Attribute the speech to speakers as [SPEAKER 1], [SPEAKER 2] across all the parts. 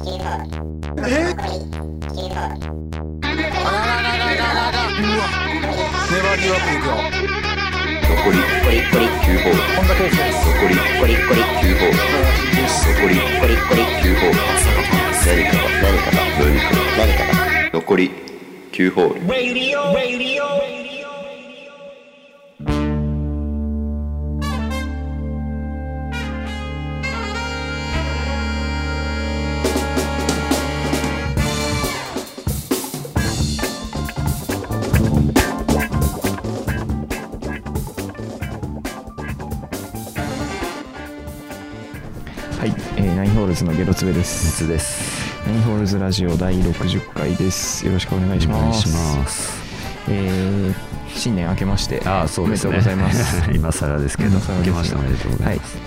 [SPEAKER 1] えあらららららららうわ粘りよくいくよ
[SPEAKER 2] 残り9ホール
[SPEAKER 1] こんだけですね
[SPEAKER 2] 残り9ホール残り9ホール何かが何かが何かが何かが残り9ホール
[SPEAKER 3] はい、えー、ナインホールズのゲロツベです。
[SPEAKER 4] 熱です
[SPEAKER 3] ナインホールズラジオ第60回です。よろしくお願いし
[SPEAKER 4] お願
[SPEAKER 3] ま
[SPEAKER 4] い
[SPEAKER 3] す。
[SPEAKER 4] します
[SPEAKER 3] えー新年明けまして、
[SPEAKER 4] ああそうですね
[SPEAKER 3] おめでとうございます。 はい、
[SPEAKER 4] 今更ですけど
[SPEAKER 3] 今更
[SPEAKER 4] 明
[SPEAKER 3] です
[SPEAKER 4] け
[SPEAKER 3] よ
[SPEAKER 4] ましておめでとうございます、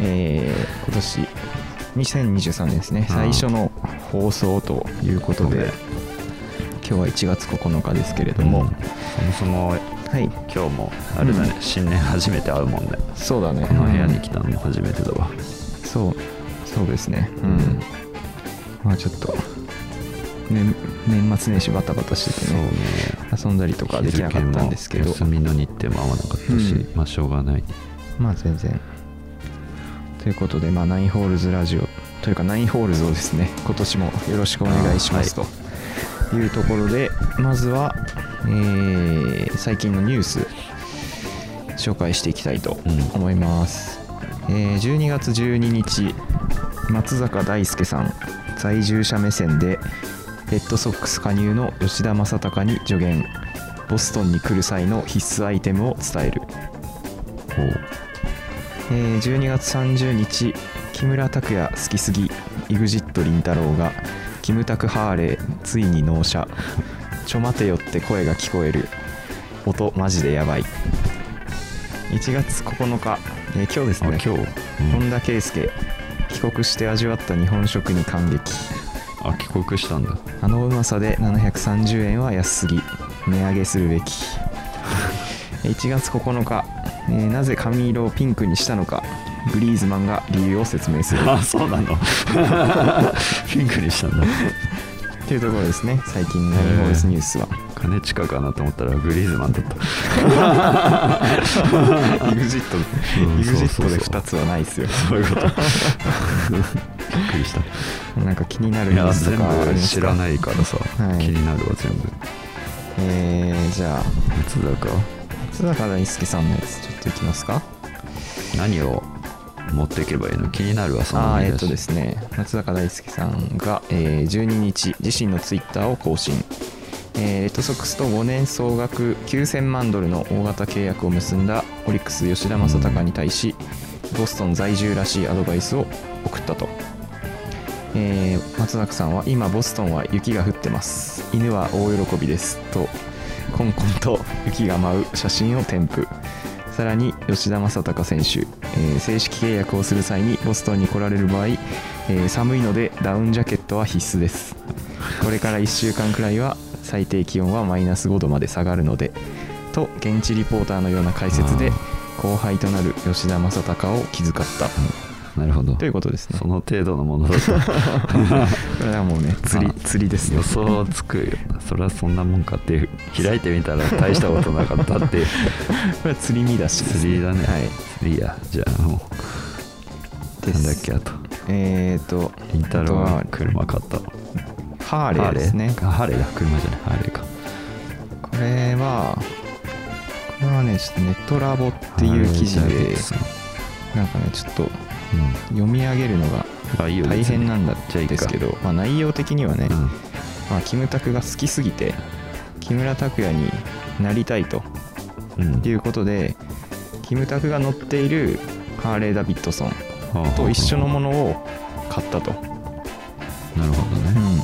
[SPEAKER 3] えー今年2023年ですね、
[SPEAKER 4] うん
[SPEAKER 3] 最初の放送ということで、今日は1月9日ですけれども、
[SPEAKER 4] うんそもそも
[SPEAKER 3] はい、
[SPEAKER 4] 今日もあれだね、
[SPEAKER 3] う
[SPEAKER 4] 新年初めて会うもんね
[SPEAKER 3] そうだね。
[SPEAKER 4] この部屋に来たのも初めてだわ
[SPEAKER 3] そうそうですねうん、
[SPEAKER 4] うん
[SPEAKER 3] まあちょっと年年末年始バタバタしててね遊んだりとかできなかったんですけど
[SPEAKER 4] 日付も休みの日程も合わなかったし、
[SPEAKER 3] うん
[SPEAKER 4] まあしょうがない
[SPEAKER 3] まあ全然ということで、まあ、ナインホールズラジオというかナインホールズをです ね今年もよろしくお願いします
[SPEAKER 4] あ
[SPEAKER 3] というところで、まずは、えー最近のニュース紹介していきたいと
[SPEAKER 4] うん
[SPEAKER 3] 思います、えー12月12日松坂大輔さん在住者目線でレッドソックス加入の吉田正尚に助言ボストンに来る際の必須アイテムを伝える
[SPEAKER 4] おう
[SPEAKER 3] えー12月30日木村拓哉好きすぎ EXIT 凛太郎がキムタクハーレーついに納車ちょ待てよって声が聞こえる音マジでやばい1月9日、えー今日です
[SPEAKER 4] あ
[SPEAKER 3] ね
[SPEAKER 4] 今日、うん
[SPEAKER 3] 本田圭佑帰国して味わった日本食に感激
[SPEAKER 4] あ帰国したんだ
[SPEAKER 3] あのうまさで730円は安すぎ値上げするべき 1月9日、えーなぜ髪色をピンクにしたのかグリーズマンが理由を説明する
[SPEAKER 4] あそうなの ピンクにしたんだ
[SPEAKER 3] というところですね最近のインボイスニュースは
[SPEAKER 4] 金近かなと思ったらグリーズマンだった
[SPEAKER 3] EXIT
[SPEAKER 4] うんそうそうそ
[SPEAKER 3] EXIT
[SPEAKER 4] う
[SPEAKER 3] で2つはないですよ
[SPEAKER 4] そういうこと びっくりした
[SPEAKER 3] なんか気になる
[SPEAKER 4] い
[SPEAKER 3] ニュ
[SPEAKER 4] や
[SPEAKER 3] ース
[SPEAKER 4] 全
[SPEAKER 3] とかあり
[SPEAKER 4] 部
[SPEAKER 3] ます
[SPEAKER 4] 知ら
[SPEAKER 3] い、
[SPEAKER 4] ないからさ、
[SPEAKER 3] はい
[SPEAKER 4] 気になるわ全部
[SPEAKER 3] えー、じゃあ
[SPEAKER 4] 松坂
[SPEAKER 3] 松坂大輔さんのやつちょっといきますか
[SPEAKER 4] 何を持っていけばいいの気になるわその
[SPEAKER 3] あー
[SPEAKER 4] 見
[SPEAKER 3] えっ
[SPEAKER 4] 出し
[SPEAKER 3] とですね松坂大輔さんが、えー12日自身のツイッターを更新、えーレッドソックスと5年総額9000万ドルの大型契約を結んだオリックス吉田正尚に対しボストン在住らしいアドバイスを送ったと、えー松坂さんは今ボストンは雪が降ってます犬は大喜びですとコンコンと雪が舞う写真を添付さらに吉田正尚選手、えー正式契約をする際にボストンに来られる場合、えー寒いのでダウンジャケットは必須ですこれから1週間くらいは最低気温はマイナス5度まで下がるのでと現地リポーターのような解説で
[SPEAKER 4] あ
[SPEAKER 3] 後輩となる吉田正尚を気遣った
[SPEAKER 4] なるほど
[SPEAKER 3] ということですね
[SPEAKER 4] その程度のものだと
[SPEAKER 3] これはもうね 釣り
[SPEAKER 4] あ
[SPEAKER 3] 釣りですね
[SPEAKER 4] 予 想つくよそれはそんなもんかって開いてみたら大したことなかったって
[SPEAKER 3] これは釣り見出しです
[SPEAKER 4] 釣りだね
[SPEAKER 3] はい
[SPEAKER 4] いいやじゃあもう
[SPEAKER 3] で
[SPEAKER 4] なん
[SPEAKER 3] す
[SPEAKER 4] だっけあと
[SPEAKER 3] えっ、ー、と
[SPEAKER 4] りんたろー
[SPEAKER 3] あと
[SPEAKER 4] が
[SPEAKER 3] は
[SPEAKER 4] 車買ったの
[SPEAKER 3] ハーレーですね
[SPEAKER 4] ハーレーあハーレーだ車じゃないハーレーか
[SPEAKER 3] これはこれはねちょっとネットラボっていう記事
[SPEAKER 4] ハーレージャケ
[SPEAKER 3] で
[SPEAKER 4] ットさ
[SPEAKER 3] なんかねちょっと
[SPEAKER 4] ん
[SPEAKER 3] 読み上げるのが
[SPEAKER 4] うんあいいよ
[SPEAKER 3] 大変なんだ
[SPEAKER 4] じゃあいいか
[SPEAKER 3] ですけど、まあ、内容的にはね、
[SPEAKER 4] うん
[SPEAKER 3] まあ、キムタクが好きすぎて木村拓哉になりたいと
[SPEAKER 4] うん
[SPEAKER 3] いうことでキムタクが乗っているハーレー・ダビッドソン
[SPEAKER 4] はあはあ
[SPEAKER 3] と一緒のものを買ったと、
[SPEAKER 4] なるほどね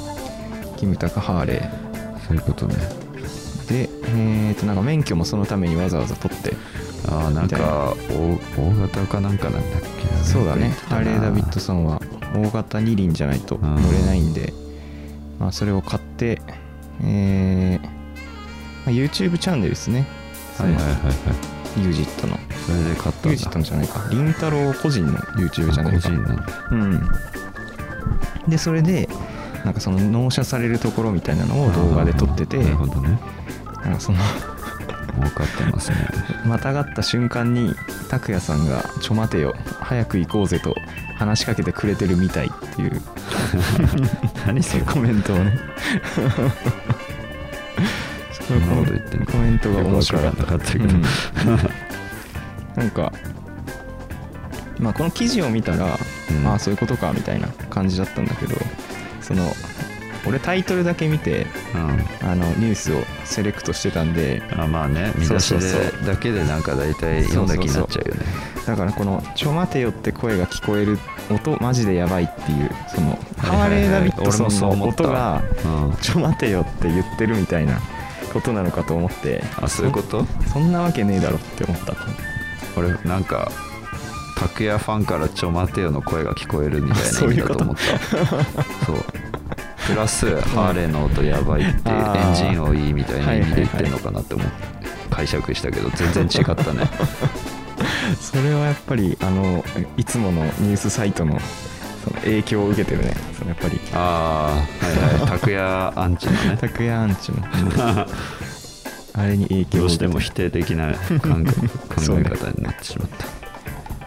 [SPEAKER 3] キムタクハーレー
[SPEAKER 4] そういうことね
[SPEAKER 3] でえー、となんか免許もそのためにわざわざ取って
[SPEAKER 4] ああなんか大大型かなんかなんだっけな
[SPEAKER 3] そうだ
[SPEAKER 4] な
[SPEAKER 3] ね
[SPEAKER 4] んか
[SPEAKER 3] ハーレ
[SPEAKER 4] 言ってた
[SPEAKER 3] ー・
[SPEAKER 4] な
[SPEAKER 3] ダビッドソンは大型二輪じゃないと乗れないんで、まあ、それを買って、えーまあ、YouTube チャンネルですねそ
[SPEAKER 4] は
[SPEAKER 3] の
[SPEAKER 4] いはいはいはい
[SPEAKER 3] UGIT の
[SPEAKER 4] それで買ったんだ
[SPEAKER 3] UGIT のじゃないかりんたろー個人の YouTube チャンネル
[SPEAKER 4] 個
[SPEAKER 3] か
[SPEAKER 4] 人なんだ
[SPEAKER 3] うんでそれでなんかその納車されるところみたいなのを動画で撮ってて
[SPEAKER 4] なるほどね
[SPEAKER 3] なんかその
[SPEAKER 4] 儲かってますね
[SPEAKER 3] またがった瞬間に拓哉さんが「ちょ待てよ早く行こうぜ」と話しかけてくれてるみたいって いう
[SPEAKER 4] 何それ
[SPEAKER 3] コメントをね
[SPEAKER 4] そんなこと言ってんの
[SPEAKER 3] コメントが面白かっ
[SPEAKER 4] よくわ
[SPEAKER 3] た
[SPEAKER 4] からなかったけど、
[SPEAKER 3] うん なんか、まあ、この記事を見たら、
[SPEAKER 4] うん
[SPEAKER 3] まあそういうことかみたいな感じだったんだけどその俺タイトルだけ見て
[SPEAKER 4] うん
[SPEAKER 3] あのニュースをセレクトしてたんで
[SPEAKER 4] あまあね見出し
[SPEAKER 3] そう
[SPEAKER 4] で
[SPEAKER 3] そうそ
[SPEAKER 4] だけでなんか大体読んだ気になっちゃうよね
[SPEAKER 3] だからこの「ちょ待てよ」って声が聞こえる音マジでやばいっていうその
[SPEAKER 4] はい
[SPEAKER 3] ハ
[SPEAKER 4] はいは
[SPEAKER 3] ー
[SPEAKER 4] い
[SPEAKER 3] レー・ダビッド
[SPEAKER 4] 俺もそう
[SPEAKER 3] ソンの
[SPEAKER 4] 思った
[SPEAKER 3] 音が
[SPEAKER 4] うん
[SPEAKER 3] 「ちょ待てよ」って言ってるみたいなことなのかと思って
[SPEAKER 4] あそういうこと
[SPEAKER 3] そんなわけねえだろって思った
[SPEAKER 4] 俺なんか拓哉ファンから「ちょ待てよ」の声が聞こえるみたいな 意
[SPEAKER 3] そう
[SPEAKER 4] 味
[SPEAKER 3] いう
[SPEAKER 4] だ
[SPEAKER 3] ことと
[SPEAKER 4] 思 ったそうプラスハーレーの音やばいっていう
[SPEAKER 3] あ
[SPEAKER 4] エン
[SPEAKER 3] ー
[SPEAKER 4] ジン音いいみたいな意味で言って
[SPEAKER 3] はいはいはい
[SPEAKER 4] んのかなって思う解釈したけど全然違った ね
[SPEAKER 3] それはやっぱりあのいつものニュースサイトのその影響を受けてるねそのやっぱり
[SPEAKER 4] ああはいはい拓哉アン チのね
[SPEAKER 3] 拓哉アンチのあれに影響
[SPEAKER 4] ど
[SPEAKER 3] を
[SPEAKER 4] うし
[SPEAKER 3] 受けて
[SPEAKER 4] て
[SPEAKER 3] る
[SPEAKER 4] も否定的な考え考え方になってしまった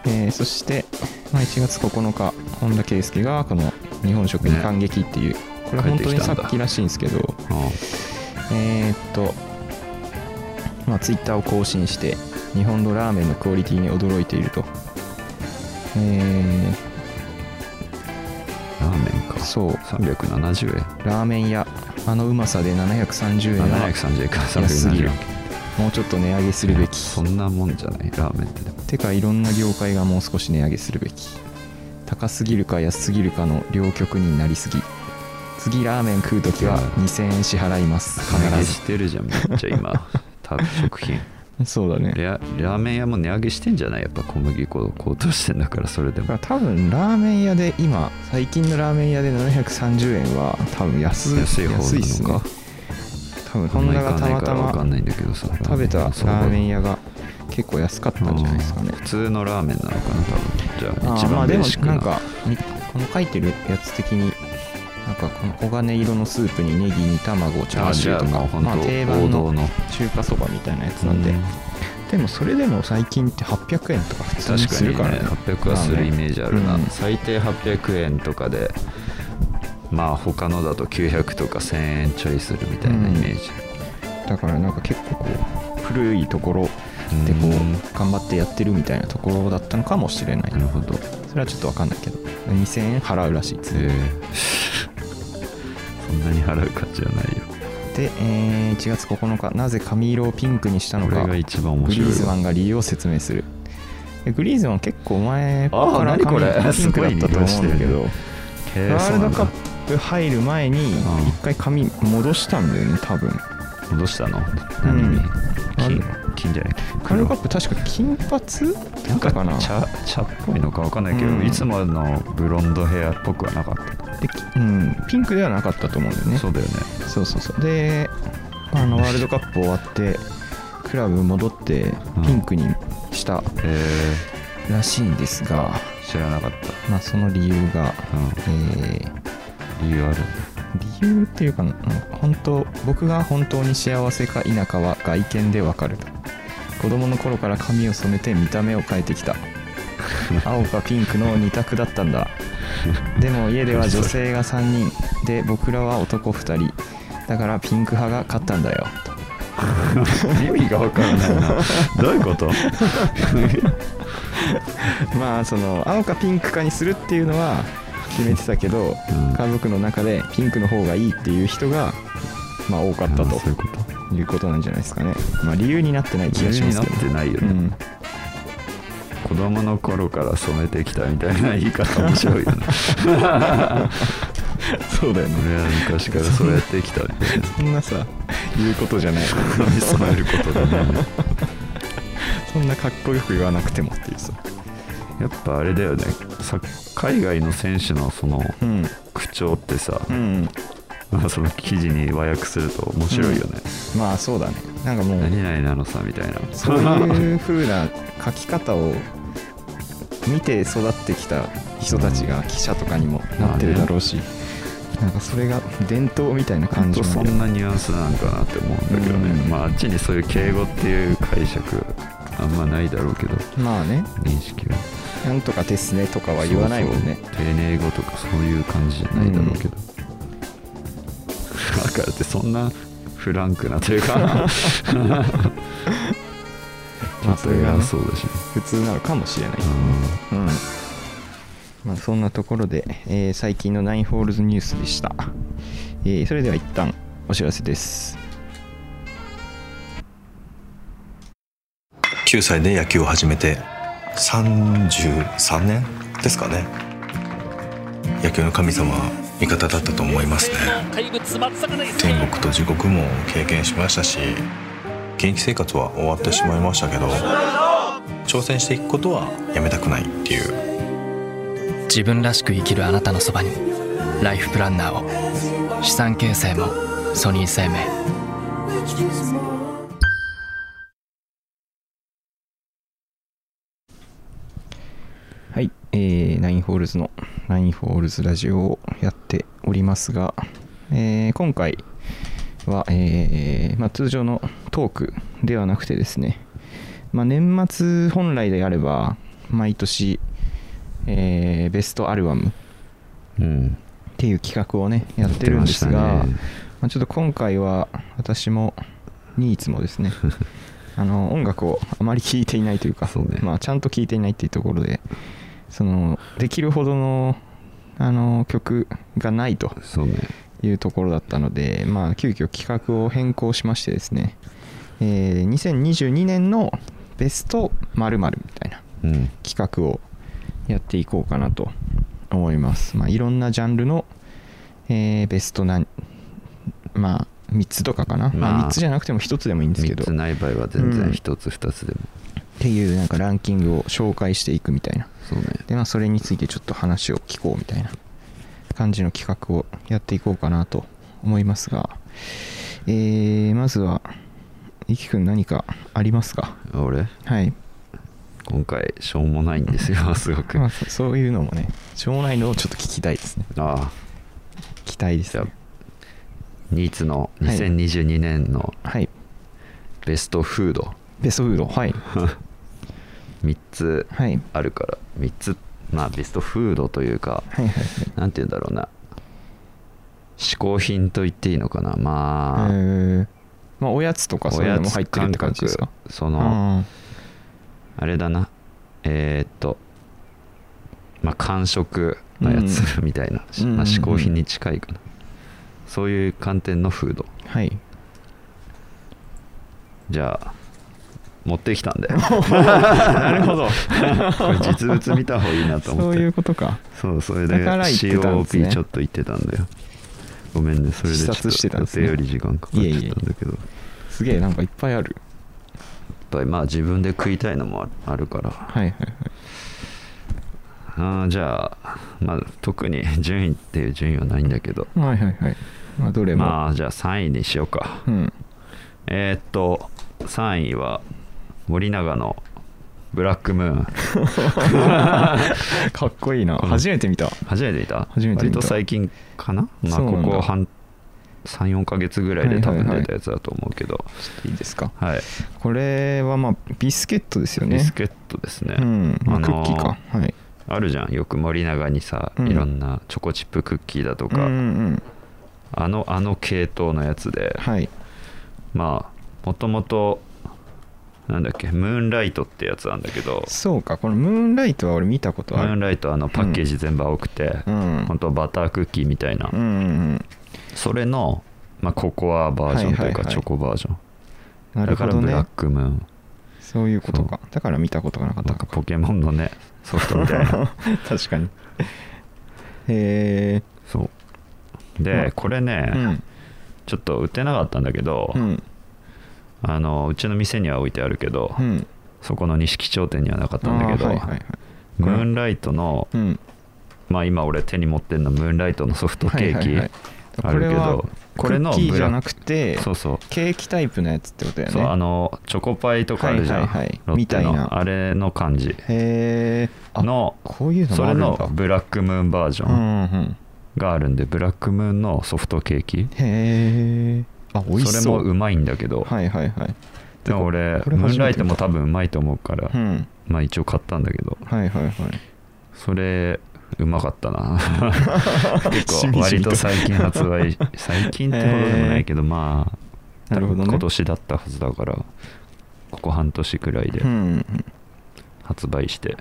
[SPEAKER 3] えーそして、まあ、1月9日本田圭佑がこの「日本食に感激」っていう、これ本当にさっきらしいんですけどえーっとまあツイッターを更新して日本のラーメンのクオリティに驚いているとえ
[SPEAKER 4] うんラーメンか
[SPEAKER 3] ー、そう
[SPEAKER 4] 370円
[SPEAKER 3] ラーメン屋あのうまさで730円は
[SPEAKER 4] 730円か
[SPEAKER 3] 安すぎ
[SPEAKER 4] 370
[SPEAKER 3] る
[SPEAKER 4] 円
[SPEAKER 3] もうちょっと値上げするべき
[SPEAKER 4] そんなもんじゃないラーメンってでも
[SPEAKER 3] てかいろんな業界がもう少し値上げするべき高すぎるか安すぎるかの両極になりすぎ次ラーメン食う時は2000円支払います
[SPEAKER 4] 値上げ
[SPEAKER 3] 必
[SPEAKER 4] してるじゃんめっちゃ 今た食品
[SPEAKER 3] ずそうだねだ
[SPEAKER 4] ララーメン屋も値上げしてんじゃないやっぱ小麦粉高騰してんだからそれで
[SPEAKER 3] か
[SPEAKER 4] も
[SPEAKER 3] ら多分ラーメン屋で今最近のラーメン屋で730円は多分安
[SPEAKER 4] 安い方
[SPEAKER 3] 安いっす
[SPEAKER 4] な
[SPEAKER 3] ね
[SPEAKER 4] のか
[SPEAKER 3] 多分
[SPEAKER 4] あん
[SPEAKER 3] 本
[SPEAKER 4] ま
[SPEAKER 3] 田
[SPEAKER 4] 行
[SPEAKER 3] が
[SPEAKER 4] か
[SPEAKER 3] た
[SPEAKER 4] ない
[SPEAKER 3] ま
[SPEAKER 4] か
[SPEAKER 3] た
[SPEAKER 4] ら分かん
[SPEAKER 3] ま
[SPEAKER 4] ないんだけどさ
[SPEAKER 3] 食べたラーメン屋が結構安かったんじゃないですかね
[SPEAKER 4] 普通のラーメンなのかな多分じゃあ
[SPEAKER 3] あ
[SPEAKER 4] 一
[SPEAKER 3] ーまあ
[SPEAKER 4] 番
[SPEAKER 3] で
[SPEAKER 4] ベー
[SPEAKER 3] も
[SPEAKER 4] シック
[SPEAKER 3] な
[SPEAKER 4] なん
[SPEAKER 3] かみこの書いてるやつ的になんかこの黄金色のスープにネギに卵チャー
[SPEAKER 4] あ
[SPEAKER 3] シ
[SPEAKER 4] じ
[SPEAKER 3] ュ
[SPEAKER 4] ゃあ
[SPEAKER 3] ーと
[SPEAKER 4] もう
[SPEAKER 3] か
[SPEAKER 4] 本
[SPEAKER 3] まあ
[SPEAKER 4] 当
[SPEAKER 3] 定番
[SPEAKER 4] 王道
[SPEAKER 3] の
[SPEAKER 4] の
[SPEAKER 3] 中華そばみたいなやつなんで
[SPEAKER 4] うん
[SPEAKER 3] でもそれでも最近って800円とか普通に
[SPEAKER 4] 確か
[SPEAKER 3] す
[SPEAKER 4] に
[SPEAKER 3] る
[SPEAKER 4] ね
[SPEAKER 3] からね
[SPEAKER 4] 800はするイメージあるな、
[SPEAKER 3] うん
[SPEAKER 4] 最低800円とかでまあ他のだと900とか1000円ちょいするみたいなイメージ、
[SPEAKER 3] だからなんか結構こう古いところでこ
[SPEAKER 4] うん
[SPEAKER 3] う頑張ってやってるみたいなところだったのかもしれない
[SPEAKER 4] なるほど
[SPEAKER 3] それはちょっと分かんないけど2000円払うらしい
[SPEAKER 4] えーそんなに払う価値はないよ
[SPEAKER 3] で、えー1月9日なぜ髪色をピンクにしたの
[SPEAKER 4] こ
[SPEAKER 3] か
[SPEAKER 4] れが一番面
[SPEAKER 3] グリ
[SPEAKER 4] 白い
[SPEAKER 3] ーズマ
[SPEAKER 4] わ
[SPEAKER 3] ンが理由を説明するでグリーズマン結構前か
[SPEAKER 4] あー
[SPEAKER 3] ら
[SPEAKER 4] 何これ
[SPEAKER 3] 髪ピンクだったと思うんだけ
[SPEAKER 4] すごい
[SPEAKER 3] ど
[SPEAKER 4] 色へ
[SPEAKER 3] ワールドカッ
[SPEAKER 4] プ
[SPEAKER 3] プ入る前に
[SPEAKER 4] ん
[SPEAKER 3] 一回髪戻したんだよね多分
[SPEAKER 4] どうしたの何に、
[SPEAKER 3] うん
[SPEAKER 4] 金
[SPEAKER 3] あ
[SPEAKER 4] 金じゃない
[SPEAKER 3] ワールドカ
[SPEAKER 4] 黒
[SPEAKER 3] ップ確か金髪だったかな
[SPEAKER 4] 茶茶っぽいのか分かんないけど、
[SPEAKER 3] うん
[SPEAKER 4] いつものブロンドヘアっぽくはなかった、
[SPEAKER 3] できうん、ピンクではなかったと思うんだよね
[SPEAKER 4] そうだよね
[SPEAKER 3] そうそうそうであのワールドカップ終わってクラブ戻って
[SPEAKER 4] うん
[SPEAKER 3] ピンクにした
[SPEAKER 4] え
[SPEAKER 3] らしいんですが、
[SPEAKER 4] ー、知らなかっ
[SPEAKER 3] まあ、その理由が、
[SPEAKER 4] た、うん
[SPEAKER 3] えー、
[SPEAKER 4] 理由あ る
[SPEAKER 3] 理由っていうかなうん本当僕が本当に幸せか否かは外見でわかると子供の頃から髪を染めて見た目を変えて きた青かピンクの2択だったんだでも家では女性が3人で僕らは男2人だからピンク派が勝ったんだよと
[SPEAKER 4] 意味が分からないな どういう こと
[SPEAKER 3] まあその青かピンクかにするっていうのは決めてたけど、
[SPEAKER 4] うん
[SPEAKER 3] 家族の中でピンクの方がいいっていう人がまあ多かった
[SPEAKER 4] あ
[SPEAKER 3] と
[SPEAKER 4] そういうこと
[SPEAKER 3] いうことなんじゃないですかね、まあ、理由になってない気
[SPEAKER 4] 理
[SPEAKER 3] が
[SPEAKER 4] 由
[SPEAKER 3] しま
[SPEAKER 4] に
[SPEAKER 3] す
[SPEAKER 4] なっ
[SPEAKER 3] けど
[SPEAKER 4] てないよ
[SPEAKER 3] う
[SPEAKER 4] ね、
[SPEAKER 3] ん、
[SPEAKER 4] 子供の頃から染めてきたみたいな言い方面白いよね
[SPEAKER 3] そうだよね
[SPEAKER 4] 俺は昔からそうやってきたみたいな
[SPEAKER 3] そんなさ言うことじゃない
[SPEAKER 4] 染めることでね
[SPEAKER 3] そんなかっこよく言わなくてもっていうさ
[SPEAKER 4] やっぱあれだよねさ海外の選手のその
[SPEAKER 3] うん
[SPEAKER 4] 口調ってさ、
[SPEAKER 3] うん
[SPEAKER 4] まあその記事に和訳すると面白いよね、
[SPEAKER 3] まあそうだねなんかもう
[SPEAKER 4] 何々なのさみたいな
[SPEAKER 3] そういう風な書き方を見て育ってききた人たちが記者とかにもなってるだろうし、なんかそれが伝統みたいな感じ
[SPEAKER 4] と
[SPEAKER 3] も
[SPEAKER 4] そんなニュアンスなんかなって思うんだけどね、
[SPEAKER 3] うん
[SPEAKER 4] まああっちにそういう敬語っていう解釈あんまないだろうけど
[SPEAKER 3] まあね
[SPEAKER 4] 認識は
[SPEAKER 3] なんとかですねとかは言わないもんね
[SPEAKER 4] そうそう丁寧語とかそういう感じじゃないだろうけど、だからってそんなフランクなという かちょ
[SPEAKER 3] まあ
[SPEAKER 4] っ
[SPEAKER 3] そ
[SPEAKER 4] と
[SPEAKER 3] れがね
[SPEAKER 4] 偉そうだし、ね
[SPEAKER 3] 普通なのかもしれない、うんまあ、そんなところで、えー最近のナインホールズニュースでした、えーそれでは一旦お知らせです
[SPEAKER 5] 9歳で野球を始めて33年ですかね野球の神様は味方だったと思いますね
[SPEAKER 6] 怪物松坂大輔
[SPEAKER 5] 天国と地獄も経験しましたし現役生活は終わってしまいましたけど挑戦していくことはやめたくないっていう
[SPEAKER 7] 自分らしく生きるあなたのそばにライフプランナーを資産形成もソニー生命
[SPEAKER 3] はい、えー、ナインホールズのナインホールズラジオをやっておりますが、えー今回は、えーまあ、通常のトークではなくてですね、まあ、年末本来であれば毎年、えーベストアルバム
[SPEAKER 4] うん
[SPEAKER 3] っていう企画をねやってるんです
[SPEAKER 4] やっ
[SPEAKER 3] が
[SPEAKER 4] てま
[SPEAKER 3] ま
[SPEAKER 4] したね
[SPEAKER 3] あ、ちょっと今回は私もニーツもで すねあの音楽をあまり聴いていないというか
[SPEAKER 4] そうね
[SPEAKER 3] まあ、ちゃんと聴いていないっていうところでそのできるほどのあの曲がないと
[SPEAKER 4] そうね
[SPEAKER 3] いうところだったので、まあ、急遽企画を変更しましてですね、えー2022年のベスト〇〇みたいな
[SPEAKER 4] うん
[SPEAKER 3] 企画をやっていこうかなと思います。まあ、いろんなジャンルの、えーベストな、まあ、3つとかかな、まあ
[SPEAKER 4] まあ
[SPEAKER 3] 3つじゃなくても1つでもいいんですけ
[SPEAKER 4] 3
[SPEAKER 3] ど、
[SPEAKER 4] つ
[SPEAKER 3] っ
[SPEAKER 4] ない場合は全
[SPEAKER 3] うん
[SPEAKER 4] 然1つ2つでも、
[SPEAKER 3] ていうなんかランキングを紹介していくみたいな。
[SPEAKER 4] そうね
[SPEAKER 3] で、まあ、それについてちょっと話を聞こうみたいな感じの企画をやっていこうかなと思いますが、えーまずは、いきくん何かありますか
[SPEAKER 4] 俺
[SPEAKER 3] はい。
[SPEAKER 4] 今回しょうもないんですよすごく、
[SPEAKER 3] まあ、
[SPEAKER 4] あ
[SPEAKER 3] そそういうのもね、しょうもないのをちょっと聞きたいですね。
[SPEAKER 4] あ
[SPEAKER 3] 期待です
[SPEAKER 4] じゃ
[SPEAKER 3] ね
[SPEAKER 4] あニーツの
[SPEAKER 3] はい
[SPEAKER 4] 2022年の
[SPEAKER 3] はい
[SPEAKER 4] ベストフード
[SPEAKER 3] ベストフードはい
[SPEAKER 4] 3つ
[SPEAKER 3] はい
[SPEAKER 4] あるから3つまあベストフードというか
[SPEAKER 3] はいはいはい
[SPEAKER 4] なんて言うんだろうな嗜好品と言っていいのかな
[SPEAKER 3] え
[SPEAKER 4] まあ、
[SPEAKER 3] ーまあおやつとかそういうのも入ってるって感じですか
[SPEAKER 4] おやつ感覚その
[SPEAKER 3] うん
[SPEAKER 4] あれだなえーっとまあ完食のやつ みたいな、
[SPEAKER 3] うんうん
[SPEAKER 4] まあ、嗜好品に近いかな、そういう観点のフード
[SPEAKER 3] はい
[SPEAKER 4] じゃあ持ってきたん で
[SPEAKER 3] なる ほど
[SPEAKER 4] これ実物見た方がいいなと思
[SPEAKER 3] そ
[SPEAKER 4] っ
[SPEAKER 3] う
[SPEAKER 4] て
[SPEAKER 3] いうことか
[SPEAKER 4] そうそれで
[SPEAKER 3] だから言ってたんですね
[SPEAKER 4] COP ちょっと言ってたんだよごめんねそれでちょっ
[SPEAKER 3] 視察してた
[SPEAKER 4] と予
[SPEAKER 3] んです
[SPEAKER 4] 定
[SPEAKER 3] ね
[SPEAKER 4] より時間かかっちゃったんだけど
[SPEAKER 3] すげえなんかいっぱいある
[SPEAKER 4] やっぱりまあ自分で食いたいのもああるから
[SPEAKER 3] はいはいはい
[SPEAKER 4] あーじゃあ、まあ、特に順位っていう順位はないんだけど
[SPEAKER 3] はいはいはいまあどれも、
[SPEAKER 4] まあじゃあ3位にしよう か
[SPEAKER 3] うん
[SPEAKER 4] えーっと3位は森永のブラックムーン
[SPEAKER 3] かっこいいな
[SPEAKER 4] うん
[SPEAKER 3] 初めて見た
[SPEAKER 4] 初めていた
[SPEAKER 3] 初めて見た
[SPEAKER 4] 割と最近かなまあ
[SPEAKER 3] そうな
[SPEAKER 4] こ
[SPEAKER 3] んだ
[SPEAKER 4] こ半34ヶ月ぐらいで多分
[SPEAKER 3] はいはいはい
[SPEAKER 4] 出たやつだと思うけど
[SPEAKER 3] いいですか
[SPEAKER 4] はい
[SPEAKER 3] これはまあビスケットですよね
[SPEAKER 4] ビスケットですね、
[SPEAKER 3] うん、まあ、
[SPEAKER 4] あの
[SPEAKER 3] クッキーかはい
[SPEAKER 4] あるじゃんよく森永にさ、
[SPEAKER 3] うん
[SPEAKER 4] いろんなチョコチップクッキーだと
[SPEAKER 3] うん
[SPEAKER 4] か、
[SPEAKER 3] うん
[SPEAKER 4] あのあの系統のやつで、
[SPEAKER 3] はい
[SPEAKER 4] まあもともとなんだっけムーンライトってやつなんだけど
[SPEAKER 3] そうかこのムーンライトは俺見たこ
[SPEAKER 4] ム
[SPEAKER 3] とあ
[SPEAKER 4] ーン
[SPEAKER 3] る
[SPEAKER 4] ライトはあのパッケージ全部青くて、
[SPEAKER 3] うん
[SPEAKER 4] 本当はバタークッキーみたいな、
[SPEAKER 3] うんうん
[SPEAKER 4] それの、まあ、ココアバージョンと
[SPEAKER 3] はいいうは
[SPEAKER 4] か
[SPEAKER 3] いはい
[SPEAKER 4] チョコバージョン、
[SPEAKER 3] うんなる
[SPEAKER 4] だか
[SPEAKER 3] ほ
[SPEAKER 4] ら
[SPEAKER 3] ど
[SPEAKER 4] ブラッ
[SPEAKER 3] ね
[SPEAKER 4] クムーン
[SPEAKER 3] そういうことかだから見たことがなかった
[SPEAKER 4] なん
[SPEAKER 3] の
[SPEAKER 4] か
[SPEAKER 3] か
[SPEAKER 4] ポケモンのねソフトみたいな
[SPEAKER 3] 確かにへ
[SPEAKER 4] そう
[SPEAKER 3] まあ
[SPEAKER 4] でこれね
[SPEAKER 3] え、うん
[SPEAKER 4] ちょっと売ってなかったんだけど、
[SPEAKER 3] うん
[SPEAKER 4] あのうちの店には置いてあるけど、
[SPEAKER 3] うん
[SPEAKER 4] そこの錦町店にはなかったんだけど、
[SPEAKER 3] あーはいはいはい
[SPEAKER 4] ムーンライトの
[SPEAKER 3] うん
[SPEAKER 4] まあ、今俺手に持ってるのムーンライトのソフトケーキ、
[SPEAKER 3] はいはいはい
[SPEAKER 4] あるけ
[SPEAKER 3] これは
[SPEAKER 4] どこれの
[SPEAKER 3] クッキー
[SPEAKER 4] ブ
[SPEAKER 3] じゃ
[SPEAKER 4] ラ
[SPEAKER 3] な
[SPEAKER 4] ック
[SPEAKER 3] くて
[SPEAKER 4] そうそう
[SPEAKER 3] ケーキタイプのやつってことやね
[SPEAKER 4] そうあのチョコパイとかあるじゃん、
[SPEAKER 3] はいはいはい
[SPEAKER 4] ロッテ
[SPEAKER 3] みたい
[SPEAKER 4] の
[SPEAKER 3] な
[SPEAKER 4] あれの感じ
[SPEAKER 3] へえ
[SPEAKER 4] の
[SPEAKER 3] こういうの
[SPEAKER 4] そ
[SPEAKER 3] もあ
[SPEAKER 4] れ
[SPEAKER 3] るんだ
[SPEAKER 4] のブラックムーンバージ
[SPEAKER 3] う
[SPEAKER 4] ョン
[SPEAKER 3] んうん
[SPEAKER 4] があるんで、ブラックムーンのソフトケーキ
[SPEAKER 3] へえあ美味しそう
[SPEAKER 4] それもうまいんだけど、
[SPEAKER 3] はいはいはい
[SPEAKER 4] でも俺
[SPEAKER 3] これ
[SPEAKER 4] ムーンライトも
[SPEAKER 3] 初
[SPEAKER 4] 多分うまいと思うから、
[SPEAKER 3] うん
[SPEAKER 4] まあ一応買ったんだけど
[SPEAKER 3] はいはいはい
[SPEAKER 4] それうまかった な結
[SPEAKER 3] しみじみ
[SPEAKER 4] 構割
[SPEAKER 3] と
[SPEAKER 4] と最近発 売最近ってほどでもないけどまあ
[SPEAKER 3] なるほどね
[SPEAKER 4] 今年だったはずだからここ半年くらいで
[SPEAKER 3] うんうん
[SPEAKER 4] 発売して、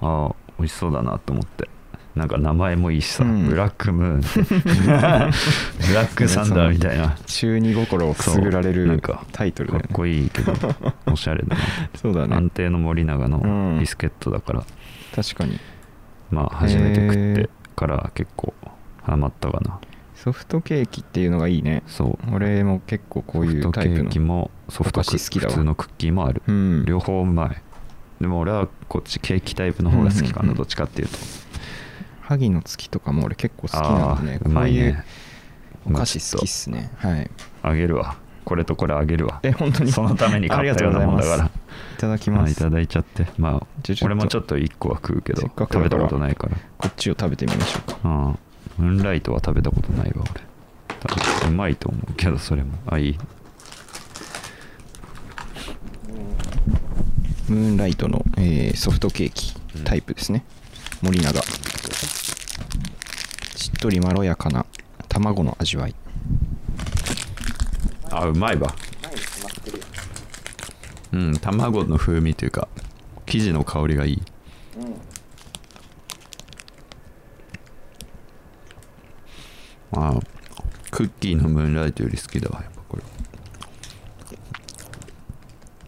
[SPEAKER 4] ああ美味しそうだなと思ってなんか名前もいいしさ、
[SPEAKER 3] うん
[SPEAKER 4] ブラックムーン ってブラックサンダーみたいな
[SPEAKER 3] 中二心をくすぐられ
[SPEAKER 4] そうなん
[SPEAKER 3] る
[SPEAKER 4] か
[SPEAKER 3] タイトル
[SPEAKER 4] か
[SPEAKER 3] だ
[SPEAKER 4] っ
[SPEAKER 3] よね
[SPEAKER 4] こいいけ どおしゃれだな
[SPEAKER 3] そうだね
[SPEAKER 4] 安定の森永のビスケットだから、
[SPEAKER 3] 確かに
[SPEAKER 4] まあ初めて食っ
[SPEAKER 3] へー
[SPEAKER 4] てから結構ハマったかな
[SPEAKER 3] ソフトケーキっていうのがいいね
[SPEAKER 4] そう
[SPEAKER 3] 俺も結構こうい
[SPEAKER 4] ソ
[SPEAKER 3] う
[SPEAKER 4] フト
[SPEAKER 3] タ
[SPEAKER 4] ケ
[SPEAKER 3] イプ
[SPEAKER 4] ー
[SPEAKER 3] の
[SPEAKER 4] キもソフトク
[SPEAKER 3] お菓子好きだ
[SPEAKER 4] 普
[SPEAKER 3] わ
[SPEAKER 4] 通のクッキーもある、
[SPEAKER 3] うん
[SPEAKER 4] 両方うまいでも俺はこっちケーキタイプの方が好きかな、
[SPEAKER 3] うんうんうん
[SPEAKER 4] どっちかっていうと
[SPEAKER 3] 萩の月とかも俺結構好きなんでね
[SPEAKER 4] あーうまいね
[SPEAKER 3] こういうお菓子好きっすねはい
[SPEAKER 4] あげるわこれとこれあげるわ
[SPEAKER 3] え本当に
[SPEAKER 4] そのために
[SPEAKER 3] あ
[SPEAKER 4] 買
[SPEAKER 3] りが
[SPEAKER 4] った
[SPEAKER 3] と
[SPEAKER 4] よ
[SPEAKER 3] う
[SPEAKER 4] うな
[SPEAKER 3] ござい
[SPEAKER 4] もん
[SPEAKER 3] ま
[SPEAKER 4] だ
[SPEAKER 3] す
[SPEAKER 4] から
[SPEAKER 3] いただき
[SPEAKER 4] ま
[SPEAKER 3] ま
[SPEAKER 4] あ、い
[SPEAKER 3] す
[SPEAKER 4] ただいちゃってま
[SPEAKER 3] じゃあちょっと
[SPEAKER 4] あ俺もちょっと1個は食うけど
[SPEAKER 3] せっかく
[SPEAKER 4] 食
[SPEAKER 3] だから
[SPEAKER 4] べたことないから
[SPEAKER 3] こっちを食べてみましょうか
[SPEAKER 4] うんムーンライトは食べたことないわ俺多分うまいと思うけどそれもあいい
[SPEAKER 3] ムーンライトの、えーソフトケーキタイプですね、森永しっとりまろやかな卵の味わい
[SPEAKER 4] あうまいわうん卵の風味というか生地の香りがいいあクッキーのムーンライトより好きだわやっぱこれ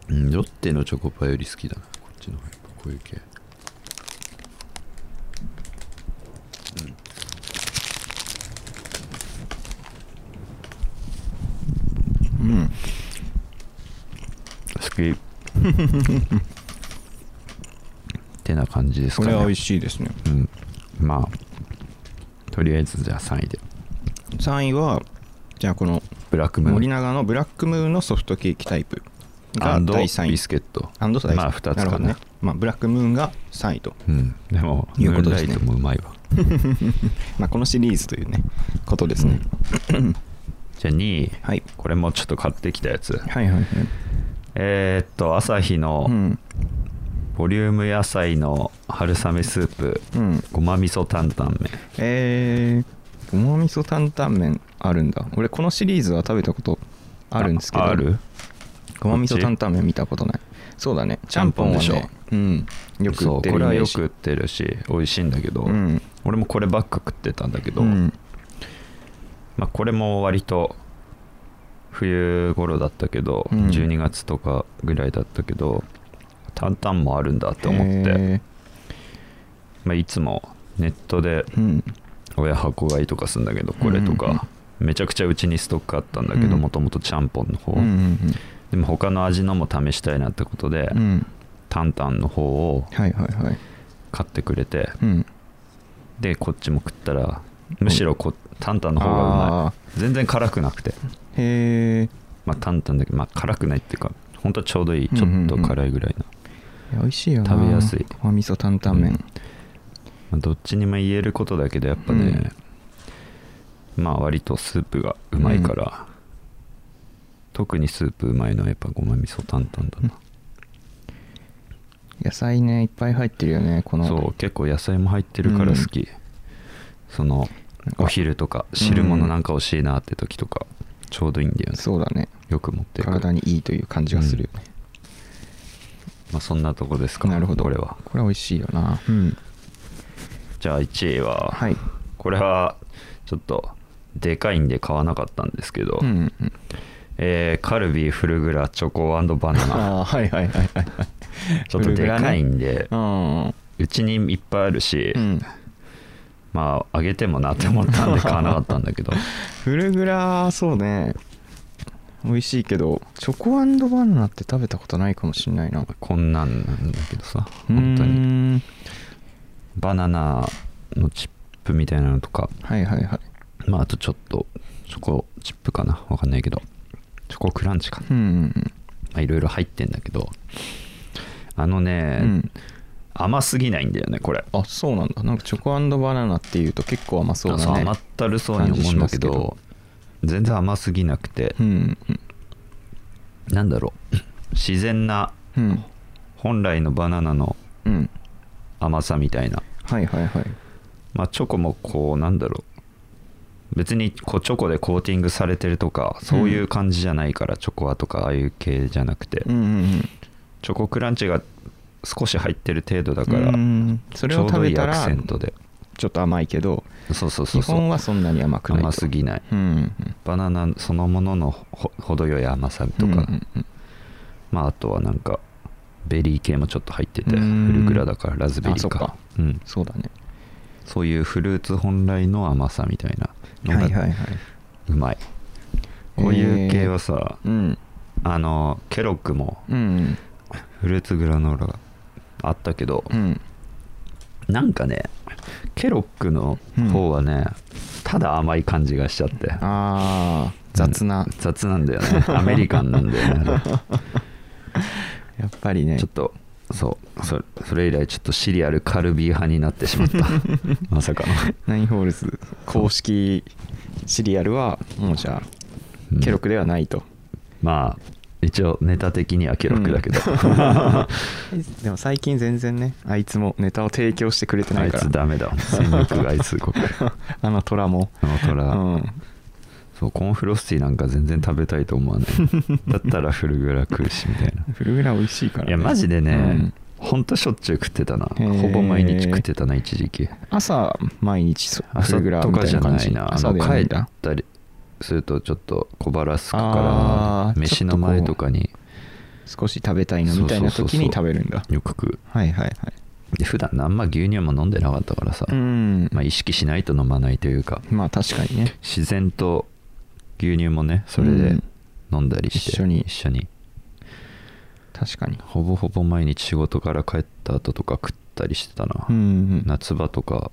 [SPEAKER 4] うんロッテのチョコパイより好きだなこっちの方がやっぱこういう系
[SPEAKER 3] うん
[SPEAKER 4] 好き ってな感じです
[SPEAKER 3] こ
[SPEAKER 4] かね
[SPEAKER 3] れは美味しいですね
[SPEAKER 4] うん、まあとりあえずじゃあ3位で
[SPEAKER 3] 3位はじゃあこの
[SPEAKER 4] ブラックムーン
[SPEAKER 3] 森永のブラックムーンのソフトケーキタイプ
[SPEAKER 4] ア
[SPEAKER 3] が
[SPEAKER 4] ンド
[SPEAKER 3] 第3位
[SPEAKER 4] ビスケット
[SPEAKER 3] アンド第3位
[SPEAKER 4] まあ2つ
[SPEAKER 3] なる
[SPEAKER 4] か
[SPEAKER 3] ほど
[SPEAKER 4] ね
[SPEAKER 3] ね、まあ、ブラックムーンが3位と、
[SPEAKER 4] うん、でも
[SPEAKER 3] い
[SPEAKER 4] ム
[SPEAKER 3] うこ
[SPEAKER 4] ー
[SPEAKER 3] と
[SPEAKER 4] ン
[SPEAKER 3] で
[SPEAKER 4] ラ
[SPEAKER 3] す
[SPEAKER 4] イ
[SPEAKER 3] ね
[SPEAKER 4] トもうまいわ
[SPEAKER 3] まあ、このシリーズというねことですね、
[SPEAKER 4] じゃあ2位、
[SPEAKER 3] はい
[SPEAKER 4] これもちょっと買ってきたやつ
[SPEAKER 3] はいはいはい
[SPEAKER 4] えー、っと朝日の
[SPEAKER 3] うん
[SPEAKER 4] ボリューム野菜の春雨スープ、
[SPEAKER 3] うん
[SPEAKER 4] ごま味噌担々麺
[SPEAKER 3] えー、ごま味噌担々麺あるんだ俺このシリーズは食べたことあるんですけど
[SPEAKER 4] あある
[SPEAKER 3] ごま味噌担々麺見たことないそうだねちゃんぽんは
[SPEAKER 4] ちゃんぽ
[SPEAKER 3] ねうんよく売って
[SPEAKER 4] そうこ
[SPEAKER 3] るイ
[SPEAKER 4] れは
[SPEAKER 3] メー
[SPEAKER 4] よ
[SPEAKER 3] ジ
[SPEAKER 4] く売ってるし美味しいんだけど、
[SPEAKER 3] うん
[SPEAKER 4] 俺もこればっか食ってたんだけど、
[SPEAKER 3] うん
[SPEAKER 4] まあ、これも割と冬頃だったけど、
[SPEAKER 3] うん
[SPEAKER 4] 12月とかぐらいだったけど担々もあるんだって思って、
[SPEAKER 3] へ
[SPEAKER 4] まあ、いつもネットで
[SPEAKER 3] ーうん
[SPEAKER 4] 親箱買いとかするんだけどこれと
[SPEAKER 3] うんうん
[SPEAKER 4] か、めちゃくちゃうちにストックあったんだけど
[SPEAKER 3] うん
[SPEAKER 4] もともとちゃんぽんの方、
[SPEAKER 3] うんうん
[SPEAKER 4] でも他の味のも試したいなってことで、
[SPEAKER 3] うんうん
[SPEAKER 4] 担々の方を
[SPEAKER 3] はいはいはい
[SPEAKER 4] 買ってくれて
[SPEAKER 3] うん
[SPEAKER 4] でこっちも食ったらむしろこ担々の方がうま
[SPEAKER 3] あ
[SPEAKER 4] い全然辛くなくて
[SPEAKER 3] ーへえ
[SPEAKER 4] まあ担々だけど、まあ、辛くないっていうか本当はちょうどいい
[SPEAKER 3] うん
[SPEAKER 4] ち
[SPEAKER 3] う
[SPEAKER 4] ょ
[SPEAKER 3] んう
[SPEAKER 4] っ
[SPEAKER 3] ん
[SPEAKER 4] と辛いぐらいの、
[SPEAKER 3] 美味しいよな
[SPEAKER 4] 食べやすい
[SPEAKER 3] ごま味噌担々麺
[SPEAKER 4] まあ、どっちにも言えることだけどやっぱね、まあ割とスープがうまいから、特にスープうまいのはやっぱごま味噌担々だな、
[SPEAKER 3] 野菜ねいっぱい入ってるよねこの
[SPEAKER 4] そう結構野菜も入ってるから好き、その
[SPEAKER 3] なんか
[SPEAKER 4] お昼とか汁物なんか欲しいなって時とかちょうどいいんだよね、
[SPEAKER 3] そうだね
[SPEAKER 4] よく持ってくる
[SPEAKER 3] 体にいいという感じがするよね、
[SPEAKER 4] まあ、そんなとこですか
[SPEAKER 3] なるほど
[SPEAKER 4] これは
[SPEAKER 3] これは美味しいよなうん
[SPEAKER 4] じゃあ1位は、
[SPEAKER 3] はい
[SPEAKER 4] これはちょっとでかいんで買わなかったんですけど、
[SPEAKER 3] うんうんうん
[SPEAKER 4] えーカルビーフルグラチョコバナナ
[SPEAKER 3] ああはいはいはいはい
[SPEAKER 4] ちょっとでかいんで
[SPEAKER 3] うん
[SPEAKER 4] うちにいっぱいあるし、
[SPEAKER 3] うん
[SPEAKER 4] まああげてもなって思ったんで買わなかったんだけど
[SPEAKER 3] フルグラそうね美味しいけどチョコバナナって食べたことないかもしれないな
[SPEAKER 4] こんなんなんだけどさ本当に
[SPEAKER 3] に
[SPEAKER 4] バナナのチップみたいなのとか
[SPEAKER 3] はいはいはい
[SPEAKER 4] まああとちょっとチョコチップかなわかんないけどチョコクランチかな
[SPEAKER 3] うんうん
[SPEAKER 4] まあいろいろ入ってんだけどあのね、
[SPEAKER 3] うん、うん、
[SPEAKER 4] 甘すぎないんだよねこれ
[SPEAKER 3] あそうなんだなんかチョコバナナっていうと結構甘そうだ
[SPEAKER 4] あの
[SPEAKER 3] ね
[SPEAKER 4] 甘ったるそうに思うんだけど
[SPEAKER 3] 感じしま
[SPEAKER 4] 全然甘すぎなくて
[SPEAKER 3] う、ん
[SPEAKER 4] なんだろう自然な
[SPEAKER 3] うん
[SPEAKER 4] 本来のバナナの
[SPEAKER 3] うん
[SPEAKER 4] 甘さみたいな
[SPEAKER 3] はいはいはい
[SPEAKER 4] まあチョコもこうなんだろう別にこうチョコでコーティングされてるとかそういう感じじゃないから、チョコアとかああいう系じゃなくて、
[SPEAKER 3] うんうんうん
[SPEAKER 4] チョコクランチが少し入ってる程度だから、
[SPEAKER 3] うんそれを食べたら
[SPEAKER 4] ちょうどいいアクセントで
[SPEAKER 3] ちょっと甘いけど
[SPEAKER 4] そうそうそう
[SPEAKER 3] 基
[SPEAKER 4] そう
[SPEAKER 3] 本はそんなに甘くないと
[SPEAKER 4] 甘すぎない
[SPEAKER 3] うんうん
[SPEAKER 4] バナナそのもののほ程よい甘さと
[SPEAKER 3] うん
[SPEAKER 4] か、
[SPEAKER 3] うんうん
[SPEAKER 4] まああとはなんかベリー系もちょっと入ってて
[SPEAKER 3] う
[SPEAKER 4] フ
[SPEAKER 3] ん
[SPEAKER 4] ルグラだからラズベリ
[SPEAKER 3] あそ
[SPEAKER 4] ー
[SPEAKER 3] っ
[SPEAKER 4] か
[SPEAKER 3] か
[SPEAKER 4] うん、
[SPEAKER 3] そうだね
[SPEAKER 4] そういうフルーツ本来の甘さみたいなの
[SPEAKER 3] はいはい
[SPEAKER 4] が
[SPEAKER 3] はいう
[SPEAKER 4] まい、こういう系はさ、
[SPEAKER 3] うん
[SPEAKER 4] あのケロッグも
[SPEAKER 3] うん
[SPEAKER 4] フルーツグラノーラがあったけど、
[SPEAKER 3] うん
[SPEAKER 4] なんかねケロッグの方はね、ただ甘い感じがしちゃって
[SPEAKER 3] あー雑な、
[SPEAKER 4] うん雑なんだよねアメリカンなんだよ ね
[SPEAKER 3] やっぱりね
[SPEAKER 4] ちょっとそうそそれ以来ちょっとシリアルカルビー派になってしまった まさかの
[SPEAKER 3] ナインホールズ公式シリアルはもうじゃ
[SPEAKER 4] うん
[SPEAKER 3] あケロクではないと、
[SPEAKER 4] まあ一応ネタ的にはケロックだけど、
[SPEAKER 3] でも最近全然ねあいつもネタを提供してくれてな
[SPEAKER 4] あ
[SPEAKER 3] い
[SPEAKER 4] い
[SPEAKER 3] か
[SPEAKER 4] つ
[SPEAKER 3] ら
[SPEAKER 4] ダメだ戦力外通告
[SPEAKER 3] あの虎も
[SPEAKER 4] あの虎、
[SPEAKER 3] うん
[SPEAKER 4] そうコーンフロスティなんか全然食べたいと思わないだったらフルグラ食うしみたいな
[SPEAKER 3] フルグラ美味しいから、ね、
[SPEAKER 4] いやマジでね、
[SPEAKER 3] うん
[SPEAKER 4] ほんとしょっちゅう食ってたな
[SPEAKER 3] へー
[SPEAKER 4] ほぼ毎日食ってたな一時期
[SPEAKER 3] 朝毎日そフ
[SPEAKER 4] 朝
[SPEAKER 3] ルグラ
[SPEAKER 4] と
[SPEAKER 3] みた
[SPEAKER 4] か
[SPEAKER 3] い
[SPEAKER 4] じゃ
[SPEAKER 3] な感
[SPEAKER 4] な
[SPEAKER 3] じ
[SPEAKER 4] いな
[SPEAKER 3] 朝
[SPEAKER 4] あ
[SPEAKER 3] で
[SPEAKER 4] の
[SPEAKER 3] はな
[SPEAKER 4] 帰
[SPEAKER 3] いん
[SPEAKER 4] っ
[SPEAKER 3] だ
[SPEAKER 4] たりするとちょっと小腹すく
[SPEAKER 3] あ
[SPEAKER 4] か
[SPEAKER 3] ー
[SPEAKER 4] ら
[SPEAKER 3] ち
[SPEAKER 4] 飯
[SPEAKER 3] ょっと
[SPEAKER 4] の
[SPEAKER 3] こう
[SPEAKER 4] 前とかに
[SPEAKER 3] 少し食べたいなみたいな
[SPEAKER 4] そうそうそ
[SPEAKER 3] 時
[SPEAKER 4] うそう
[SPEAKER 3] に食べるんだ
[SPEAKER 4] よく食う
[SPEAKER 3] はいはいはい
[SPEAKER 4] で普段あんま牛乳も飲んでなかったからさ、
[SPEAKER 3] うん
[SPEAKER 4] まあ、意識しないと飲まないというか
[SPEAKER 3] まあ確かにね
[SPEAKER 4] 自然と牛乳もねそれ
[SPEAKER 3] う
[SPEAKER 4] で
[SPEAKER 3] ん
[SPEAKER 4] 飲んだりして、
[SPEAKER 3] 一緒に
[SPEAKER 4] 一緒に
[SPEAKER 3] 確かに
[SPEAKER 4] ほぼほぼ毎日仕事から帰った後とか食ったりしてたな、
[SPEAKER 3] うんうん
[SPEAKER 4] 夏場とか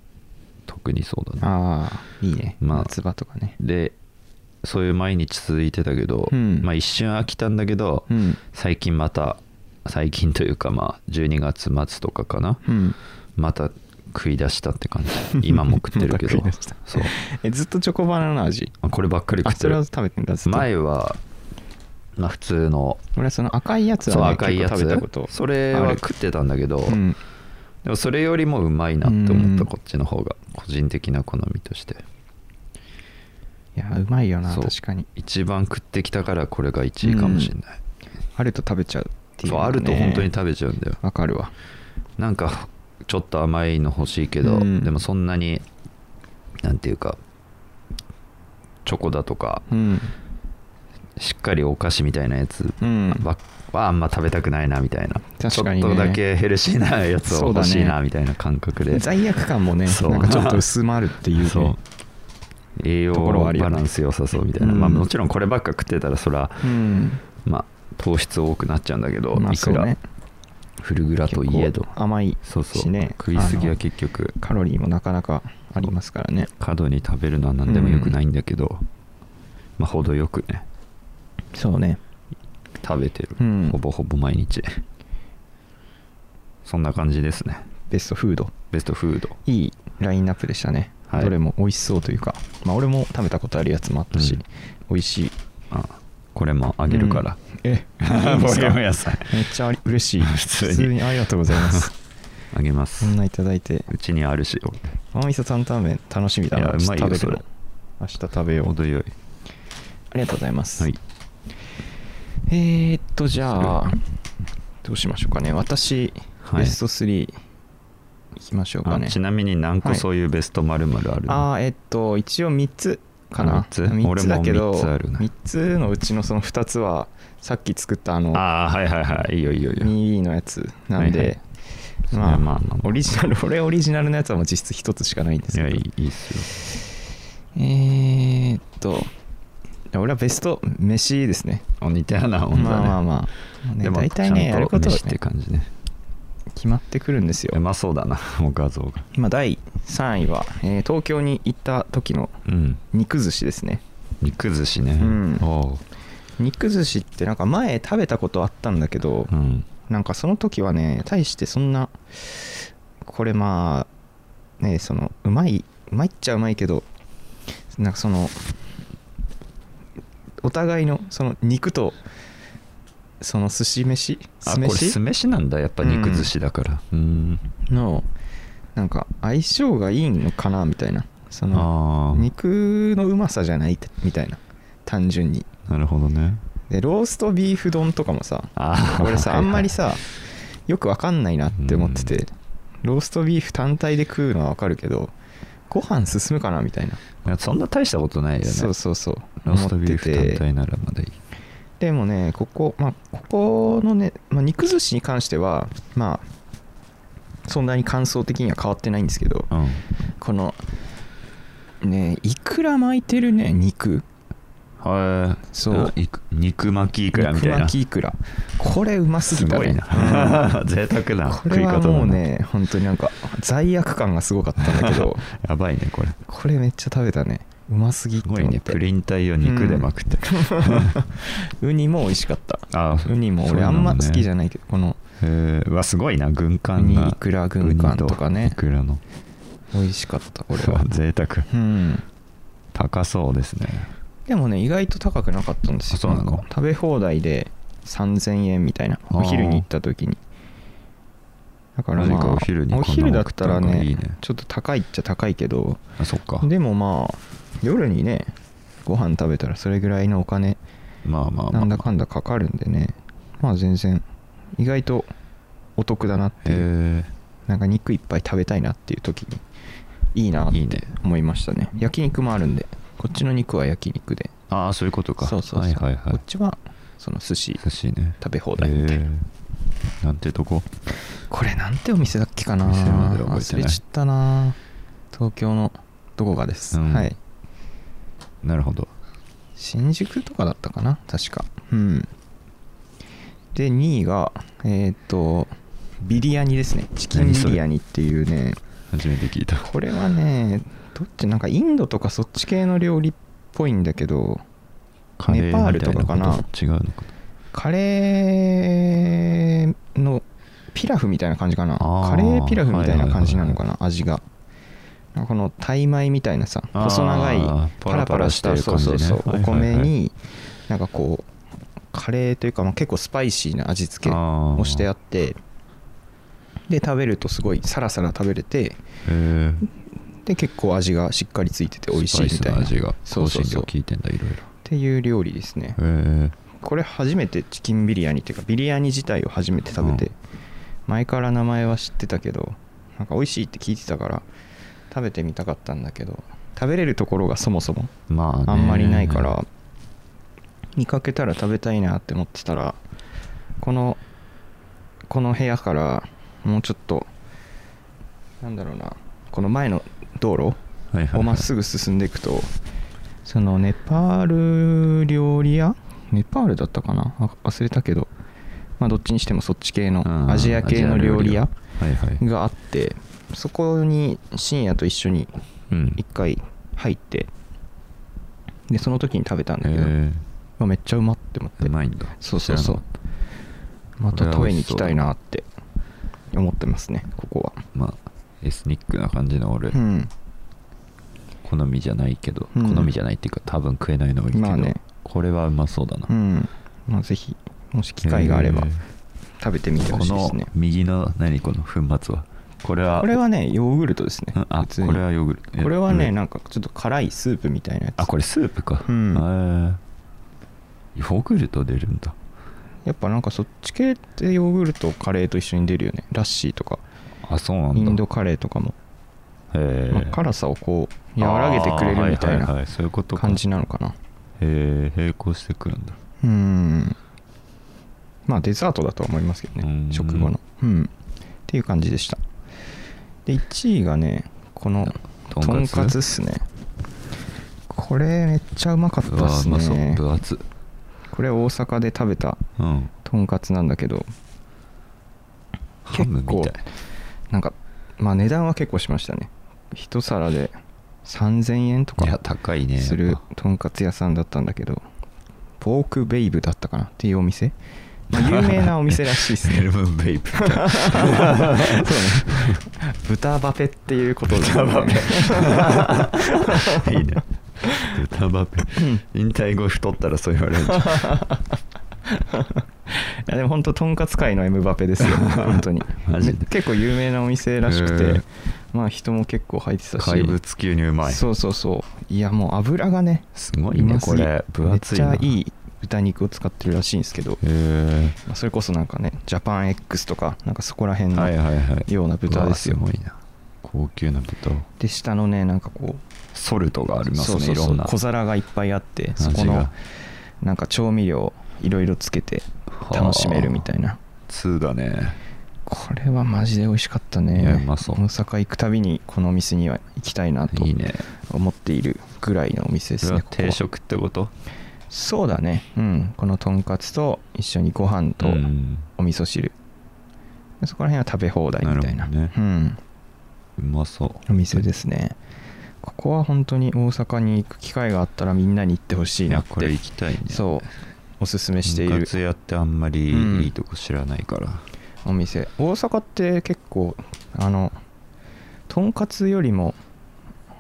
[SPEAKER 4] 特にそうだな
[SPEAKER 3] ああいいね、
[SPEAKER 4] まあ
[SPEAKER 3] 夏場とかね
[SPEAKER 4] でそういう毎日続いてたけど、
[SPEAKER 3] うん
[SPEAKER 4] まあ一瞬飽きたんだけど、
[SPEAKER 3] うん
[SPEAKER 4] 最近また最近というかまあ12月末とかかな、
[SPEAKER 3] うん
[SPEAKER 4] また食い出したって感じ今も食って るけど、
[SPEAKER 3] また食い出した
[SPEAKER 4] そう
[SPEAKER 3] えずっとチョコバナナ味
[SPEAKER 4] あこればっかり
[SPEAKER 3] あ
[SPEAKER 4] 食って
[SPEAKER 3] それ
[SPEAKER 4] る
[SPEAKER 3] は食べてんだずっと
[SPEAKER 4] 前は、まあ、普通の
[SPEAKER 3] 俺はその赤いやつ
[SPEAKER 4] そう
[SPEAKER 3] は、ね、
[SPEAKER 4] 赤いやつ
[SPEAKER 3] 結構食べたこと
[SPEAKER 4] それ
[SPEAKER 3] あ
[SPEAKER 4] は
[SPEAKER 3] る
[SPEAKER 4] 食ってたんだけど、
[SPEAKER 3] うん
[SPEAKER 4] でもそれよりもうまいなって思った
[SPEAKER 3] うん
[SPEAKER 4] こっちの方が個人的な好みとして
[SPEAKER 3] いやうまいよな
[SPEAKER 4] そう
[SPEAKER 3] 確かに
[SPEAKER 4] 一番食ってきたからこれが1位かもしれない、
[SPEAKER 3] あると食べちゃうっていう
[SPEAKER 4] そう
[SPEAKER 3] の
[SPEAKER 4] あ
[SPEAKER 3] はね、
[SPEAKER 4] ると本当に食べちゃうんだよ
[SPEAKER 3] わかるわ
[SPEAKER 4] なんかちょっと甘いの欲しいけど、
[SPEAKER 3] うん
[SPEAKER 4] でもそんなになんていうかチョコだとか
[SPEAKER 3] うん
[SPEAKER 4] しっかりお菓子みたいなやつ
[SPEAKER 3] うん
[SPEAKER 4] ばっはあんま食べたくないなみたいな、ちょ
[SPEAKER 3] 確
[SPEAKER 4] っ
[SPEAKER 3] かにね
[SPEAKER 4] とだけヘルシーなやつを
[SPEAKER 3] そうだ
[SPEAKER 4] 欲
[SPEAKER 3] ね
[SPEAKER 4] しいなみたいな感覚で、
[SPEAKER 3] 罪悪感もね
[SPEAKER 4] そう
[SPEAKER 3] なんかちょっと薄まるっていう,、ね、
[SPEAKER 4] そう栄養
[SPEAKER 3] ところは
[SPEAKER 4] バ
[SPEAKER 3] あるよね
[SPEAKER 4] ランス良さそうみたいな、
[SPEAKER 3] うん
[SPEAKER 4] まあ、もちろんこればっか食ってたらそら、
[SPEAKER 3] うん
[SPEAKER 4] まあ、糖質多くなっちゃうんだけど、
[SPEAKER 3] まあ
[SPEAKER 4] いく
[SPEAKER 3] そう
[SPEAKER 4] ら
[SPEAKER 3] ね
[SPEAKER 4] フルグラといえど
[SPEAKER 3] 結構甘い
[SPEAKER 4] そうそう、
[SPEAKER 3] しね
[SPEAKER 4] 食いすぎ
[SPEAKER 3] あ
[SPEAKER 4] は
[SPEAKER 3] の
[SPEAKER 4] 結局
[SPEAKER 3] カロリーもなかなかありますからね
[SPEAKER 4] 過度に食べるのは何でもよくないんだけど、まあ、程よくね
[SPEAKER 3] そうね
[SPEAKER 4] 食べてる、
[SPEAKER 3] うん
[SPEAKER 4] ほぼほぼ毎日そんな感じですね
[SPEAKER 3] ベストフード
[SPEAKER 4] ベストフード
[SPEAKER 3] いいラインナップでしたね、
[SPEAKER 4] はい
[SPEAKER 3] どれも美味しそうというかまあ俺も食べたことあるやつもあったし、
[SPEAKER 4] うん
[SPEAKER 3] 美味しい
[SPEAKER 4] あこれもあげるから、
[SPEAKER 3] うんえ いいんで
[SPEAKER 4] ボ
[SPEAKER 3] す
[SPEAKER 4] リュ
[SPEAKER 3] か
[SPEAKER 4] ーム野菜
[SPEAKER 3] めっちゃあり嬉し い
[SPEAKER 4] 普通に
[SPEAKER 3] ありがとうございます
[SPEAKER 4] あげま
[SPEAKER 3] こ
[SPEAKER 4] す
[SPEAKER 3] んないただいて
[SPEAKER 4] うちにあるし
[SPEAKER 3] 甘味噌担々麺楽しみだ
[SPEAKER 4] い
[SPEAKER 3] な
[SPEAKER 4] や
[SPEAKER 3] 明日食
[SPEAKER 4] うま
[SPEAKER 3] べ
[SPEAKER 4] いよ
[SPEAKER 3] る
[SPEAKER 4] そ
[SPEAKER 3] の
[SPEAKER 4] れ
[SPEAKER 3] 明日食べよう
[SPEAKER 4] 程よい
[SPEAKER 3] ありがとうございます、
[SPEAKER 4] はい
[SPEAKER 3] えー、っとじゃあどうしましょうかね私、
[SPEAKER 4] はい
[SPEAKER 3] ベスト3いきましょうか
[SPEAKER 4] あ
[SPEAKER 3] ね
[SPEAKER 4] ちなみに何
[SPEAKER 3] は
[SPEAKER 4] 個
[SPEAKER 3] い
[SPEAKER 4] そういうベストまるまるあるの、
[SPEAKER 3] あーえっと一応3つか
[SPEAKER 4] あ
[SPEAKER 3] な
[SPEAKER 4] 三つ
[SPEAKER 3] 3つだけど
[SPEAKER 4] 俺も三つあるな
[SPEAKER 3] 3つのうちのその2つはさっき作ったあの
[SPEAKER 4] あーはいはいはいいいよいいよいいよ
[SPEAKER 3] 2E のやつなん
[SPEAKER 4] はいはい
[SPEAKER 3] で
[SPEAKER 4] い
[SPEAKER 3] まあ
[SPEAKER 4] やまあまあ
[SPEAKER 3] オリジナル俺オリジナルのやつはもう実質1つしかないんです
[SPEAKER 4] いや
[SPEAKER 3] け
[SPEAKER 4] い
[SPEAKER 3] ど
[SPEAKER 4] いいいっす
[SPEAKER 3] えーっと俺はベスト飯ですね
[SPEAKER 4] よ似てやな本当
[SPEAKER 3] まあまあ
[SPEAKER 4] あ
[SPEAKER 3] まあ、ね、大体ねやることは
[SPEAKER 4] 飯って感じね
[SPEAKER 3] 決決まってくるんですよ
[SPEAKER 4] うまそうだな もう画像が
[SPEAKER 3] 今第3位は、えー東京に行った時の
[SPEAKER 4] うん
[SPEAKER 3] 肉寿司ですね
[SPEAKER 4] 肉寿司ね、
[SPEAKER 3] うん
[SPEAKER 4] おう
[SPEAKER 3] 肉寿司ってなんか前食べたことあったんだけど、
[SPEAKER 4] うん
[SPEAKER 3] なんかその時はね大してそんなこれまあねそのうまいうまいっちゃうまいけどなんかそのお互いのその肉とその寿司飯
[SPEAKER 4] あ
[SPEAKER 3] 酢
[SPEAKER 4] これ
[SPEAKER 3] 飯
[SPEAKER 4] 酢飯なんだやっぱ肉寿司だからうん
[SPEAKER 3] のなんか相性がいいのかなみたいなその
[SPEAKER 4] ああ
[SPEAKER 3] 肉のうまさじゃないみたいな単純に
[SPEAKER 4] なるほどね
[SPEAKER 3] でローストビーフ丼とかもさ
[SPEAKER 4] あー
[SPEAKER 3] 俺さ
[SPEAKER 4] はい
[SPEAKER 3] あ
[SPEAKER 4] はい
[SPEAKER 3] んまりさよくわかんないなって思っててローストビーフ単体で食うのはわかるけどご飯進むかなみたいな
[SPEAKER 4] なんかそんな大したことないよね
[SPEAKER 3] そうそうそう
[SPEAKER 4] ローストビーフ
[SPEAKER 3] 思っ
[SPEAKER 4] 単
[SPEAKER 3] てて
[SPEAKER 4] 体ならまだいい
[SPEAKER 3] でもねここまあここのね、まあ、肉寿司に関してはまあそんなに感想的には変わってないんですけど
[SPEAKER 4] うん
[SPEAKER 3] このねいくら巻いてるね肉
[SPEAKER 4] はい
[SPEAKER 3] そう
[SPEAKER 4] いく肉巻きいくらみたい
[SPEAKER 3] 肉
[SPEAKER 4] な
[SPEAKER 3] 巻きいくらこれうます
[SPEAKER 4] す
[SPEAKER 3] ぎた
[SPEAKER 4] ご
[SPEAKER 3] ね
[SPEAKER 4] い
[SPEAKER 3] うん
[SPEAKER 4] な 贅沢な
[SPEAKER 3] こ
[SPEAKER 4] 食い
[SPEAKER 3] れ
[SPEAKER 4] 方
[SPEAKER 3] は
[SPEAKER 4] だな
[SPEAKER 3] もうね本当になんか罪悪感がすごかったんだけ ど
[SPEAKER 4] やばいねこれ
[SPEAKER 3] これめっちゃ食べたねうますぎっ
[SPEAKER 4] す
[SPEAKER 3] て思
[SPEAKER 4] ご
[SPEAKER 3] っ
[SPEAKER 4] い
[SPEAKER 3] て
[SPEAKER 4] ねプリン体を肉で巻くって、
[SPEAKER 3] ウニも美味しかった
[SPEAKER 4] あ
[SPEAKER 3] ウニも俺あんま好きじゃないけどこの
[SPEAKER 4] へえうわすごいな軍艦が
[SPEAKER 3] ウニいくら軍艦
[SPEAKER 4] ウニ
[SPEAKER 3] とかね
[SPEAKER 4] いくらの
[SPEAKER 3] 美味しかったこ
[SPEAKER 4] こ
[SPEAKER 3] れ
[SPEAKER 4] れ
[SPEAKER 3] は
[SPEAKER 4] は贅沢
[SPEAKER 3] うん
[SPEAKER 4] 高そうですね
[SPEAKER 3] でもね意外と高くなかったんですよ
[SPEAKER 4] あそうなの
[SPEAKER 3] んか食べ放題で3000円みたいな
[SPEAKER 4] あー
[SPEAKER 3] お昼に行った時にだからま
[SPEAKER 4] マジか
[SPEAKER 3] あ
[SPEAKER 4] お昼にこんなの
[SPEAKER 3] お昼だったら
[SPEAKER 4] 食ったのがいい
[SPEAKER 3] ね
[SPEAKER 4] ね
[SPEAKER 3] ちょっと高いっちゃ高いけど
[SPEAKER 4] あそっか
[SPEAKER 3] でもまあ夜にねご飯食べたらそれぐらいのお金
[SPEAKER 4] まあまあまあ
[SPEAKER 3] なんだかんだかかるんでねまあ全然意外とお得だなっていう、
[SPEAKER 4] へ
[SPEAKER 3] なんか肉いっぱい食べたいなっていう時にいいなっ
[SPEAKER 4] えいい
[SPEAKER 3] て
[SPEAKER 4] ね
[SPEAKER 3] 思いましたね焼肉もあるんでこっちの肉は焼肉で
[SPEAKER 4] ああそういうことか
[SPEAKER 3] そうそうそう、
[SPEAKER 4] はいはいは
[SPEAKER 3] こ
[SPEAKER 4] い
[SPEAKER 3] っちはその寿司
[SPEAKER 4] 寿司ね
[SPEAKER 3] 食べ放題みたいな、
[SPEAKER 4] へえなんてとこ
[SPEAKER 3] これなんてお店だっけかな
[SPEAKER 4] 店までは覚えて
[SPEAKER 3] 忘
[SPEAKER 4] ない
[SPEAKER 3] れちゃったな東京のどこかです、
[SPEAKER 4] うん
[SPEAKER 3] はい
[SPEAKER 4] なるほど
[SPEAKER 3] 新宿とかだったかな確かうんで2位がえーっ、とビリヤニですねチキンビリヤニっていうね
[SPEAKER 4] 初めて聞いた
[SPEAKER 3] これはねどっちなんかインドとかそっち系の料理っぽいんだけど
[SPEAKER 4] カレーみ
[SPEAKER 3] ネパール
[SPEAKER 4] た
[SPEAKER 3] と
[SPEAKER 4] いな
[SPEAKER 3] かかな
[SPEAKER 4] こと違うのか
[SPEAKER 3] カレーのピラフみたいな感じかな
[SPEAKER 4] あー
[SPEAKER 3] カレーピラフみたいな感じなのかな、味がなんかこのタイ米みたいなさ
[SPEAKER 4] あー
[SPEAKER 3] 細長い
[SPEAKER 4] パ
[SPEAKER 3] パ
[SPEAKER 4] ラ
[SPEAKER 3] ラ
[SPEAKER 4] パ
[SPEAKER 3] パ
[SPEAKER 4] ラ
[SPEAKER 3] ラ
[SPEAKER 4] し
[SPEAKER 3] してた
[SPEAKER 4] る
[SPEAKER 3] そ
[SPEAKER 4] 感
[SPEAKER 3] う
[SPEAKER 4] じね
[SPEAKER 3] そうそう
[SPEAKER 4] は
[SPEAKER 3] お
[SPEAKER 4] いはいはい
[SPEAKER 3] 米になんかこうカレーというか、まあ、結構スパイシーな味付
[SPEAKER 4] あ
[SPEAKER 3] け
[SPEAKER 4] ー
[SPEAKER 3] をしてあってで食べるとすごいサラサラ食べれて
[SPEAKER 4] へ
[SPEAKER 3] で結構味がしっかりついてて
[SPEAKER 4] え
[SPEAKER 3] 美味しいみたいな
[SPEAKER 4] 味が
[SPEAKER 3] そうそうそう
[SPEAKER 4] 香辛料効いてんだいろい
[SPEAKER 3] っていう料理ですね
[SPEAKER 4] ろへえ
[SPEAKER 3] これ初めてチキンビリヤニっていうかビリヤニ自体を初めて食べて、
[SPEAKER 4] うん
[SPEAKER 3] 前から名前は知ってたけどなんか美味しいって聞いてたから食べてみたかったんだけど食べれるところがそもそも
[SPEAKER 4] まあね
[SPEAKER 3] あんまりないから見かけたら食べたいなって思ってたらこのこの部屋からもうちょっとなんだろうなこの前の道路
[SPEAKER 4] はいはいはい
[SPEAKER 3] をまっすぐ進んでいくとそのネパール料理屋ネパールだったかなあ忘れたけど、まあ、どっちにしてもそっち系
[SPEAKER 4] うん
[SPEAKER 3] のアジア系の料理
[SPEAKER 4] ア
[SPEAKER 3] 屋
[SPEAKER 4] ジア料理屋はいはい
[SPEAKER 3] があってそこに深夜と一緒に
[SPEAKER 4] うん
[SPEAKER 3] 一回入ってでその時に食べたんだけど、
[SPEAKER 4] へ
[SPEAKER 3] まあ、めっちゃうまって思っ
[SPEAKER 4] え
[SPEAKER 3] て
[SPEAKER 4] うまいんだ
[SPEAKER 3] そうそう
[SPEAKER 4] 知ら
[SPEAKER 3] そう
[SPEAKER 4] なかっ
[SPEAKER 3] また食べに行きたい
[SPEAKER 4] これは
[SPEAKER 3] なって思ってますねここは
[SPEAKER 4] たまあエスニックな感じの俺、
[SPEAKER 3] うん
[SPEAKER 4] 好みじゃないけど、
[SPEAKER 3] うん
[SPEAKER 4] 好みじゃないっていうか多分食えないのはいいけど、
[SPEAKER 3] まあね
[SPEAKER 4] これはうまそうだな、
[SPEAKER 3] うんまあぜひもし機会があれば
[SPEAKER 4] へえ
[SPEAKER 3] 食べてみてほ
[SPEAKER 4] こ
[SPEAKER 3] しいです
[SPEAKER 4] の
[SPEAKER 3] ね
[SPEAKER 4] 右の何この粉末はこれは
[SPEAKER 3] これはねヨーグルトですね
[SPEAKER 4] うんあ
[SPEAKER 3] 普通に
[SPEAKER 4] これはヨーグルト
[SPEAKER 3] これは
[SPEAKER 4] え
[SPEAKER 3] ねなんかちょっと辛いスープみたいなやつ
[SPEAKER 4] あこれスープか
[SPEAKER 3] うん
[SPEAKER 4] へえヨーグルト出るんだ
[SPEAKER 3] やっぱなんかそっち系ってヨーグルトカレーと一緒に出るよねラッシーとか
[SPEAKER 4] あそうなんだ
[SPEAKER 3] インドカレーとかも、
[SPEAKER 4] へ
[SPEAKER 3] まあ
[SPEAKER 4] え
[SPEAKER 3] 辛さをこう和らげてくれるみたい
[SPEAKER 4] あーははは
[SPEAKER 3] な
[SPEAKER 4] そういうことか
[SPEAKER 3] 感じなのかな
[SPEAKER 4] へえ並行してくるんだ
[SPEAKER 3] うんまあデザートだとは思いますけど
[SPEAKER 4] うん
[SPEAKER 3] ね食後のうんっていう感じでしたで1位がねこの
[SPEAKER 4] と
[SPEAKER 3] と
[SPEAKER 4] んか
[SPEAKER 3] ん
[SPEAKER 4] つ
[SPEAKER 3] かつっすねこれめっちゃうまかった
[SPEAKER 4] う
[SPEAKER 3] っ
[SPEAKER 4] わ
[SPEAKER 3] す
[SPEAKER 4] うまそう
[SPEAKER 3] ね
[SPEAKER 4] 分厚
[SPEAKER 3] これ大阪で食べた
[SPEAKER 4] うん
[SPEAKER 3] とんかつなんだけど
[SPEAKER 4] ハムみたい
[SPEAKER 3] なんかまあ値段は結構しましたね一皿で3000円と
[SPEAKER 4] いや
[SPEAKER 3] か
[SPEAKER 4] 高いね
[SPEAKER 3] す
[SPEAKER 4] や
[SPEAKER 3] る
[SPEAKER 4] っぱ
[SPEAKER 3] とんかつ屋さんだったんだけどポークベイブだったかなっていうお店、まあ有名なお店らしい です
[SPEAKER 4] エ
[SPEAKER 3] ね
[SPEAKER 4] ルムベイプみたい
[SPEAKER 3] そうね豚バペっていうことですね
[SPEAKER 4] 豚バペ いいね豚バペ引退後太ったらそう言われるんじゃん
[SPEAKER 3] いやでも本当とんかつ界のエムバペですよ本当に
[SPEAKER 4] マジで
[SPEAKER 3] め結構有名なお店らしく
[SPEAKER 4] へ
[SPEAKER 3] て
[SPEAKER 4] え
[SPEAKER 3] まあ人も結構入ってたし
[SPEAKER 4] 怪物級にうまい
[SPEAKER 3] そうそうそういやもう油がね
[SPEAKER 4] すごいね
[SPEAKER 3] うます
[SPEAKER 4] こ
[SPEAKER 3] ぎ
[SPEAKER 4] れ分厚いな
[SPEAKER 3] めっちゃいい豚肉を使ってるらしいんですけど、
[SPEAKER 4] へえ
[SPEAKER 3] まあそれこそなんかねジャパン X とかなんかそこら辺の、
[SPEAKER 4] はいはいはい
[SPEAKER 3] ような豚ですよ
[SPEAKER 4] うわすごいな高級な豚を
[SPEAKER 3] で下のねなんかこう
[SPEAKER 4] ソルトがありますね
[SPEAKER 3] そうそうそう
[SPEAKER 4] いろんな
[SPEAKER 3] 小皿がいっぱいあって
[SPEAKER 4] 味
[SPEAKER 3] そ
[SPEAKER 4] が
[SPEAKER 3] このなんか調味料いろいろつけて楽しめるみたいな
[SPEAKER 4] 2だね
[SPEAKER 3] これはマジで美味しかった
[SPEAKER 4] いや
[SPEAKER 3] ね
[SPEAKER 4] うまそう
[SPEAKER 3] 大阪行くたびにこのお店には行きたいなと
[SPEAKER 4] いいね
[SPEAKER 3] 思っているぐらいのお店で
[SPEAKER 4] そ
[SPEAKER 3] す
[SPEAKER 4] れは
[SPEAKER 3] ねここは
[SPEAKER 4] 定食ってこと
[SPEAKER 3] そうだねうんこのとんかつと一緒にご飯と
[SPEAKER 4] うん
[SPEAKER 3] お味噌汁、そこら辺は食べ放題みたいな
[SPEAKER 4] なるほ
[SPEAKER 3] う
[SPEAKER 4] ど
[SPEAKER 3] ん、
[SPEAKER 4] うまそう
[SPEAKER 3] お店ですねここは本当に大阪に行く機会があったらみんなに行ってほしい
[SPEAKER 4] い
[SPEAKER 3] な
[SPEAKER 4] や
[SPEAKER 3] って
[SPEAKER 4] これ行きたいね
[SPEAKER 3] そうおすすめしてい
[SPEAKER 4] 部
[SPEAKER 3] る
[SPEAKER 4] 活やってあんま
[SPEAKER 3] うん
[SPEAKER 4] りいいとこ知らないから、
[SPEAKER 3] お店大阪って結構あのとんかつよりも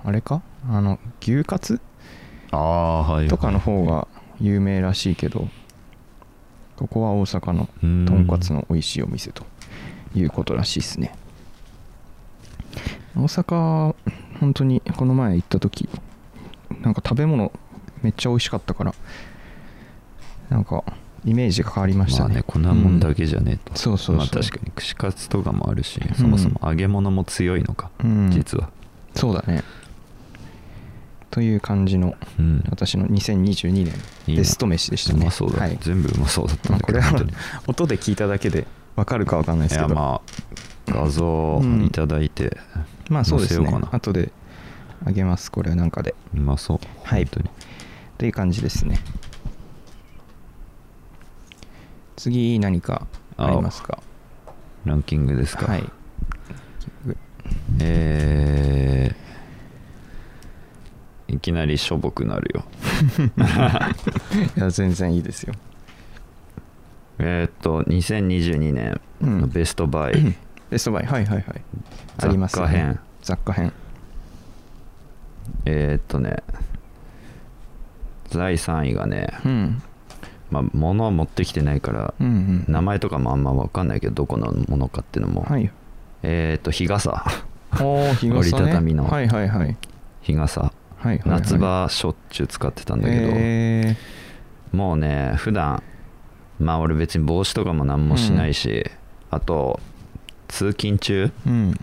[SPEAKER 3] あれかあの牛カツ
[SPEAKER 4] ああはいはい
[SPEAKER 3] とかの方が有名らしいけどここは大阪のとんかつの美味しいお店ということらしいですね大阪本当にこの前行った時なんか食べ物めっちゃ美味しかったからなんかイメージが変わりました
[SPEAKER 4] まあ
[SPEAKER 3] ね,、
[SPEAKER 4] ねこんなもんだけじゃねえと、
[SPEAKER 3] うんそうそうそう
[SPEAKER 4] まあ確かに串カツとかもあるし、
[SPEAKER 3] ん
[SPEAKER 4] そもそも揚げ物も強いのか、
[SPEAKER 3] うん
[SPEAKER 4] 実は
[SPEAKER 3] そうだねという感じの
[SPEAKER 4] うん
[SPEAKER 3] 私の2022年
[SPEAKER 4] いいな
[SPEAKER 3] ベスト飯でしたね
[SPEAKER 4] うまそうだ、
[SPEAKER 3] はい
[SPEAKER 4] 全部うまそうだった
[SPEAKER 3] ま
[SPEAKER 4] んだ
[SPEAKER 3] あこ
[SPEAKER 4] けど
[SPEAKER 3] れは
[SPEAKER 4] 本当に
[SPEAKER 3] 音で聞いただけで分かるか分かんないで
[SPEAKER 4] い
[SPEAKER 3] すけ
[SPEAKER 4] や
[SPEAKER 3] ど
[SPEAKER 4] まあ画像をいただいて、
[SPEAKER 3] まあそうですね
[SPEAKER 4] 載せようかな
[SPEAKER 3] 後であげますこれはなんかで
[SPEAKER 4] うまそう
[SPEAKER 3] はい
[SPEAKER 4] 本当に
[SPEAKER 3] という感じですね次何かありますか
[SPEAKER 4] ランキングですか
[SPEAKER 3] はい
[SPEAKER 4] えーいきなりしょぼくなるよ
[SPEAKER 3] いや全然いいですよ
[SPEAKER 4] えーっと2022年のベストバイ、
[SPEAKER 3] ベストバイはいはいはいありますよ
[SPEAKER 4] 雑貨編
[SPEAKER 3] 雑貨編
[SPEAKER 4] えーっとね第3位がね、
[SPEAKER 3] うん
[SPEAKER 4] まあ、物を持ってきてないから、
[SPEAKER 3] うんうん
[SPEAKER 4] 名前とかもあんま分かんないけどどこのものかっていうのも、
[SPEAKER 3] はい
[SPEAKER 4] えーっと日傘
[SPEAKER 3] おお日傘、ね、
[SPEAKER 4] 折りたたみの
[SPEAKER 3] はいはいはいはい
[SPEAKER 4] 日傘
[SPEAKER 3] はいはい
[SPEAKER 4] 夏場しょっちゅう使ってたんだけど、
[SPEAKER 3] え
[SPEAKER 4] もうね普段まあ俺別に帽子とかも何もしないし、あと通勤中
[SPEAKER 3] ー、うん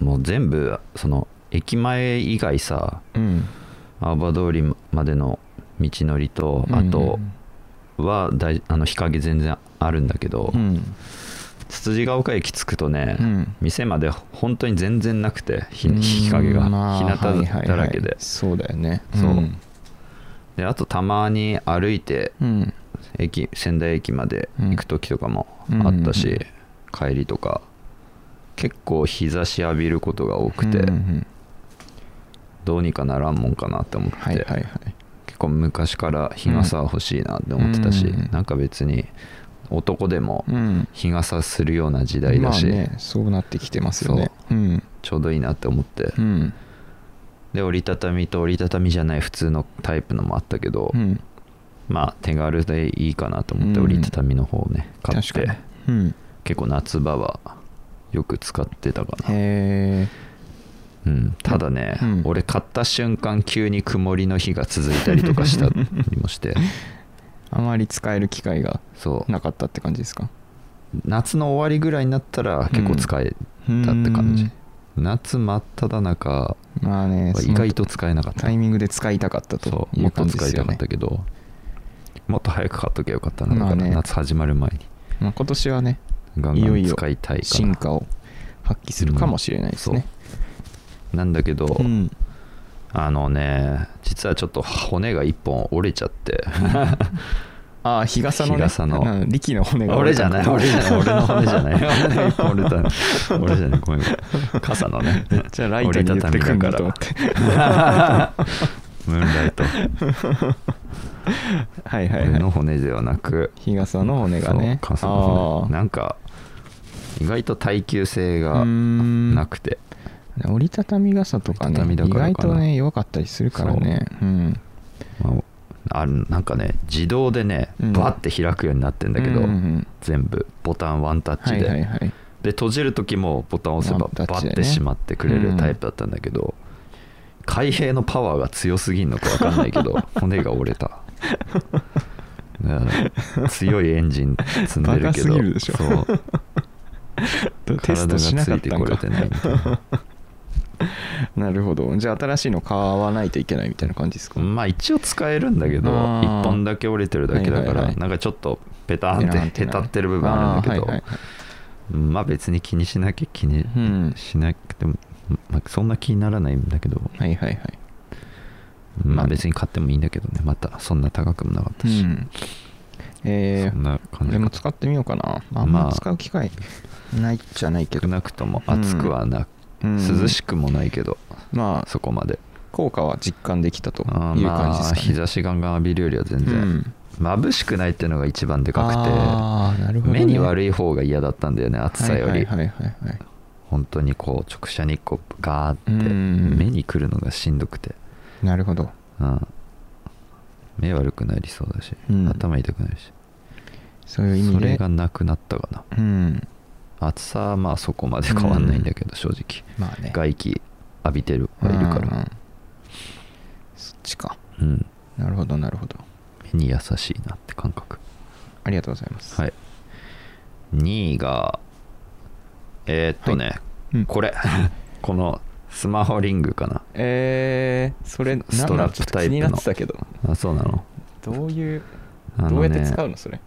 [SPEAKER 4] もう全部その駅前以外さ
[SPEAKER 3] うん
[SPEAKER 4] 青葉通りまでの道のりとあとは大あの日陰全然あるんだけど、
[SPEAKER 3] うん
[SPEAKER 4] つつじが丘駅着くとね、
[SPEAKER 3] うん
[SPEAKER 4] 店まで本当に全然なくて日日陰が、
[SPEAKER 3] うんまあ
[SPEAKER 4] 日向だらけで、
[SPEAKER 3] はいはいはいそうだよね
[SPEAKER 4] そうんであとたまに歩いて
[SPEAKER 3] うん
[SPEAKER 4] 駅仙台駅まで行く時とかもあったし、
[SPEAKER 3] うん
[SPEAKER 4] 帰りとか結構日差し浴びることが多くて、
[SPEAKER 3] うんうんうん
[SPEAKER 4] どうにかならんもんかなって思って、
[SPEAKER 3] はいはいはい
[SPEAKER 4] 結構昔から日傘は欲しいなって思ってたし、
[SPEAKER 3] うん
[SPEAKER 4] なんか別に男でも
[SPEAKER 3] うん
[SPEAKER 4] 日傘するような時代だし、
[SPEAKER 3] まあね、そうなってきてますよねうん
[SPEAKER 4] ちょうどいいなって思って、
[SPEAKER 3] うん
[SPEAKER 4] で折りたたみと折りたたみじゃない普通のタイプのもあったけど、
[SPEAKER 3] うん
[SPEAKER 4] まあ手軽でいいかなと思って
[SPEAKER 3] うん
[SPEAKER 4] 折りたたみの方をね買っ
[SPEAKER 3] 確か
[SPEAKER 4] て
[SPEAKER 3] にうん
[SPEAKER 4] 結構夏場はよく使ってたかな、
[SPEAKER 3] へえ
[SPEAKER 4] うん、ただね、
[SPEAKER 3] うん
[SPEAKER 4] 俺買った瞬間急に曇りの日が続いたりとかしたりもして
[SPEAKER 3] あまり使える機会が
[SPEAKER 4] そう
[SPEAKER 3] なかったって感じですか
[SPEAKER 4] 夏の終わりぐらいになったら結構使えたって感じ、夏真っ只中
[SPEAKER 3] まあね
[SPEAKER 4] は意外と使えなかっ
[SPEAKER 3] その
[SPEAKER 4] た、
[SPEAKER 3] タイミングで使いたかったと
[SPEAKER 4] そう
[SPEAKER 3] い
[SPEAKER 4] も
[SPEAKER 3] う
[SPEAKER 4] っと
[SPEAKER 3] 感じで
[SPEAKER 4] 使い
[SPEAKER 3] す
[SPEAKER 4] た
[SPEAKER 3] よ
[SPEAKER 4] かっ
[SPEAKER 3] ね
[SPEAKER 4] たけどもっと早く買っときゃよかったなだから、
[SPEAKER 3] まあね
[SPEAKER 4] 夏始まる前に
[SPEAKER 3] まあ今年はね
[SPEAKER 4] ガン
[SPEAKER 3] い
[SPEAKER 4] ガ
[SPEAKER 3] よい
[SPEAKER 4] ン
[SPEAKER 3] よ
[SPEAKER 4] 使いたいかな
[SPEAKER 3] 進化を発揮するかもしれないですね
[SPEAKER 4] そうなんだけど、
[SPEAKER 3] うん
[SPEAKER 4] あのね実はちょっと骨が1本折れちゃって
[SPEAKER 3] ああ日傘の、ね、
[SPEAKER 4] 日傘の
[SPEAKER 3] うん力の骨が
[SPEAKER 4] 俺
[SPEAKER 3] 折れ
[SPEAKER 4] じ
[SPEAKER 3] た
[SPEAKER 4] ゃ
[SPEAKER 3] んだ
[SPEAKER 4] な い俺じゃない俺の骨じゃない俺だ俺じゃないごめんごめん傘のね
[SPEAKER 3] めっちゃライトに言ってくんだと思って
[SPEAKER 4] ムーンライト
[SPEAKER 3] はいはい
[SPEAKER 4] 俺
[SPEAKER 3] は
[SPEAKER 4] の
[SPEAKER 3] い
[SPEAKER 4] 骨ではなく
[SPEAKER 3] 日傘の骨がね
[SPEAKER 4] そう傘の
[SPEAKER 3] あ
[SPEAKER 4] 骨
[SPEAKER 3] ー
[SPEAKER 4] なんか意外と耐久性が
[SPEAKER 3] うーん
[SPEAKER 4] なくて
[SPEAKER 3] 折りたたみ傘とかね
[SPEAKER 4] 折りたた
[SPEAKER 3] 意
[SPEAKER 4] みだからかな
[SPEAKER 3] 外とね弱かったりするからねうん
[SPEAKER 4] まああるなんかね自動でね
[SPEAKER 3] うん
[SPEAKER 4] バッて開くようになってんだけど、
[SPEAKER 3] うんうんうん
[SPEAKER 4] 全部ボタンワンタッチ
[SPEAKER 3] は
[SPEAKER 4] で、
[SPEAKER 3] いはいはい
[SPEAKER 4] で閉じる時もボタンを押せば
[SPEAKER 3] ワンタッ
[SPEAKER 4] バ
[SPEAKER 3] チでね
[SPEAKER 4] ッてしまってくれるタイプだったんだけど、開閉のパワーが強すぎんのか分かんないけ ど骨が折れただから強いエンジン積んでるけ
[SPEAKER 3] バカす
[SPEAKER 4] ど
[SPEAKER 3] ぎるでしょ
[SPEAKER 4] そう
[SPEAKER 3] テ
[SPEAKER 4] 体
[SPEAKER 3] スト
[SPEAKER 4] がつ
[SPEAKER 3] しなかっ
[SPEAKER 4] いて
[SPEAKER 3] たん
[SPEAKER 4] これ
[SPEAKER 3] か
[SPEAKER 4] てないみたいな
[SPEAKER 3] なるほどじゃあ新しいの買わないといけないみたいな感じですか
[SPEAKER 4] まあ一応使えるんだけど
[SPEAKER 3] あ
[SPEAKER 4] 1
[SPEAKER 3] ー
[SPEAKER 4] 本だけ折れてるだけだから、
[SPEAKER 3] はいはいはい
[SPEAKER 4] なんかちょっとペターンってへたってる部分あるんだけど
[SPEAKER 3] あーはいはい
[SPEAKER 4] まあ別に気にしなきゃ気に
[SPEAKER 3] うん
[SPEAKER 4] しなくても、まあ、そんな気にならないんだけど、
[SPEAKER 3] はいはいはい
[SPEAKER 4] まあ別に買ってもいいんだけどねまたそんな高くもなかった
[SPEAKER 3] う
[SPEAKER 4] し、
[SPEAKER 3] んえ
[SPEAKER 4] そ
[SPEAKER 3] ー
[SPEAKER 4] んな感
[SPEAKER 3] 俺
[SPEAKER 4] じ
[SPEAKER 3] も
[SPEAKER 4] か
[SPEAKER 3] 使ってみようかな
[SPEAKER 4] まあ
[SPEAKER 3] あんま使う機会ないじゃないけ
[SPEAKER 4] 少
[SPEAKER 3] ど、
[SPEAKER 4] なくとも暑くはな、
[SPEAKER 3] うん
[SPEAKER 4] 涼しくもないけど
[SPEAKER 3] まあ
[SPEAKER 4] そこまで
[SPEAKER 3] 効果は実感できたという
[SPEAKER 4] あ
[SPEAKER 3] 感
[SPEAKER 4] ー
[SPEAKER 3] じ
[SPEAKER 4] ま
[SPEAKER 3] です
[SPEAKER 4] あ
[SPEAKER 3] かね
[SPEAKER 4] 日差しガンガン浴びるよりは全
[SPEAKER 3] う
[SPEAKER 4] 然
[SPEAKER 3] ん、
[SPEAKER 4] 眩しくないっていうのが一番でか
[SPEAKER 3] ああなる
[SPEAKER 4] く
[SPEAKER 3] ほ
[SPEAKER 4] て
[SPEAKER 3] ど、ね、
[SPEAKER 4] 目に悪
[SPEAKER 3] い
[SPEAKER 4] い方が嫌だったんだよね暑さより、
[SPEAKER 3] はいはいはいはい、はい、
[SPEAKER 4] 本当にこう直射日光ガーって
[SPEAKER 3] うん
[SPEAKER 4] 目に来るのがしんどくて、
[SPEAKER 3] なるほど
[SPEAKER 4] うん、目悪くなりそうだし、
[SPEAKER 3] うん
[SPEAKER 4] 頭痛くなるし
[SPEAKER 3] そういう意味
[SPEAKER 4] そ
[SPEAKER 3] で
[SPEAKER 4] れがなくなったかな
[SPEAKER 3] うん
[SPEAKER 4] 暑さはまあそこまで変わんないんだけど、正直、
[SPEAKER 3] まあね
[SPEAKER 4] 外気浴びてるはいるか
[SPEAKER 3] うんう
[SPEAKER 4] ら
[SPEAKER 3] ん、そっちか
[SPEAKER 4] うん、
[SPEAKER 3] なるほどなるほど
[SPEAKER 4] 目に優しいなって感覚
[SPEAKER 3] ありがとうございます、
[SPEAKER 4] はい2位がえーっとね、
[SPEAKER 3] うん
[SPEAKER 4] こ れこのスマホリングかな
[SPEAKER 3] えー、それなん
[SPEAKER 4] ストラップタイプの
[SPEAKER 3] なんかちょっと気になってたけど
[SPEAKER 4] あそうなの
[SPEAKER 3] どういう
[SPEAKER 4] あのね
[SPEAKER 3] どうやって使うのそれ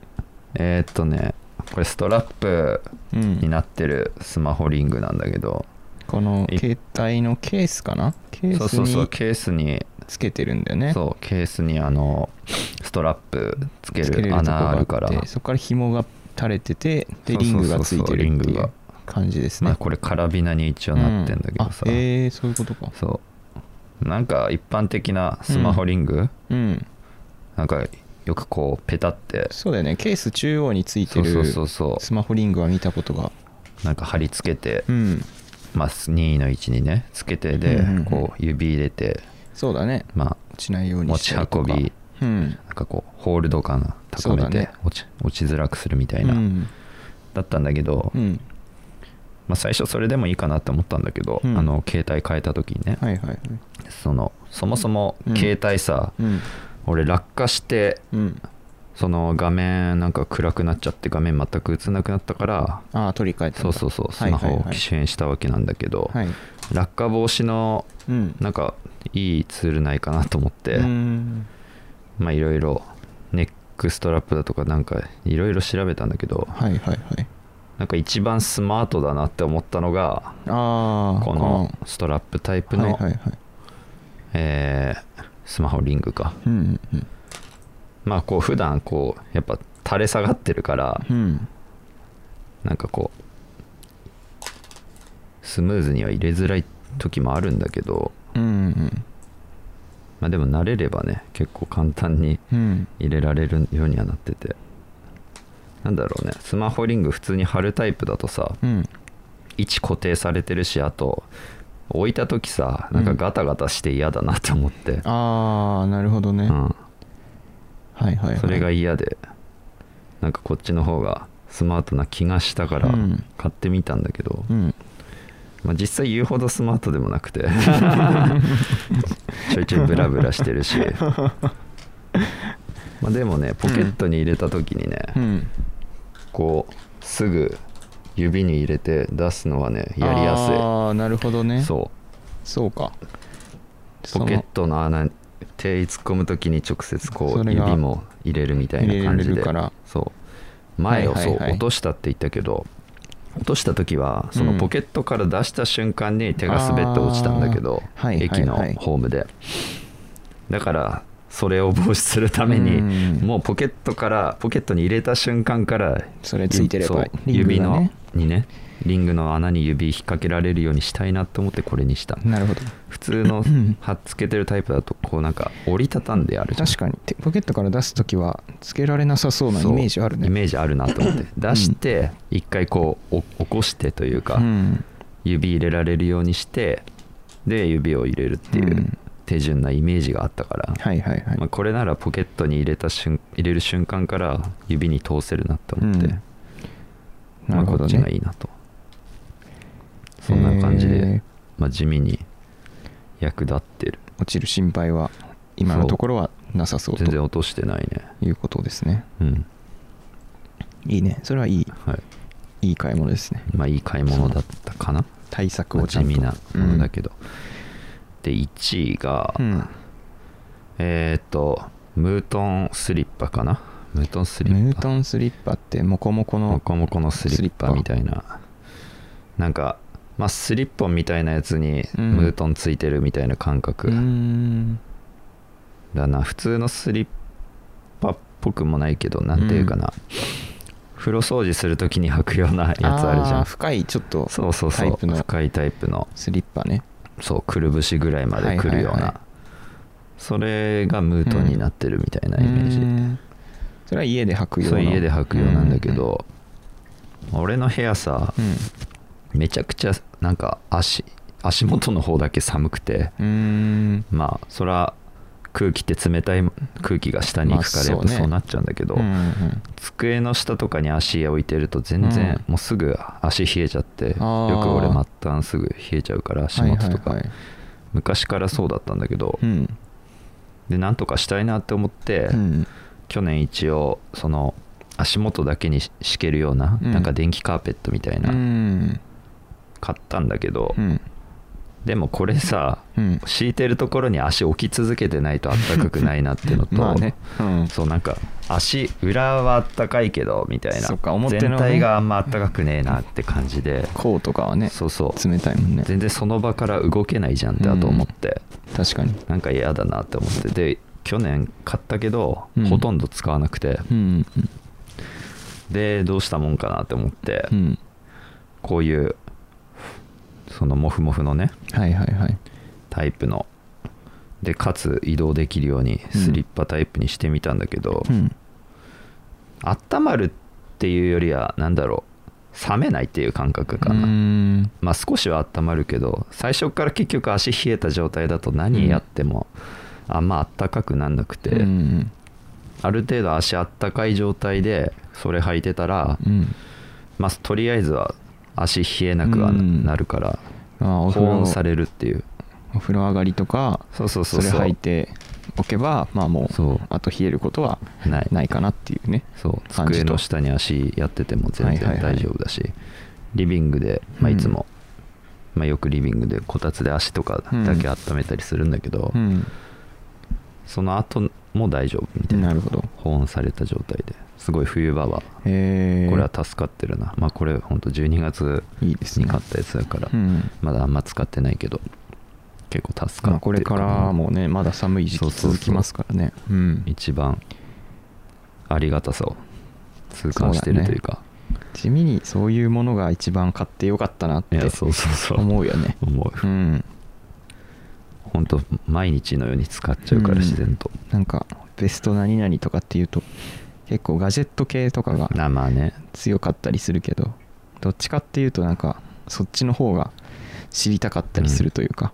[SPEAKER 4] えーっとねこれストラップ
[SPEAKER 3] うん
[SPEAKER 4] になってるスマホリングなんだけど、
[SPEAKER 3] この
[SPEAKER 4] い
[SPEAKER 3] 携帯のケースかなケ
[SPEAKER 4] そう
[SPEAKER 3] ース
[SPEAKER 4] そうそう
[SPEAKER 3] に
[SPEAKER 4] ケースに
[SPEAKER 3] つけてるんだよね
[SPEAKER 4] そうケースにあのストラップつけ
[SPEAKER 3] つけ
[SPEAKER 4] る
[SPEAKER 3] れると
[SPEAKER 4] 穴
[SPEAKER 3] こが
[SPEAKER 4] あ
[SPEAKER 3] あ
[SPEAKER 4] る
[SPEAKER 3] る
[SPEAKER 4] か
[SPEAKER 3] かららそこから紐が垂れてて
[SPEAKER 4] そうそうそうそ
[SPEAKER 3] で
[SPEAKER 4] う
[SPEAKER 3] リングがついてるって
[SPEAKER 4] リン
[SPEAKER 3] い
[SPEAKER 4] グ
[SPEAKER 3] う
[SPEAKER 4] が
[SPEAKER 3] 感じです
[SPEAKER 4] まあ
[SPEAKER 3] ね
[SPEAKER 4] これカラビナに一応なってんだけどさ、
[SPEAKER 3] うあえー、そういうことか
[SPEAKER 4] そうなんか一般的なスマホリング、
[SPEAKER 3] うん
[SPEAKER 4] なんかよくこうペタって
[SPEAKER 3] そうだよねケース中央について
[SPEAKER 4] そう
[SPEAKER 3] る
[SPEAKER 4] そうそう
[SPEAKER 3] スマホリングは見たことが
[SPEAKER 4] なんか貼り付けて、
[SPEAKER 3] うん
[SPEAKER 4] まあ、2の位置にねつけて
[SPEAKER 3] う
[SPEAKER 4] で
[SPEAKER 3] んうんうん
[SPEAKER 4] こう指入れて、
[SPEAKER 3] そうだね
[SPEAKER 4] ま
[SPEAKER 3] 落ちないよ
[SPEAKER 4] あ、
[SPEAKER 3] うに
[SPEAKER 4] 持
[SPEAKER 3] し
[SPEAKER 4] ち
[SPEAKER 3] たりと
[SPEAKER 4] 運
[SPEAKER 3] か
[SPEAKER 4] び
[SPEAKER 3] うん
[SPEAKER 4] なんかこうホールド感高
[SPEAKER 3] そ
[SPEAKER 4] め
[SPEAKER 3] うだ
[SPEAKER 4] て、
[SPEAKER 3] ね
[SPEAKER 4] 落ち落ちづらくするみたいうな、
[SPEAKER 3] ん
[SPEAKER 4] だったんだけど、
[SPEAKER 3] うん
[SPEAKER 4] まあ、最初それでもいいかなって思ったんだけど、
[SPEAKER 3] うん
[SPEAKER 4] あの携帯変えた時にね、
[SPEAKER 3] はいはいはい
[SPEAKER 4] そのそもそも
[SPEAKER 3] うん
[SPEAKER 4] 携帯さ、
[SPEAKER 3] うん
[SPEAKER 4] 俺落下して
[SPEAKER 3] うん
[SPEAKER 4] その画面なんか暗くなっちゃって画面全く映んなくなったから
[SPEAKER 3] ああ取り替えたん
[SPEAKER 4] そ
[SPEAKER 3] だ
[SPEAKER 4] うそうそうスマホを
[SPEAKER 3] はい
[SPEAKER 4] 機種変したわけなんだけど、
[SPEAKER 3] はいはい、はい
[SPEAKER 4] 落下防止の
[SPEAKER 3] うん
[SPEAKER 4] なんかいいツールないかなと思って、
[SPEAKER 3] うん
[SPEAKER 4] まあいろいろネックストラップだとかなんかいろいろ調べたんだけど
[SPEAKER 3] はいはいはい
[SPEAKER 4] なんか一番スマートだなって思ったのが
[SPEAKER 3] ああ
[SPEAKER 4] このストラップタイプの、
[SPEAKER 3] はいはいはい
[SPEAKER 4] えースマホリングか
[SPEAKER 3] うんうんうん
[SPEAKER 4] まあこう普段こうやっぱ垂れ下がってるから
[SPEAKER 3] うん
[SPEAKER 4] なんかこうスムーズには入れづらい時もあるんだけど、
[SPEAKER 3] うん
[SPEAKER 4] まあ、でも慣れればね結構簡単に
[SPEAKER 3] うんうん
[SPEAKER 4] 入れられるようにはなっててなんだろうねスマホリング普通に貼るタイプだとさ
[SPEAKER 3] うん
[SPEAKER 4] 位置固定されてるしあと置いた時さなんかガタガタして嫌だなって思って、
[SPEAKER 3] ああなるほどね、
[SPEAKER 4] うん
[SPEAKER 3] はいはい、はい、
[SPEAKER 4] それが嫌でなんかこっちの方がスマートな気がしたから
[SPEAKER 3] うん
[SPEAKER 4] 買ってみたんだけど、
[SPEAKER 3] うん
[SPEAKER 4] まあ、実際言うほどスマートでもなく てちょいちょいブラブラしてる しまあでもねポケットに入れた時にね、
[SPEAKER 3] うん
[SPEAKER 4] こうすぐ指に入れて出すのはねやりや
[SPEAKER 3] ああなるほど
[SPEAKER 4] す
[SPEAKER 3] ね
[SPEAKER 4] い
[SPEAKER 3] そう
[SPEAKER 4] そ
[SPEAKER 3] か
[SPEAKER 4] う
[SPEAKER 3] そ
[SPEAKER 4] ポ
[SPEAKER 3] の
[SPEAKER 4] ケットの穴に手突っ込む時に直接こ
[SPEAKER 3] そうれが
[SPEAKER 4] 指も入れるみたいな感じ
[SPEAKER 3] 入れれ
[SPEAKER 4] で
[SPEAKER 3] るから
[SPEAKER 4] そう前を
[SPEAKER 3] はい
[SPEAKER 4] そ
[SPEAKER 3] は
[SPEAKER 4] う
[SPEAKER 3] いはい
[SPEAKER 4] 落としたって言ったけど落とした時はそのポケットから出した瞬間に手が滑って落ちたんだけど
[SPEAKER 3] あーはいはいはい
[SPEAKER 4] 駅のホームでだからそれを防止するために、
[SPEAKER 3] うん
[SPEAKER 4] もうポケットからポケットに入れた瞬間から
[SPEAKER 3] それついてれば
[SPEAKER 4] そう
[SPEAKER 3] リング
[SPEAKER 4] 指
[SPEAKER 3] が
[SPEAKER 4] の
[SPEAKER 3] ね
[SPEAKER 4] にねリングの穴に指引っ掛けられるようにしたいなと思ってこれにした
[SPEAKER 3] なるほど
[SPEAKER 4] 普通 の
[SPEAKER 3] ん
[SPEAKER 4] はっつけてるタイプだとこうなんか折りたたんであるじゃん
[SPEAKER 3] 確かにてポケットから出す時はつけられなさそうなイ
[SPEAKER 4] そう
[SPEAKER 3] メージあるね
[SPEAKER 4] イメージあるなと思って出して一回こうお起こしてというか、
[SPEAKER 3] うん
[SPEAKER 4] 指入れられるようにしてで指を入れるっていううん手順なイメージがあったから、
[SPEAKER 3] はいはいはい、
[SPEAKER 4] まあ、これならポケットに入れた瞬入れる瞬間から指に通せるなと思って、
[SPEAKER 3] うんなるほ
[SPEAKER 4] まあ、こ
[SPEAKER 3] ど
[SPEAKER 4] っちがい
[SPEAKER 3] ね
[SPEAKER 4] いなとそんな感じで、
[SPEAKER 3] えー
[SPEAKER 4] まあ、地味に役立ってる
[SPEAKER 3] 落ちる心配は今のところはなさそう
[SPEAKER 4] 全然
[SPEAKER 3] と
[SPEAKER 4] 落としてないね
[SPEAKER 3] いうことですね
[SPEAKER 4] うん
[SPEAKER 3] いいねそれはいい
[SPEAKER 4] はい
[SPEAKER 3] いい買い物ですね
[SPEAKER 4] まあいい買い物だったかな
[SPEAKER 3] 対策
[SPEAKER 4] まあ
[SPEAKER 3] をちゃ
[SPEAKER 4] 地
[SPEAKER 3] んと
[SPEAKER 4] 味なものだけど、で1位が、
[SPEAKER 3] うんうん
[SPEAKER 4] えーっとムートンスリッパかなムートンスリッパ
[SPEAKER 3] ムートンスリッパってモコモコの
[SPEAKER 4] モコモコのスリッパみたいななんかまあスリッポンみたいなやつに
[SPEAKER 3] うん
[SPEAKER 4] ムートンついてるみたいな感
[SPEAKER 3] うー
[SPEAKER 4] 覚
[SPEAKER 3] ん
[SPEAKER 4] だな、普通のスリッパっぽくもないけどなんていうかな、風呂掃除するときに履くようなやつあるじゃ
[SPEAKER 3] ー
[SPEAKER 4] ん
[SPEAKER 3] 深いちょっと
[SPEAKER 4] そうそう
[SPEAKER 3] タ
[SPEAKER 4] そ
[SPEAKER 3] イ
[SPEAKER 4] う
[SPEAKER 3] プの
[SPEAKER 4] 深いタイプの
[SPEAKER 3] スリッパね
[SPEAKER 4] そうくるぶしぐらいまでくるような、
[SPEAKER 3] はいはいはい
[SPEAKER 4] それがムートンになってるみたいなイメージ、
[SPEAKER 3] うーんそれは家で履くよう
[SPEAKER 4] そう
[SPEAKER 3] な
[SPEAKER 4] 家で履くようなんだけど、俺の部屋さ
[SPEAKER 3] うん
[SPEAKER 4] めちゃくちゃなんか足足元の方だけ寒くて
[SPEAKER 3] うんうーん
[SPEAKER 4] まあそら空気って冷たい空気が下に行くからや
[SPEAKER 3] ま
[SPEAKER 4] っ
[SPEAKER 3] あ
[SPEAKER 4] ぱ
[SPEAKER 3] そうね
[SPEAKER 4] そうなっちゃうんだけど、
[SPEAKER 3] うんうん
[SPEAKER 4] 机の下とかに足置いてると全然
[SPEAKER 3] うん
[SPEAKER 4] もうすぐ足冷えちゃって、
[SPEAKER 3] ー
[SPEAKER 4] よく俺末端すぐ冷えちゃうから足元とか、
[SPEAKER 3] はいはいはい
[SPEAKER 4] 昔からそうだったんだけど、
[SPEAKER 3] うん
[SPEAKER 4] でなんとかしたいなって思って、
[SPEAKER 3] うん
[SPEAKER 4] 去年一応その足元だけにし敷けるような、
[SPEAKER 3] うん
[SPEAKER 4] なんか電気カーペットみたいな、
[SPEAKER 3] うん
[SPEAKER 4] 買ったんだけど、
[SPEAKER 3] うん
[SPEAKER 4] でもこれさ、
[SPEAKER 3] うん
[SPEAKER 4] 敷いてるところに足置き続けてないとあったかくないなっていうのと
[SPEAKER 3] まあねうん
[SPEAKER 4] そうなんか足裏はあったかいけどみたいな
[SPEAKER 3] そっか表のね
[SPEAKER 4] 全体があんまあったかくねえなって感じで、
[SPEAKER 3] こうとかはね
[SPEAKER 4] そうそう
[SPEAKER 3] 冷たいもんね
[SPEAKER 4] 全然その場から動けないじゃんってあと思って、
[SPEAKER 3] 確かに
[SPEAKER 4] なんか嫌だなって思ってで去年買ったけど、
[SPEAKER 3] うん
[SPEAKER 4] ほとんど使わなくて
[SPEAKER 3] うん
[SPEAKER 4] でどうしたもんかなって思って、
[SPEAKER 3] うん
[SPEAKER 4] こういうそのモフモフのね
[SPEAKER 3] はいはいはい
[SPEAKER 4] タイプのでかつ移動できるようにスリッパタイプにしてみたんだけど、
[SPEAKER 3] うん
[SPEAKER 4] 温まるっていうよりは何だろう冷めないっていう感覚かな、
[SPEAKER 3] うーん
[SPEAKER 4] まあ少しは温まるけど最初から結局足冷えた状態だと何やってもあんまあったかくなんなくて、
[SPEAKER 3] うん
[SPEAKER 4] ある程度足あったかい状態でそれ履いてたら、
[SPEAKER 3] うん
[SPEAKER 4] まあとりあえずは足冷えなくはな
[SPEAKER 3] うん
[SPEAKER 4] なるから、
[SPEAKER 3] まあお風
[SPEAKER 4] 保
[SPEAKER 3] 呂
[SPEAKER 4] 温されるっていう
[SPEAKER 3] お風呂上がりとか
[SPEAKER 4] そうそうそ
[SPEAKER 3] そうれ
[SPEAKER 4] そう
[SPEAKER 3] 履いておけばまあもう
[SPEAKER 4] そう
[SPEAKER 3] あと冷えることは
[SPEAKER 4] ない
[SPEAKER 3] ないかなっていうね
[SPEAKER 4] そう
[SPEAKER 3] 感じ
[SPEAKER 4] 机
[SPEAKER 3] と
[SPEAKER 4] の下に足やってても全
[SPEAKER 3] はい
[SPEAKER 4] 然
[SPEAKER 3] はいはい
[SPEAKER 4] 大丈夫だし、リビングで、まあ、
[SPEAKER 3] うん
[SPEAKER 4] いつも、まあ、よくリビングでこたつで足とかだけ温めたりするんだけど、
[SPEAKER 3] うん
[SPEAKER 4] その後も大丈夫みたいな
[SPEAKER 3] なるほど
[SPEAKER 4] 保温された状態ですごい冬場は
[SPEAKER 3] へえ
[SPEAKER 4] これは助かってるな、まあこれほんと12月
[SPEAKER 3] いいです
[SPEAKER 4] に
[SPEAKER 3] ね
[SPEAKER 4] 買ったやつだから、
[SPEAKER 3] うん
[SPEAKER 4] まだあんま使ってないけど結構助かってる
[SPEAKER 3] まあこれからもねまだ寒い時
[SPEAKER 4] そう
[SPEAKER 3] 期
[SPEAKER 4] そうそう
[SPEAKER 3] 続きますからねうん
[SPEAKER 4] 一番ありがたさを痛感してるというか
[SPEAKER 3] 地味にそういうものが一番買ってよかったなっ
[SPEAKER 4] い
[SPEAKER 3] て
[SPEAKER 4] やそうそうそう
[SPEAKER 3] 思うよね
[SPEAKER 4] 思う
[SPEAKER 3] うん
[SPEAKER 4] 本当毎日のように使っちゃうか
[SPEAKER 3] うん
[SPEAKER 4] ら自然と、
[SPEAKER 3] なんかベスト何々とかっていうと結構ガジェット系とかが
[SPEAKER 4] なまあね
[SPEAKER 3] 強かったりするけどどっちかっていうとなんかそっちの方が知りたかったりするというか、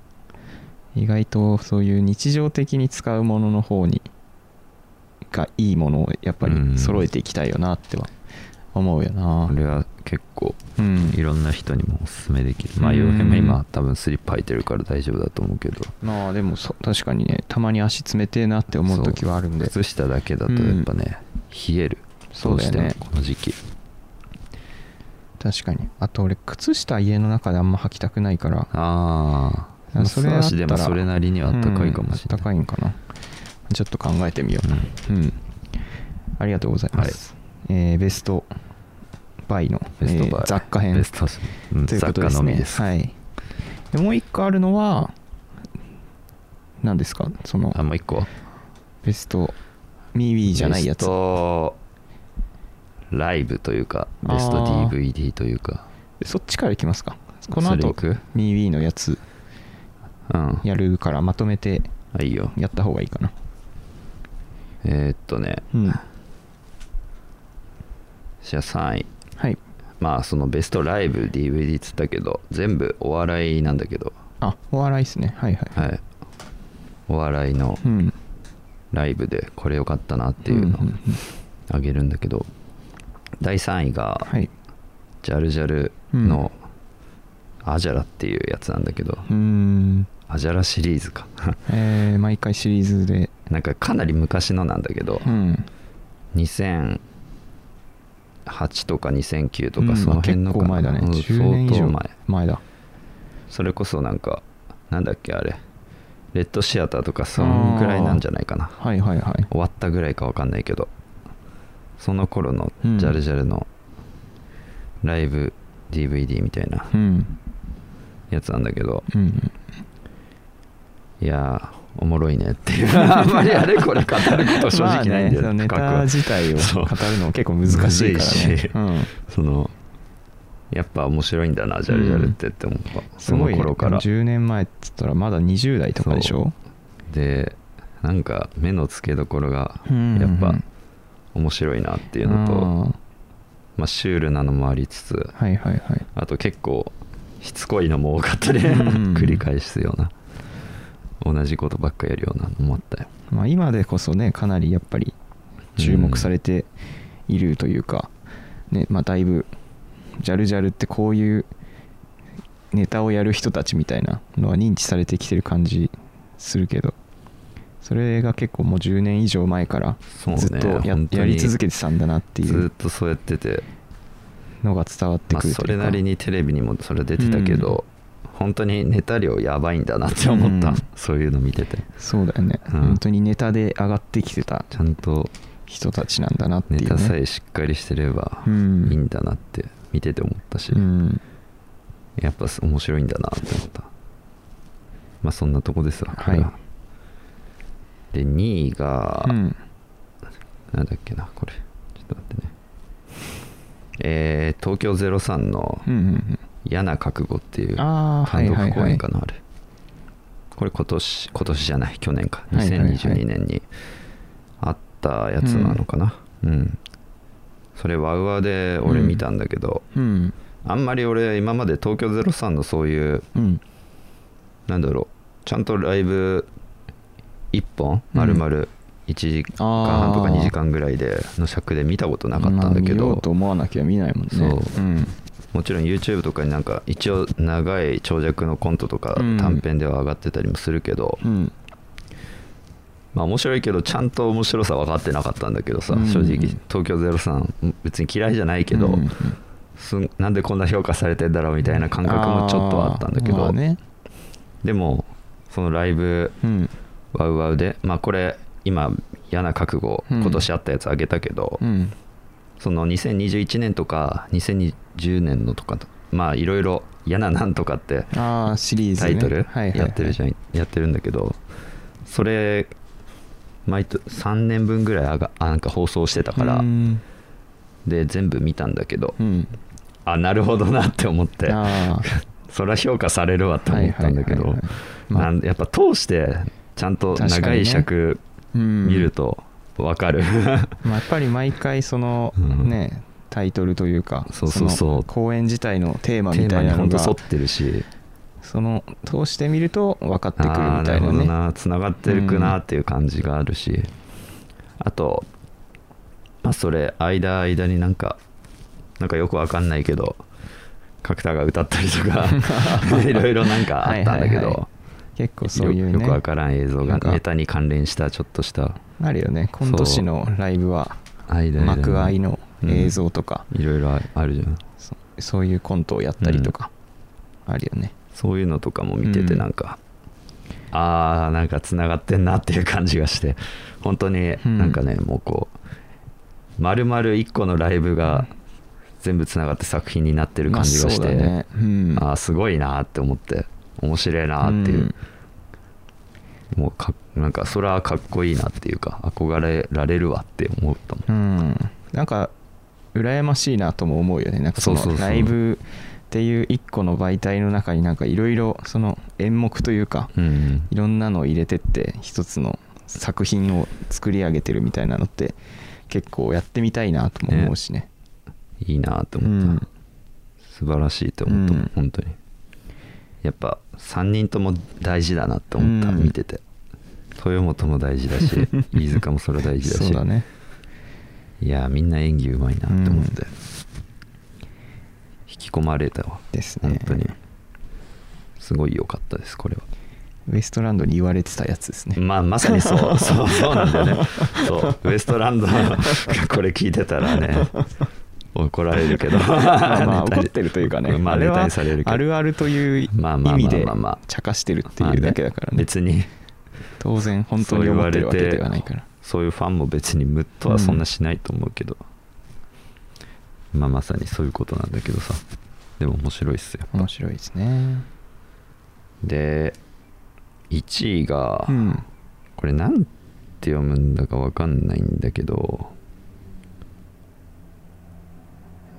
[SPEAKER 3] 意外とそういう日常的に使うものの方にがいいものをやっぱ
[SPEAKER 4] うん
[SPEAKER 3] り揃えていきたいよなっては思うよな
[SPEAKER 4] これは結構
[SPEAKER 3] うん
[SPEAKER 4] いろんな人にもおすすめできる、まあ
[SPEAKER 3] うん
[SPEAKER 4] 洋平も今多分スリッパ履いてるから大丈夫だと思うけど
[SPEAKER 3] まあでもそ確かにねたまに足冷てえなって思う時はあるんで
[SPEAKER 4] 靴下だけだとやっぱね、冷える
[SPEAKER 3] そうだよね
[SPEAKER 4] どしてもこの時期
[SPEAKER 3] 確かにあと俺靴下家の中であんま履きたくないから
[SPEAKER 4] ああ
[SPEAKER 3] あそれあったら
[SPEAKER 4] 足でもそれなりにはあったかいかもしれ
[SPEAKER 3] う
[SPEAKER 4] な
[SPEAKER 3] ん暖か
[SPEAKER 4] い、
[SPEAKER 3] いんかなちょっと考えてみよう、うんありがとうございます、えーベストバイの
[SPEAKER 4] ベストバイ
[SPEAKER 3] えー雑貨編
[SPEAKER 4] ベスト、うん、
[SPEAKER 3] というこ
[SPEAKER 4] 雑
[SPEAKER 3] と
[SPEAKER 4] 貨
[SPEAKER 3] で
[SPEAKER 4] の
[SPEAKER 3] す
[SPEAKER 4] み
[SPEAKER 3] ね
[SPEAKER 4] です、
[SPEAKER 3] はいでもう一個あるのは何ですかその
[SPEAKER 4] あもう一個
[SPEAKER 3] ベストミーウィーじゃないや
[SPEAKER 4] ベ
[SPEAKER 3] つ
[SPEAKER 4] ストライブというかベスト
[SPEAKER 3] あー
[SPEAKER 4] DVD というか
[SPEAKER 3] そっちからいきますかこの
[SPEAKER 4] それ
[SPEAKER 3] 後
[SPEAKER 4] 行く
[SPEAKER 3] ミーウィーのやつ
[SPEAKER 4] うん
[SPEAKER 3] やるからまとめて
[SPEAKER 4] あいいよ
[SPEAKER 3] やった方がいいかな
[SPEAKER 4] えーっとね
[SPEAKER 3] うん
[SPEAKER 4] じゃあ3位
[SPEAKER 3] はい
[SPEAKER 4] まあそのベストライブ DVD っつったけど全部お笑いなんだけど
[SPEAKER 3] あお笑いですねはいはい、
[SPEAKER 4] はいお笑いの
[SPEAKER 3] うん
[SPEAKER 4] ライブでこれ良かったなっていうのを
[SPEAKER 3] んんん
[SPEAKER 4] あげるんだけど第3位が
[SPEAKER 3] はい
[SPEAKER 4] ジャルジャルのアジャラっていうやつなんだけど
[SPEAKER 3] うーん
[SPEAKER 4] アジャラシリーズか
[SPEAKER 3] えー毎回シリーズで
[SPEAKER 4] なんかかなり昔のなんだけど
[SPEAKER 3] うん
[SPEAKER 4] 2008とか2009と
[SPEAKER 3] うん
[SPEAKER 4] かその辺のか
[SPEAKER 3] 結構
[SPEAKER 4] な
[SPEAKER 3] 前だね
[SPEAKER 4] うん
[SPEAKER 3] 10年以上
[SPEAKER 4] 相当前
[SPEAKER 3] 前だ
[SPEAKER 4] それこそなんかなんだっけあれレッドシアターとかそのぐらいなんじゃないかな
[SPEAKER 3] はいはいはい
[SPEAKER 4] 終わったぐらいかわかんないけどその頃の
[SPEAKER 3] う
[SPEAKER 4] ジ
[SPEAKER 3] ん
[SPEAKER 4] ャルジャルのライブ DVD みたいな
[SPEAKER 3] うん
[SPEAKER 4] やつなんだけど
[SPEAKER 3] うん
[SPEAKER 4] いやーおもろいねっていう あんまりあれこれ語ること正直ないんだよ、
[SPEAKER 3] まあねそのネ
[SPEAKER 4] 深く
[SPEAKER 3] タ
[SPEAKER 4] は
[SPEAKER 3] 自体を
[SPEAKER 4] そう
[SPEAKER 3] 語るの結構 難しいから
[SPEAKER 4] むず
[SPEAKER 3] ね
[SPEAKER 4] いし
[SPEAKER 3] うん
[SPEAKER 4] そのやっぱ面白いんだなジャルジャルってって思った、その
[SPEAKER 3] ね
[SPEAKER 4] 頃から
[SPEAKER 3] 10年前っつったらまだ20代とかでしょ
[SPEAKER 4] でなんか目の付けどころが
[SPEAKER 3] うん
[SPEAKER 4] やっぱ面白いなっていうのと、
[SPEAKER 3] あ
[SPEAKER 4] まあ、シュールなのもありつつ
[SPEAKER 3] ーはいはいはい
[SPEAKER 4] あと結構しつこいのも多かったね
[SPEAKER 3] うん
[SPEAKER 4] 繰り返すような同じことばっかやるようなのもあったよ
[SPEAKER 3] まあ今でこそねかなりやっぱり注目されているというか、ねまあだいぶジャルジャルってこういうネタをやる人たちみたいなのは認知されてきてる感じするけどそれが結構もう10年以上前から
[SPEAKER 4] そうね
[SPEAKER 3] ずっとや,、
[SPEAKER 4] 本当に
[SPEAKER 3] やり続けてたんだなってい
[SPEAKER 4] ずっ
[SPEAKER 3] う
[SPEAKER 4] とそうやってて、
[SPEAKER 3] のが伝わって
[SPEAKER 4] まあ、
[SPEAKER 3] くる
[SPEAKER 4] そ
[SPEAKER 3] とい
[SPEAKER 4] れ
[SPEAKER 3] うか、
[SPEAKER 4] なりにテレビにもそれ出てたけど、本当にネタ量やばいんだなって思った、
[SPEAKER 3] うん
[SPEAKER 4] そういうの見てて
[SPEAKER 3] そうだよね、
[SPEAKER 4] うん
[SPEAKER 3] 本当にネタで上がってきてた
[SPEAKER 4] ちゃんと
[SPEAKER 3] 人たちなんだなってい
[SPEAKER 4] ネ
[SPEAKER 3] う、ね、
[SPEAKER 4] タさえしっかりしてれば
[SPEAKER 3] う
[SPEAKER 4] いい
[SPEAKER 3] ん
[SPEAKER 4] んだなって見てて思ったし、
[SPEAKER 3] うん
[SPEAKER 4] やっぱ面白いんだなって思ったまあそんなとこですわ
[SPEAKER 3] はい
[SPEAKER 4] これで2位が、
[SPEAKER 3] うん
[SPEAKER 4] なんだっけなこれちょっと待ってねえー、東京03の
[SPEAKER 3] うんうん
[SPEAKER 4] 「嫌な覚悟」っていう
[SPEAKER 3] うんああは
[SPEAKER 4] 単
[SPEAKER 3] い
[SPEAKER 4] 独
[SPEAKER 3] はい
[SPEAKER 4] 公
[SPEAKER 3] はい
[SPEAKER 4] 演かなあれこれ今年今年じゃない去年か
[SPEAKER 3] はいはいはい
[SPEAKER 4] 2022年にあったやつなのかなうん、それワウワウで俺見たんだけど、
[SPEAKER 3] うん
[SPEAKER 4] あんまり俺今まで東京03のそういう
[SPEAKER 3] うん
[SPEAKER 4] なんだろうちゃんとライブ1本丸々1時間半とか
[SPEAKER 3] あー
[SPEAKER 4] 2時間ぐらいでの尺で見たことなかったんだけ
[SPEAKER 3] まあ見よ
[SPEAKER 4] ど、
[SPEAKER 3] うと思わなきゃ見ないもんね
[SPEAKER 4] そうんもちろん YouTube とかになんか一応長い長尺のコントとか
[SPEAKER 3] うん
[SPEAKER 4] 短編では上がってたりもするけど、
[SPEAKER 3] うん
[SPEAKER 4] まあ面白いけどちゃんと面白さ分かってなかったんだけどさ、
[SPEAKER 3] うん
[SPEAKER 4] 正直東京03別に嫌いじゃないけど、
[SPEAKER 3] うん
[SPEAKER 4] すんなんでこんな評価されてんだろうみたいな感覚もちょっとはあったんだけど、
[SPEAKER 3] あーまあね
[SPEAKER 4] でもそのライブ
[SPEAKER 3] うん
[SPEAKER 4] ワウワウでまあこれ今嫌な覚悟
[SPEAKER 3] うん
[SPEAKER 4] 今年あったやつあげたけど、
[SPEAKER 3] うん
[SPEAKER 4] その2021年とか2020年のとかとまあいろいろ嫌ななんとかって
[SPEAKER 3] ああシリーズ、
[SPEAKER 4] タ
[SPEAKER 3] ね、
[SPEAKER 4] イトル
[SPEAKER 3] はいはいはい
[SPEAKER 4] やってるじゃんやってるんだけどそれ毎年3年分ぐらいあがあなんか放送してたから
[SPEAKER 3] うん
[SPEAKER 4] で全部見たんだけど
[SPEAKER 3] うん
[SPEAKER 4] あなるほどなって思って
[SPEAKER 3] あ
[SPEAKER 4] そりゃ評価されるわって
[SPEAKER 3] あ
[SPEAKER 4] 思ったんだけ
[SPEAKER 3] はい
[SPEAKER 4] ど
[SPEAKER 3] はいはいはいま
[SPEAKER 4] な
[SPEAKER 3] あ
[SPEAKER 4] んやっぱ通してちゃんと長い尺
[SPEAKER 3] あうん
[SPEAKER 4] 見ると分かる
[SPEAKER 3] まあ、やっぱり毎回その
[SPEAKER 4] うん
[SPEAKER 3] ねタイトルというか
[SPEAKER 4] そうそうそう
[SPEAKER 3] の公演自体のテーマ
[SPEAKER 4] テ
[SPEAKER 3] み
[SPEAKER 4] ー
[SPEAKER 3] た
[SPEAKER 4] マ
[SPEAKER 3] い
[SPEAKER 4] に
[SPEAKER 3] なの
[SPEAKER 4] 本当
[SPEAKER 3] が
[SPEAKER 4] 沿ってるし
[SPEAKER 3] その通してみると分かってくるみ
[SPEAKER 4] ああー
[SPEAKER 3] た
[SPEAKER 4] ないる
[SPEAKER 3] な
[SPEAKER 4] ほど
[SPEAKER 3] ね
[SPEAKER 4] なつながってるくなっていう感じがあるし、あと、まあ、それ間間になんかなんかよくわかんないけど角田が歌ったりと かいろいろなんかあったんだけ
[SPEAKER 3] はいはい
[SPEAKER 4] ど
[SPEAKER 3] は結構そういう
[SPEAKER 4] よ
[SPEAKER 3] ね
[SPEAKER 4] よくわからん映像
[SPEAKER 3] な
[SPEAKER 4] が
[SPEAKER 3] んか
[SPEAKER 4] ネタに関連したちょっとした
[SPEAKER 3] あるよねコント師のライブは
[SPEAKER 4] 間々
[SPEAKER 3] 幕間の映像とか、
[SPEAKER 4] いろいろあるじゃん
[SPEAKER 3] そそういうコントをやったりとか、あるよね
[SPEAKER 4] そういうのとかも見てて
[SPEAKER 3] うん
[SPEAKER 4] なんか、ああなんかつながってんなっていう感じがして本当に
[SPEAKER 3] うん
[SPEAKER 4] なんかね、もうこう丸々1個のライブが全部つながって作品になってる感じがして、
[SPEAKER 3] まあそうだねうん
[SPEAKER 4] あーすごいなーって思って面白いなーっていう、
[SPEAKER 3] うん
[SPEAKER 4] もうかなんかそれはかっこいいなっていうか憧れられるわって思ったもん
[SPEAKER 3] うんなんか羨ましいなとも思うよねなんかそ
[SPEAKER 4] そうそう
[SPEAKER 3] の
[SPEAKER 4] そう
[SPEAKER 3] ライブっていう一個の媒体の中になんかいろいろその演目というか
[SPEAKER 4] うん
[SPEAKER 3] いろんなのを入れてって一つの作品を作り上げてるみたいなのって結構やってみたいなとも思うしね
[SPEAKER 4] いいなと
[SPEAKER 3] う
[SPEAKER 4] 思った、
[SPEAKER 3] ん
[SPEAKER 4] 素晴らしいと思ったもん、
[SPEAKER 3] うん
[SPEAKER 4] 本当にやっぱ3人とも大事だなって思った、
[SPEAKER 3] うん
[SPEAKER 4] 見てて豊本も大事だ し飯塚もそれ大事だ
[SPEAKER 3] そ
[SPEAKER 4] し
[SPEAKER 3] うだね
[SPEAKER 4] いやーみんな演技うまいなって思って、引き込まれたわ
[SPEAKER 3] ですね
[SPEAKER 4] 本当にすごい良かったですこれは
[SPEAKER 3] ウエストランドに言われてたやつですね
[SPEAKER 4] まあまさにそう そうそうなんだよねそうウエストランドがこれ聞いてたら ね怒られるけど
[SPEAKER 3] まあまあ
[SPEAKER 4] ネタ
[SPEAKER 3] 怒
[SPEAKER 4] に
[SPEAKER 3] ってるというかね、
[SPEAKER 4] まあ
[SPEAKER 3] あれ
[SPEAKER 4] ネタ
[SPEAKER 3] は
[SPEAKER 4] にされるけど
[SPEAKER 3] あるあるという意
[SPEAKER 4] まあまあま
[SPEAKER 3] 味
[SPEAKER 4] あ
[SPEAKER 3] で
[SPEAKER 4] まあまあ
[SPEAKER 3] 茶化してるっていうだけだから
[SPEAKER 4] まあ
[SPEAKER 3] ね、
[SPEAKER 4] 別に
[SPEAKER 3] 当然、本当に思ってるわけではないから、
[SPEAKER 4] そういうファンも別にムッとはそんなしないと思うけど、まあまさにそういうことなんだけどさでも面白いっすよ
[SPEAKER 3] 面白いですね。
[SPEAKER 4] で1位が、
[SPEAKER 3] うん、
[SPEAKER 4] これなんて読むんだかわかんないんだけど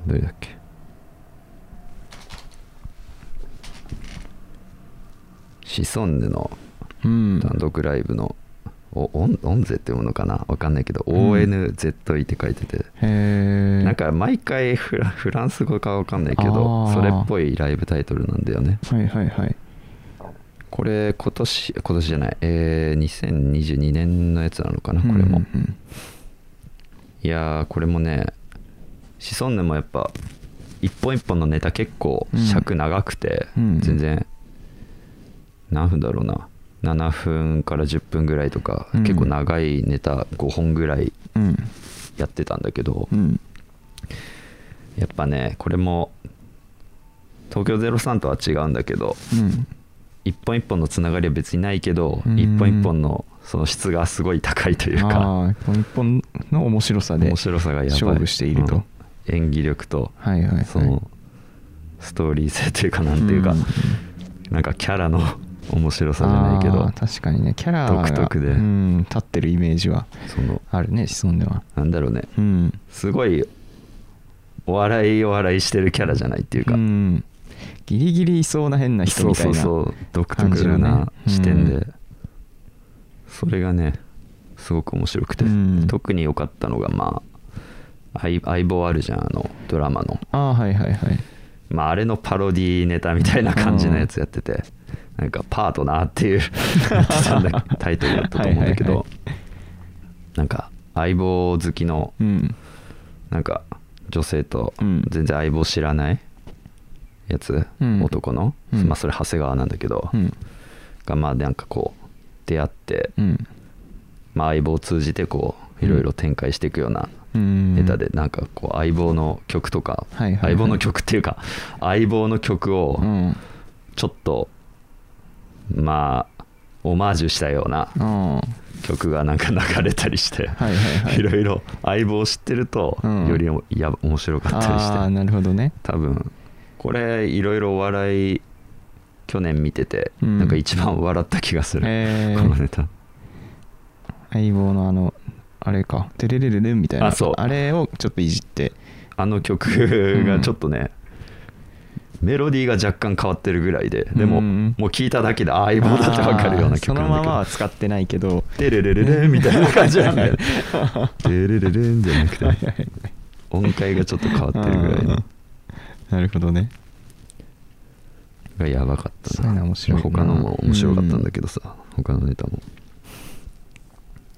[SPEAKER 4] どれだっけシソンヌの
[SPEAKER 3] うん、
[SPEAKER 4] 単独ライブの、おオンオンゼって読むのかなわかんないけど、
[SPEAKER 3] ん
[SPEAKER 4] ONZE って書いてて
[SPEAKER 3] へー
[SPEAKER 4] なんか毎回フラフランス語かわかんないけ
[SPEAKER 3] あ
[SPEAKER 4] ど
[SPEAKER 3] ー
[SPEAKER 4] それっぽいライブタイトルなんだよね
[SPEAKER 3] はいはいはい、
[SPEAKER 4] これ今年今年じゃないえー2022年のやつなのかなこれも、
[SPEAKER 3] うんうん
[SPEAKER 4] いやーこれもねシソンヌもやっぱ一本一本のネタ結構尺長くて、
[SPEAKER 3] うん
[SPEAKER 4] 全然何分だろうな7分から10分ぐらいとか、
[SPEAKER 3] うん
[SPEAKER 4] 結構長いネタ5本ぐらい
[SPEAKER 3] うん、うん
[SPEAKER 4] やってたんだけど、
[SPEAKER 3] うん、
[SPEAKER 4] やっぱねこれも東京03とは違うんだけど
[SPEAKER 3] うん、
[SPEAKER 4] 一本一本のつながりは別にないけど、
[SPEAKER 3] うん
[SPEAKER 4] 一本一本のその質がすごい高いというか
[SPEAKER 3] ああ、この一本の面白さで、
[SPEAKER 4] 面白さがやばい
[SPEAKER 3] 勝負していると
[SPEAKER 4] うん演技力と
[SPEAKER 3] はいはいはい、
[SPEAKER 4] そのストーリー性というかなんていうか、
[SPEAKER 3] うん
[SPEAKER 4] なんかキャラの面白さじゃないけど
[SPEAKER 3] あー確かにね、キャラが
[SPEAKER 4] 独特で
[SPEAKER 3] うん、立ってるイメージは
[SPEAKER 4] その
[SPEAKER 3] あるね、子孫では。
[SPEAKER 4] なんだろうね
[SPEAKER 3] うん
[SPEAKER 4] すごいお笑いお笑いしてるキャラじゃないっていうか、
[SPEAKER 3] うん、ギリギリいそうな変な人
[SPEAKER 4] そう
[SPEAKER 3] みたい
[SPEAKER 4] そう
[SPEAKER 3] な
[SPEAKER 4] そう独
[SPEAKER 3] 感じの
[SPEAKER 4] 特
[SPEAKER 3] ね
[SPEAKER 4] な視点で、
[SPEAKER 3] うん
[SPEAKER 4] それがねすごく面白くて、
[SPEAKER 3] うん
[SPEAKER 4] 特に良かったのがまあ相相棒あるじゃんあのドラマの、
[SPEAKER 3] ああはいはいはい
[SPEAKER 4] まあ、あれのパロディネタみたいな感じのやつやってて、なんか「パートナー」っていうやってたんだ タイトルだったと思うんだけど
[SPEAKER 3] はいはい
[SPEAKER 4] なんか相棒好きの
[SPEAKER 3] うん
[SPEAKER 4] なんか女性と
[SPEAKER 3] うん
[SPEAKER 4] 全然相棒知らないやつ、
[SPEAKER 3] うん
[SPEAKER 4] 男の、
[SPEAKER 3] うん
[SPEAKER 4] まあそれ長谷川なんだけど、
[SPEAKER 3] うん
[SPEAKER 4] がまあなんかこう出会って、
[SPEAKER 3] うん
[SPEAKER 4] まあ、相棒を通じてこういろいろ展開していくような
[SPEAKER 3] うん
[SPEAKER 4] ネタでなんかこう相棒の曲とか、
[SPEAKER 3] はいはいはい
[SPEAKER 4] 相棒の曲っていうか相棒の曲を
[SPEAKER 3] うん
[SPEAKER 4] ちょっとまあオマージュしたような
[SPEAKER 3] うん
[SPEAKER 4] 曲がなんか流れたりして、
[SPEAKER 3] はいはいはい
[SPEAKER 4] ろいろ相棒を知ってると
[SPEAKER 3] うん
[SPEAKER 4] よりおや面白かったりして、
[SPEAKER 3] ああなるほどね
[SPEAKER 4] 多分これいろいろお笑い去年見てて、
[SPEAKER 3] うん
[SPEAKER 4] なんか一番笑った気がする、
[SPEAKER 3] へー
[SPEAKER 4] このネタ
[SPEAKER 3] 相棒のあのあれか「テレレレレン」みたいな
[SPEAKER 4] あそう
[SPEAKER 3] れをちょっといじって
[SPEAKER 4] あの曲がちょっとね、メロディーが若干変わってるぐらいででも、
[SPEAKER 3] うん
[SPEAKER 4] もう聞いただけであ相棒だってわかるよう
[SPEAKER 3] あ
[SPEAKER 4] な
[SPEAKER 3] ー
[SPEAKER 4] 曲
[SPEAKER 3] そ
[SPEAKER 4] な
[SPEAKER 3] の
[SPEAKER 4] んだ
[SPEAKER 3] ま
[SPEAKER 4] け
[SPEAKER 3] ま
[SPEAKER 4] ど
[SPEAKER 3] は使ってないけど
[SPEAKER 4] 「テレレレレン」みたいな感じなんだ よね「テレレレレン」じゃなくて、音階がちょっと変わってるぐらい
[SPEAKER 3] あ
[SPEAKER 4] の
[SPEAKER 3] ーなるほどね
[SPEAKER 4] がやばかった
[SPEAKER 3] そういうのは面白いな
[SPEAKER 4] まあ他のも面白かったんだけどさ、他のネタも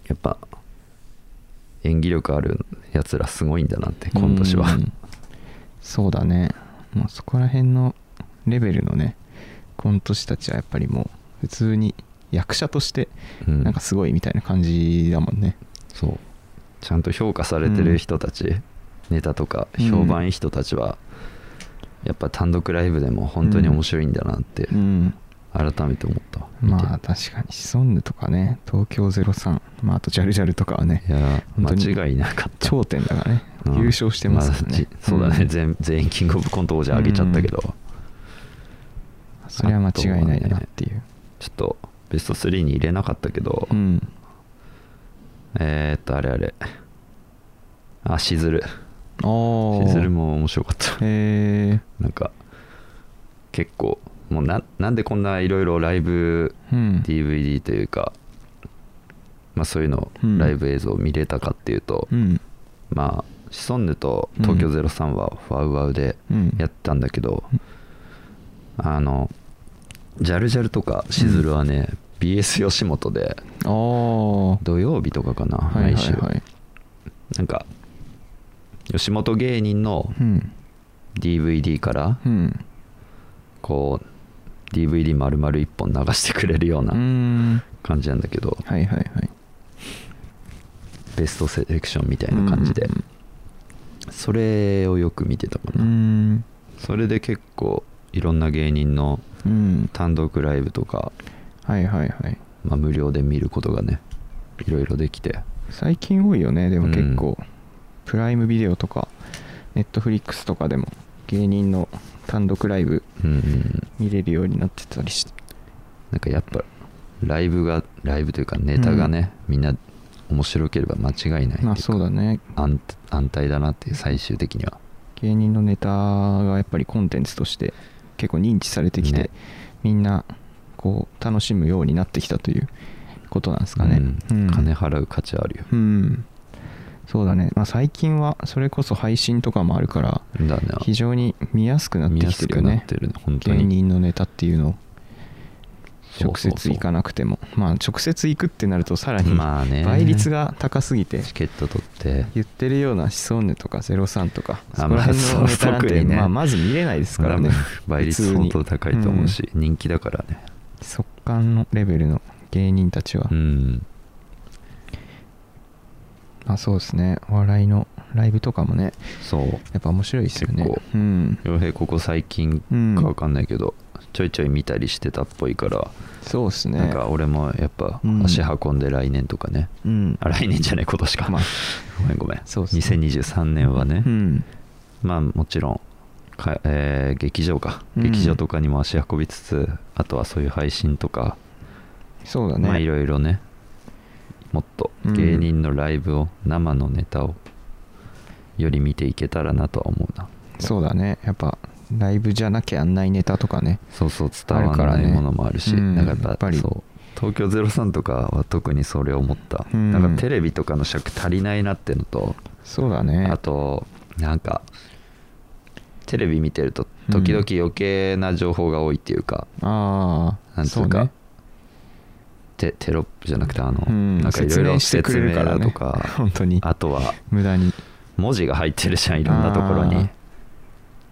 [SPEAKER 4] やっぱ演技力あるやつらすごいんだなって今年は、
[SPEAKER 3] うんそうだねもうそこら辺のレベルのねコント師たちはやっぱりもう普通に役者として
[SPEAKER 4] うん
[SPEAKER 3] なんかすごいみたいな感じだもんね、
[SPEAKER 4] そうちゃんと評価されてる人たち、ネタとか
[SPEAKER 3] うん
[SPEAKER 4] 評判いい人たちは、やっぱ単独ライブでも本当に面白いんだなって
[SPEAKER 3] うん、
[SPEAKER 4] 改めて思ったわ、見て
[SPEAKER 3] まあ確かにシソンヌとかね東京03、まあ、あとジャルジャルとかはね
[SPEAKER 4] いや
[SPEAKER 3] 本当に
[SPEAKER 4] 間違いなかった
[SPEAKER 3] 頂点だからね、
[SPEAKER 4] うん
[SPEAKER 3] 優勝してますからね
[SPEAKER 4] あ、じそう だね、
[SPEAKER 3] ん
[SPEAKER 4] 全全員キングオブコント王者上げちゃったけど、
[SPEAKER 3] それは間違いないなっていう、
[SPEAKER 4] ちょっとベスト3に入れなかったけど、
[SPEAKER 3] うん
[SPEAKER 4] えー、っとあれあれあしずる
[SPEAKER 3] ああ
[SPEAKER 4] しずるも面白かった
[SPEAKER 3] へえ
[SPEAKER 4] なんか結構もうななんでこんないろいろライブ
[SPEAKER 3] うん
[SPEAKER 4] DVD というか、まあ、そういうの
[SPEAKER 3] うん
[SPEAKER 4] ライブ映像を見れたかっていうと、
[SPEAKER 3] うん
[SPEAKER 4] まあシソンヌと東京03はワウワウで
[SPEAKER 3] うん
[SPEAKER 4] やってたんだけど、あのジャルジャルとかしずるはね、BS 吉本で
[SPEAKER 3] ああは
[SPEAKER 4] 土曜日とかかな、
[SPEAKER 3] いはい
[SPEAKER 4] 毎週
[SPEAKER 3] はい
[SPEAKER 4] なんか吉本芸人の
[SPEAKER 3] うん
[SPEAKER 4] DVD から
[SPEAKER 3] うん
[SPEAKER 4] こう DVD 丸々1本流してくれるよう
[SPEAKER 3] うー
[SPEAKER 4] なん感じなんだけど、
[SPEAKER 3] はいはいはい
[SPEAKER 4] ベストセレクションみたいな感じで、
[SPEAKER 3] うん
[SPEAKER 4] それをよく見てたか
[SPEAKER 3] う
[SPEAKER 4] な、
[SPEAKER 3] ん
[SPEAKER 4] それで結構いろんな芸人の
[SPEAKER 3] うん
[SPEAKER 4] 単独ライブとか、
[SPEAKER 3] はいはいはい
[SPEAKER 4] まあ、無料で見ることがねいろいろできて
[SPEAKER 3] 最近多いよねでも結構、
[SPEAKER 4] う
[SPEAKER 3] プライムビデオとかネットフリックスとかでも芸人の単独ライブ
[SPEAKER 4] うんうんうん
[SPEAKER 3] 見れるようになってたりして
[SPEAKER 4] なんかやっぱライブがライブというかネタがね、みんな面白ければ間違いないっていうか
[SPEAKER 3] まあそうだね
[SPEAKER 4] 安安泰だなっていう最終的には
[SPEAKER 3] 芸人のネタがやっぱりコンテンツとして結構認知されてきて、
[SPEAKER 4] ね
[SPEAKER 3] みんなこう楽しむようになってきたということなんですかね、
[SPEAKER 4] うん
[SPEAKER 3] うん
[SPEAKER 4] 金払う価値あるよ、
[SPEAKER 3] うんそうだね、まあ、最近はそれこそ配信とかもあるから
[SPEAKER 4] だね
[SPEAKER 3] 非常に見やすくなって
[SPEAKER 4] 見や
[SPEAKER 3] き
[SPEAKER 4] す
[SPEAKER 3] てる
[SPEAKER 4] く
[SPEAKER 3] よ
[SPEAKER 4] なっ
[SPEAKER 3] ね
[SPEAKER 4] てるね本当に
[SPEAKER 3] 芸人のネタっていうのを
[SPEAKER 4] そう
[SPEAKER 3] 直
[SPEAKER 4] そうそう
[SPEAKER 3] 接行かなくてもまあ直接行くってなるとさらに
[SPEAKER 4] まあね
[SPEAKER 3] 倍率が高すぎて
[SPEAKER 4] チケット取って
[SPEAKER 3] 言ってるようなシソンヌとか03とか
[SPEAKER 4] あ
[SPEAKER 3] そこら辺の
[SPEAKER 4] まあ
[SPEAKER 3] ネタな
[SPEAKER 4] そ
[SPEAKER 3] ん
[SPEAKER 4] う特
[SPEAKER 3] て
[SPEAKER 4] にね
[SPEAKER 3] まあまず見れないですからね
[SPEAKER 4] まあ 倍率
[SPEAKER 3] 普通
[SPEAKER 4] 相
[SPEAKER 3] に
[SPEAKER 4] 当高いと思うし、人気だからね
[SPEAKER 3] うん速乾のレベルの芸人たちは
[SPEAKER 4] うん
[SPEAKER 3] まあそうですねお笑いのライブとかもね
[SPEAKER 4] そう
[SPEAKER 3] やっぱ面白いですよね
[SPEAKER 4] 結構
[SPEAKER 3] うん
[SPEAKER 4] 洋平ここ最近
[SPEAKER 3] うん
[SPEAKER 4] かわかんないけど、ちょいちょい見たりしてたっぽいから、
[SPEAKER 3] そうですね
[SPEAKER 4] なんか俺もやっぱ
[SPEAKER 3] うん
[SPEAKER 4] 足運んで来年とかね、
[SPEAKER 3] うん
[SPEAKER 4] あ来年じゃない今年か、
[SPEAKER 3] まあ
[SPEAKER 4] ごめんごめん
[SPEAKER 3] そうっすね
[SPEAKER 4] 2023年はね、
[SPEAKER 3] うん
[SPEAKER 4] まあもちろんか、えー劇場か、
[SPEAKER 3] うん
[SPEAKER 4] 劇場とかにも足運びつつあとはそういう配信とか、
[SPEAKER 3] そうだ
[SPEAKER 4] まあい
[SPEAKER 3] ね
[SPEAKER 4] ろいろねもっと
[SPEAKER 3] うん
[SPEAKER 4] 芸人のライブを、生のネタをより見ていけたらなとは思うな
[SPEAKER 3] そうだねやっぱライブじゃなきゃあんないネタとかね
[SPEAKER 4] そうそう伝わら
[SPEAKER 3] ある
[SPEAKER 4] な
[SPEAKER 3] から
[SPEAKER 4] い
[SPEAKER 3] ね
[SPEAKER 4] ものもあるし、
[SPEAKER 3] うん
[SPEAKER 4] なんかやっぱ
[SPEAKER 3] やっぱり
[SPEAKER 4] そう東京03とかは特にそれを思った、
[SPEAKER 3] うん
[SPEAKER 4] なんかテレビとかの尺足りないなってのと、
[SPEAKER 3] そうだね
[SPEAKER 4] あとなんかテレビ見てると時々余計な情報が多いっていうか、
[SPEAKER 3] ああ
[SPEAKER 4] なんつ
[SPEAKER 3] そうう
[SPEAKER 4] か
[SPEAKER 3] ね
[SPEAKER 4] テテロップじゃなくてあの、
[SPEAKER 3] うん
[SPEAKER 4] なんかいろ
[SPEAKER 3] 説
[SPEAKER 4] いろ
[SPEAKER 3] 明してく
[SPEAKER 4] 説
[SPEAKER 3] れ
[SPEAKER 4] 明
[SPEAKER 3] るか
[SPEAKER 4] だ
[SPEAKER 3] らね
[SPEAKER 4] とか
[SPEAKER 3] 本当に
[SPEAKER 4] あとは
[SPEAKER 3] 無駄に
[SPEAKER 4] 文字が入ってるじゃんいろんなところ
[SPEAKER 3] あ
[SPEAKER 4] に
[SPEAKER 3] ー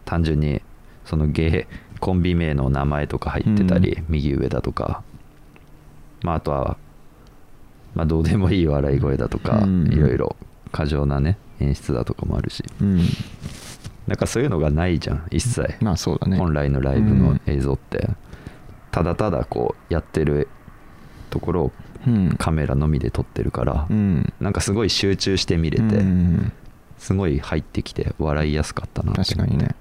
[SPEAKER 4] 単純にその芸コンビ名の名前とか入ってたり、
[SPEAKER 3] う
[SPEAKER 4] 右上だとか、まあ、あとは、まあ、どうでもいい笑い声だとか、
[SPEAKER 3] うん
[SPEAKER 4] いろいろ過剰なね演出だとかもあるし
[SPEAKER 3] うん
[SPEAKER 4] なんかそういうのがないじゃん一切、
[SPEAKER 3] まあそうだね
[SPEAKER 4] 本来のライブ
[SPEAKER 3] う
[SPEAKER 4] の
[SPEAKER 3] ん
[SPEAKER 4] 映像って、ただただこうやってるところを
[SPEAKER 3] うん
[SPEAKER 4] カメラのみで撮ってるから、
[SPEAKER 3] うん
[SPEAKER 4] なんかすごい集中して見れて、
[SPEAKER 3] うん
[SPEAKER 4] すごい入ってきて笑いやすかったなって
[SPEAKER 3] 確かにね、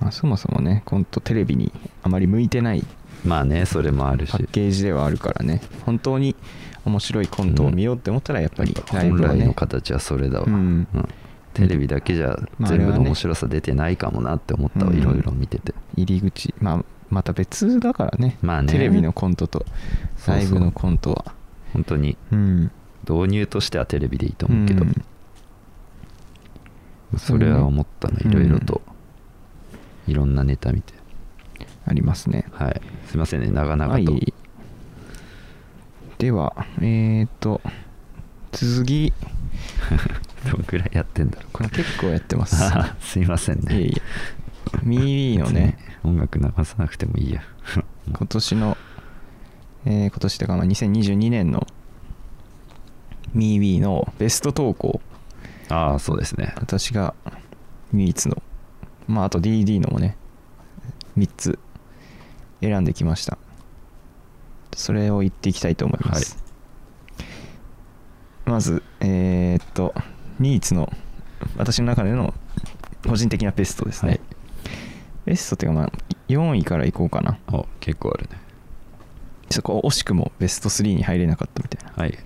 [SPEAKER 3] まあ、そもそもねほんとテレビにあまり向いてない
[SPEAKER 4] まあねそれもあるし
[SPEAKER 3] パッケージではあるからね本当に面白いコントを見ようって思ったらやっぱりライ
[SPEAKER 4] 本
[SPEAKER 3] ブは
[SPEAKER 4] 来の
[SPEAKER 3] ね
[SPEAKER 4] 形はそれだわ、
[SPEAKER 3] うん
[SPEAKER 4] うんテレビだけじゃ
[SPEAKER 3] まあ
[SPEAKER 4] 全部
[SPEAKER 3] あれは
[SPEAKER 4] の
[SPEAKER 3] ね
[SPEAKER 4] 面白さ出てないかもなって思ったわ、
[SPEAKER 3] うん
[SPEAKER 4] いろいろ見てて
[SPEAKER 3] 入り口、まあ、また別だからね,、
[SPEAKER 4] まあね
[SPEAKER 3] テレビのコントと
[SPEAKER 4] そうそう
[SPEAKER 3] ライブのコントは
[SPEAKER 4] 本当に
[SPEAKER 3] うん
[SPEAKER 4] 導入としてはテレビでいいと思うけど、
[SPEAKER 3] ん
[SPEAKER 4] それは思ったの
[SPEAKER 3] うん
[SPEAKER 4] いろいろと、いろんなネタ見て
[SPEAKER 3] ありますね
[SPEAKER 4] はいすいませんね長々
[SPEAKER 3] はい
[SPEAKER 4] と、
[SPEAKER 3] ではえっ、ー、と続き
[SPEAKER 4] どんくらいやってんだろう
[SPEAKER 3] これ結構やってます
[SPEAKER 4] あ ーすいません
[SPEAKER 3] いえ
[SPEAKER 4] ね
[SPEAKER 3] いえミーウィー のね
[SPEAKER 4] 別に音楽流さなくてもいいや もう
[SPEAKER 3] 今年の、えー今年というかまあ2022年の MeWe のベスト投稿
[SPEAKER 4] ああそうですね
[SPEAKER 3] 私が唯一のまああと DD のもね3つ選んできましたそれを言っていきたいと思います、まずえーっとニーツの私の中での個人的なベストですね、
[SPEAKER 4] はい
[SPEAKER 3] ベストっていうかまあ4位からいこうかな
[SPEAKER 4] お結構あるね
[SPEAKER 3] そこ惜しくもベスト3に入れなかったみたいな、
[SPEAKER 4] はい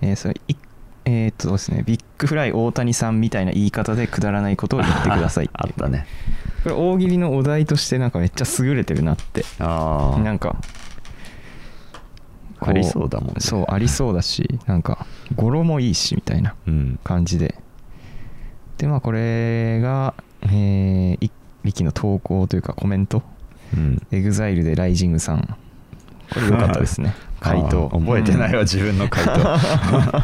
[SPEAKER 3] えーそれいえーっとですねビッグフライ大谷さんみたいな言い方でくだらないことを言ってくださいって
[SPEAKER 4] ああ
[SPEAKER 3] い
[SPEAKER 4] っ
[SPEAKER 3] う
[SPEAKER 4] たね
[SPEAKER 3] これ大喜利のお題としてなんかめっちゃ優れてるなって
[SPEAKER 4] ああ
[SPEAKER 3] なんかこ
[SPEAKER 4] ありそうだもんね
[SPEAKER 3] そうありそうだしなんか語呂もいいしみたいな
[SPEAKER 4] うん
[SPEAKER 3] 感じででまあこれがえー、一力の投稿というかコメント
[SPEAKER 4] うん
[SPEAKER 3] エグザイルでライジングさんこれ良かったですね回答
[SPEAKER 4] あー覚えてないわ、
[SPEAKER 3] うん
[SPEAKER 4] 自分の回答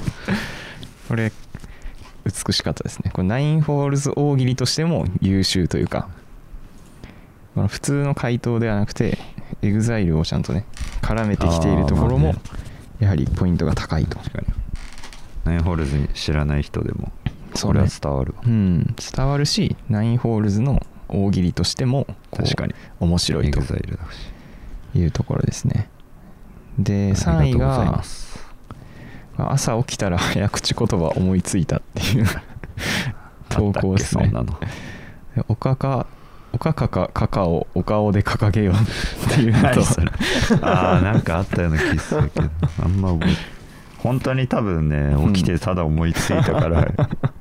[SPEAKER 3] これ美しかったですねこれナインホールズ大喜利としても優秀というかこの普通の回答ではなくてエグザイルをちゃんとね絡めてきているところ
[SPEAKER 4] あー
[SPEAKER 3] も
[SPEAKER 4] ま
[SPEAKER 3] やはりポイントが高いと
[SPEAKER 4] 確かにナインホールズに知らない人でも
[SPEAKER 3] そ
[SPEAKER 4] こ
[SPEAKER 3] う
[SPEAKER 4] れ
[SPEAKER 3] ね
[SPEAKER 4] は伝わるわ
[SPEAKER 3] うん伝わるしナインホールズの大喜利としてもこう
[SPEAKER 4] 確かに
[SPEAKER 3] 面白いと
[SPEAKER 4] EXILE だし
[SPEAKER 3] いうところですねで
[SPEAKER 4] あ
[SPEAKER 3] 3
[SPEAKER 4] り
[SPEAKER 3] 位
[SPEAKER 4] とうござい
[SPEAKER 3] が
[SPEAKER 4] ます
[SPEAKER 3] 朝起きたら早口言葉思いついたっていう 投稿です
[SPEAKER 4] あっ
[SPEAKER 3] ね
[SPEAKER 4] たっけそんなの
[SPEAKER 3] おかかおかかかかかをお顔で掲げようっていうのと
[SPEAKER 4] 何それああなんかあったような気するけ どあんま覚え本当に多分ね
[SPEAKER 3] うん
[SPEAKER 4] 起きてただ思いついた から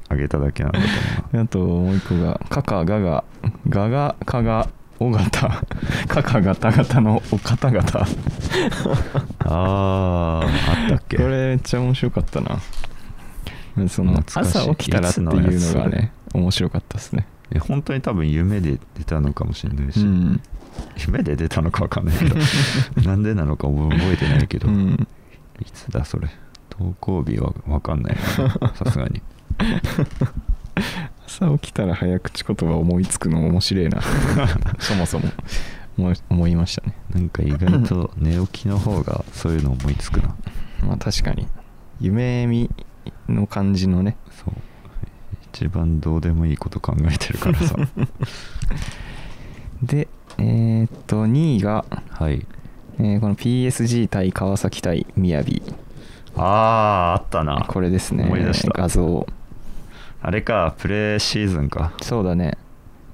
[SPEAKER 4] あげただけなんだと
[SPEAKER 3] あともう一個がかかががががかがおがたかかがたがたのおかたがた
[SPEAKER 4] 思うああーあったっけ
[SPEAKER 3] これめっちゃ面白かったなその
[SPEAKER 4] 懐かしい
[SPEAKER 3] 朝起きたらってい
[SPEAKER 4] いつ
[SPEAKER 3] うの
[SPEAKER 4] の
[SPEAKER 3] が
[SPEAKER 4] やつそれ
[SPEAKER 3] ね面白かったですね
[SPEAKER 4] え本当に多分夢で出たのかもしれないし、
[SPEAKER 3] うん、
[SPEAKER 4] 夢で出たのかわかんないけど なんでなのか覚えてないけど、
[SPEAKER 3] う
[SPEAKER 4] い
[SPEAKER 3] ん、
[SPEAKER 4] つだそれ投稿日はわかんないな さすがに
[SPEAKER 3] 朝起きたら早口言葉思いつくの面白 いなそもそも思い思いましたね
[SPEAKER 4] なんか意外と寝起きの方がそういうの思いつくな
[SPEAKER 3] まあ確かに夢見の感じのね
[SPEAKER 4] そう一番どうでもいいこと考えてるから さ
[SPEAKER 3] でえーっと2位が、
[SPEAKER 4] はい
[SPEAKER 3] えーこの PSG 対川崎対雅
[SPEAKER 4] あああったな
[SPEAKER 3] これですね
[SPEAKER 4] 思い出した
[SPEAKER 3] 画像
[SPEAKER 4] あれかプレーシーズンか
[SPEAKER 3] そうだね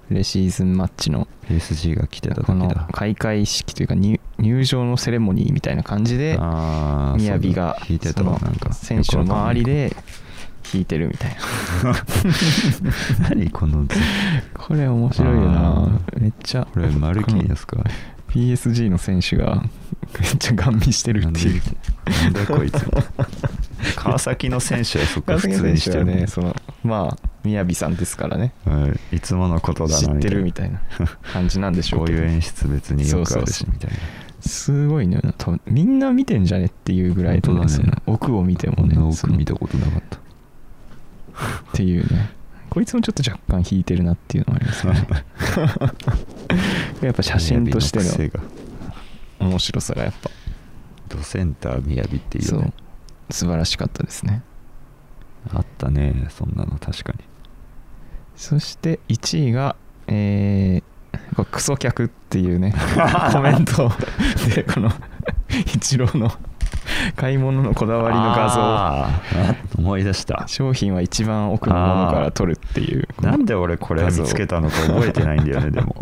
[SPEAKER 3] プレシーズンマッチの
[SPEAKER 4] PSG が来てた時
[SPEAKER 3] この
[SPEAKER 4] だ
[SPEAKER 3] 開会式というか入入場のセレモニーみたいな感じで
[SPEAKER 4] あー
[SPEAKER 3] 雅
[SPEAKER 4] そうだ
[SPEAKER 3] が
[SPEAKER 4] 弾いてた
[SPEAKER 3] そ
[SPEAKER 4] わ
[SPEAKER 3] の
[SPEAKER 4] なんか
[SPEAKER 3] 選手の周りで弾いてるみたいな
[SPEAKER 4] 何この図
[SPEAKER 3] これ面白いよな
[SPEAKER 4] あー
[SPEAKER 3] めっちゃ
[SPEAKER 4] これマルキーニョスか
[SPEAKER 3] PSG の選手がめっちゃガン見してるっていう
[SPEAKER 4] なんだ こいつ川崎の選手はそっか
[SPEAKER 3] 川
[SPEAKER 4] 普
[SPEAKER 3] 崎
[SPEAKER 4] 通
[SPEAKER 3] 選
[SPEAKER 4] にし
[SPEAKER 3] 手
[SPEAKER 4] て
[SPEAKER 3] は
[SPEAKER 4] る
[SPEAKER 3] ね そのまあ雅さんですからね
[SPEAKER 4] はいいつものことだな
[SPEAKER 3] 知ってるみ
[SPEAKER 4] み
[SPEAKER 3] た
[SPEAKER 4] た
[SPEAKER 3] い
[SPEAKER 4] い
[SPEAKER 3] な
[SPEAKER 4] な
[SPEAKER 3] 感じなんでしょ
[SPEAKER 4] こ
[SPEAKER 3] う
[SPEAKER 4] う
[SPEAKER 3] け
[SPEAKER 4] い
[SPEAKER 3] ど
[SPEAKER 4] う演出別によくあるし
[SPEAKER 3] そうそうそう
[SPEAKER 4] みたいな
[SPEAKER 3] すごいね多分みんな見てんじゃねっていうぐらいのね
[SPEAKER 4] 本当だね
[SPEAKER 3] その奥を見て
[SPEAKER 4] こ
[SPEAKER 3] も
[SPEAKER 4] ん
[SPEAKER 3] ね
[SPEAKER 4] な
[SPEAKER 3] そ
[SPEAKER 4] 奥
[SPEAKER 3] の
[SPEAKER 4] 見たことなかった
[SPEAKER 3] っていうねこいつもちょっと若干引いてるなっていうのもありま すよねやっぱ写真として
[SPEAKER 4] 雅
[SPEAKER 3] の
[SPEAKER 4] の癖が
[SPEAKER 3] 面白さがやっぱ
[SPEAKER 4] ドセンターみやびっていう
[SPEAKER 3] そ
[SPEAKER 4] よ
[SPEAKER 3] う
[SPEAKER 4] ね
[SPEAKER 3] 素晴らしかったですね
[SPEAKER 4] あったねそんなの確かに
[SPEAKER 3] そして1位がえーこれクソ客ってい うねコメントでこの一郎の買い物のこだわりの画像
[SPEAKER 4] あーあ思い出 した
[SPEAKER 3] 商品は一番奥のものから取るっていう
[SPEAKER 4] なんで俺これ見つけたのか覚えてないんだよねで も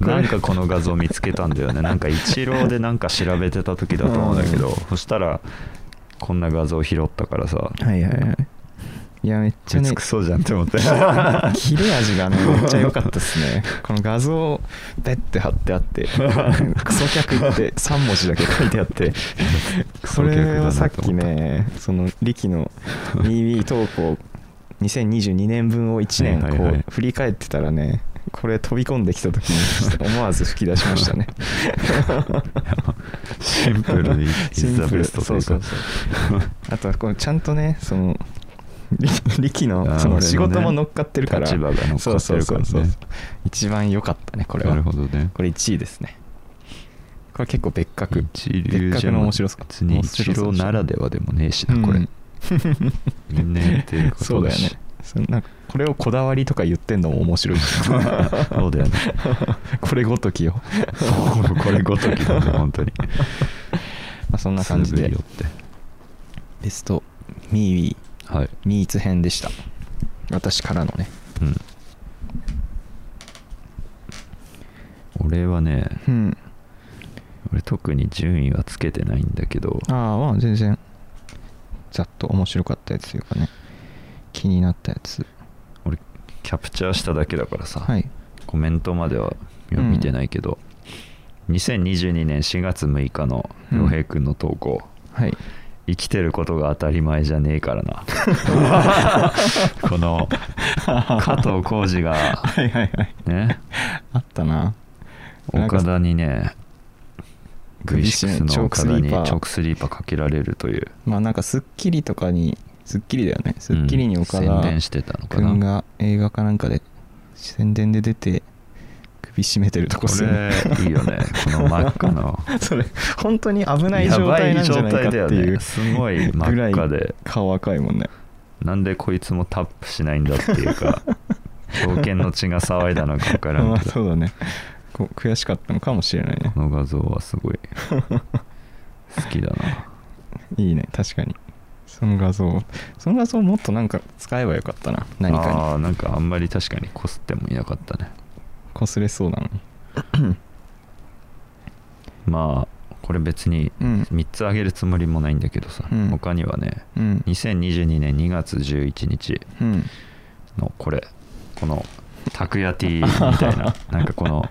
[SPEAKER 4] なんかこの画像見つけたんだよねなんかイチローでなんか調べてた時だと思うんだけど、そしたらこんな画像拾ったからさ
[SPEAKER 3] はいはいはいいやめっちゃ
[SPEAKER 4] め
[SPEAKER 3] ね
[SPEAKER 4] つくそうじゃんって 思ってあ
[SPEAKER 3] 切れ味がねめっちゃ良かったで すねこの画像ペッて貼ってあって「クソ客」って3文字だけ書いてあって
[SPEAKER 4] ク
[SPEAKER 3] そ
[SPEAKER 4] ソ客だなと思った
[SPEAKER 3] れはさっきねその力の MeWe 投稿2022年分を1年
[SPEAKER 4] はいはいは
[SPEAKER 3] こ
[SPEAKER 4] いう
[SPEAKER 3] 振り返ってたらねこれ飛び込んできた時に思わず吹き出しましたね
[SPEAKER 4] シンプル に is
[SPEAKER 3] シン
[SPEAKER 4] the
[SPEAKER 3] プル
[SPEAKER 4] best と
[SPEAKER 3] そう
[SPEAKER 4] い
[SPEAKER 3] そうう
[SPEAKER 4] か
[SPEAKER 3] あとはこうちゃんとねその力 力
[SPEAKER 4] あー
[SPEAKER 3] のそ
[SPEAKER 4] 俺
[SPEAKER 3] の
[SPEAKER 4] のね
[SPEAKER 3] 仕事も乗っかってるから
[SPEAKER 4] 立場が乗っかってるからね
[SPEAKER 3] そうそうそうそう一番良かったねこれは
[SPEAKER 4] なるほどね
[SPEAKER 3] これ1位ですねこれ結構別格
[SPEAKER 4] 一流
[SPEAKER 3] 別
[SPEAKER 4] じゃ
[SPEAKER 3] 格の
[SPEAKER 4] ん
[SPEAKER 3] 面白さ
[SPEAKER 4] 別にイチローならではでもねえしなこ れ、
[SPEAKER 3] うん
[SPEAKER 4] みんな言ってること
[SPEAKER 3] そうだよ
[SPEAKER 4] し
[SPEAKER 3] ねそのなんかこれをこだわりとか言ってんのも面白 い
[SPEAKER 4] そうだよね
[SPEAKER 3] これごときよ
[SPEAKER 4] そう これごときだね本 当に
[SPEAKER 3] まあそんな感じ
[SPEAKER 4] すぐ
[SPEAKER 3] で
[SPEAKER 4] よって
[SPEAKER 3] ベストミーウィー
[SPEAKER 4] はい、
[SPEAKER 3] ミーツ編でした私からのね
[SPEAKER 4] うん、俺はね
[SPEAKER 3] うん
[SPEAKER 4] 俺特に順位はつけてないんだけど
[SPEAKER 3] ああまあ全然ざっと面白かったやつというかね気になったやつ
[SPEAKER 4] 俺キャプチャーしただけだからさ、
[SPEAKER 3] はい
[SPEAKER 4] コメントまでは
[SPEAKER 3] うん
[SPEAKER 4] 見てないけど、2022年4月6日の
[SPEAKER 3] うん
[SPEAKER 4] 洋平君の投稿、
[SPEAKER 3] はい
[SPEAKER 4] 生きてることが当たり前じゃねえからな この加藤浩次が
[SPEAKER 3] はいはいはい
[SPEAKER 4] ね
[SPEAKER 3] あったななんか
[SPEAKER 4] 岡田にね
[SPEAKER 3] 首絞め
[SPEAKER 4] V6 の岡田に
[SPEAKER 3] チョークスリーパー
[SPEAKER 4] チョークスリーパーかけられるという
[SPEAKER 3] まあなんか『スッキリ』とかに『スッキリ』だよね『スッキリ』に岡
[SPEAKER 4] うん宣
[SPEAKER 3] 田
[SPEAKER 4] 伝してたのか
[SPEAKER 3] 君
[SPEAKER 4] な
[SPEAKER 3] が映画かなんかで宣伝で出て首絞めてるとこ
[SPEAKER 4] こ
[SPEAKER 3] っすよね
[SPEAKER 4] れいいよねこの真っ赤の
[SPEAKER 3] それ本当に危ない状態なんじゃないかって
[SPEAKER 4] やば
[SPEAKER 3] い
[SPEAKER 4] 状態だ
[SPEAKER 3] う
[SPEAKER 4] よねすごい真っ赤
[SPEAKER 3] ぐら
[SPEAKER 4] で
[SPEAKER 3] い顔赤いもんね
[SPEAKER 4] なんでこいつもタップしないんだっていう か狂犬の血が騒いだのか分から
[SPEAKER 3] ま
[SPEAKER 4] ん
[SPEAKER 3] あ
[SPEAKER 4] けど
[SPEAKER 3] そうだねこう悔しかったのかもしれないね
[SPEAKER 4] この画像はすごい好きだない
[SPEAKER 3] いね確かにその画像その画像もっとなんか使えばよかったな何か
[SPEAKER 4] あーなんかあんまり確かにこすってもいなかったね
[SPEAKER 3] にこすれそうなのに
[SPEAKER 4] まあこれ別に
[SPEAKER 3] うん
[SPEAKER 4] 3つあげるつもりもないんだけどさ、
[SPEAKER 3] うん
[SPEAKER 4] 他にはね
[SPEAKER 3] うん
[SPEAKER 4] 2022年2月11日
[SPEAKER 3] うん
[SPEAKER 4] のこれこのたくや T みたい ななんかこの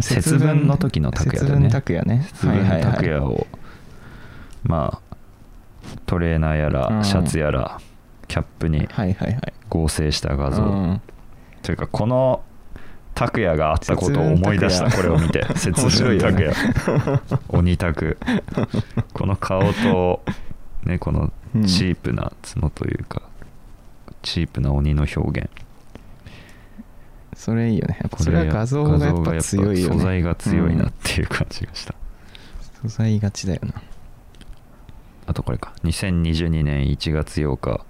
[SPEAKER 4] 節分の時の拓也だね
[SPEAKER 3] 節分拓也ね
[SPEAKER 4] 自分の拓也を、まあトレーナーや
[SPEAKER 3] う
[SPEAKER 4] ら
[SPEAKER 3] ん
[SPEAKER 4] シャツやらキャップに
[SPEAKER 3] はいはいはい
[SPEAKER 4] 合成した画像、
[SPEAKER 3] うん
[SPEAKER 4] というかこの拓也があったことを思い出した
[SPEAKER 3] 節
[SPEAKER 4] これを
[SPEAKER 3] 分
[SPEAKER 4] 見
[SPEAKER 3] 拓
[SPEAKER 4] て
[SPEAKER 3] 也
[SPEAKER 4] 節
[SPEAKER 3] 面白
[SPEAKER 4] 分
[SPEAKER 3] いよ
[SPEAKER 4] 拓
[SPEAKER 3] ね
[SPEAKER 4] 也、鬼拓この顔と、ね、この
[SPEAKER 3] うん
[SPEAKER 4] チープな角というか、チープな鬼の表現
[SPEAKER 3] それいいよねやっぱ
[SPEAKER 4] こ
[SPEAKER 3] それは画像がやっぱ強いよね
[SPEAKER 4] 素材が強いな
[SPEAKER 3] う
[SPEAKER 4] っ
[SPEAKER 3] ん
[SPEAKER 4] ていう感じがした、
[SPEAKER 3] 素材がちだよな
[SPEAKER 4] あとこれか2022年1月8日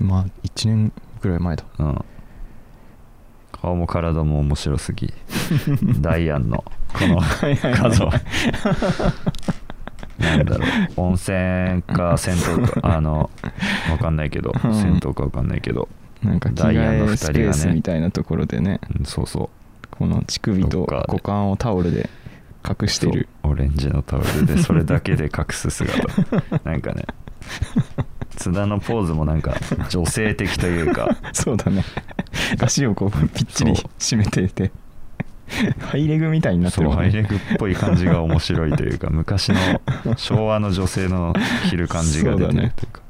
[SPEAKER 3] まあ1年ぐらい前だ
[SPEAKER 4] うん顔も体も面白す ぎダイアンのこ の
[SPEAKER 3] はいはいはい
[SPEAKER 4] 画 像なんだろう温泉か銭湯 かあのわかんないけど、
[SPEAKER 3] うん
[SPEAKER 4] 銭湯かわかんないけど、
[SPEAKER 3] なんか着
[SPEAKER 4] ダイアンの
[SPEAKER 3] 替
[SPEAKER 4] 二
[SPEAKER 3] え
[SPEAKER 4] 人
[SPEAKER 3] ス
[SPEAKER 4] がね
[SPEAKER 3] ペースみたいなところでね
[SPEAKER 4] うんそうそう
[SPEAKER 3] この乳首と
[SPEAKER 4] どっかで
[SPEAKER 3] 股間をタオルで隠してる
[SPEAKER 4] そうオレンジのタオル でそれだけで隠す姿なんかね津田のポーズもなんか女性的というか
[SPEAKER 3] そうだね足をこうぴっちり
[SPEAKER 4] そう
[SPEAKER 3] 締めていてハイレグみたいになって
[SPEAKER 4] そ
[SPEAKER 3] る
[SPEAKER 4] う
[SPEAKER 3] もん
[SPEAKER 4] ハ
[SPEAKER 3] ね
[SPEAKER 4] イレグっぽい感じが面白いというか昔の昭和の女性の着る感じが出てるというか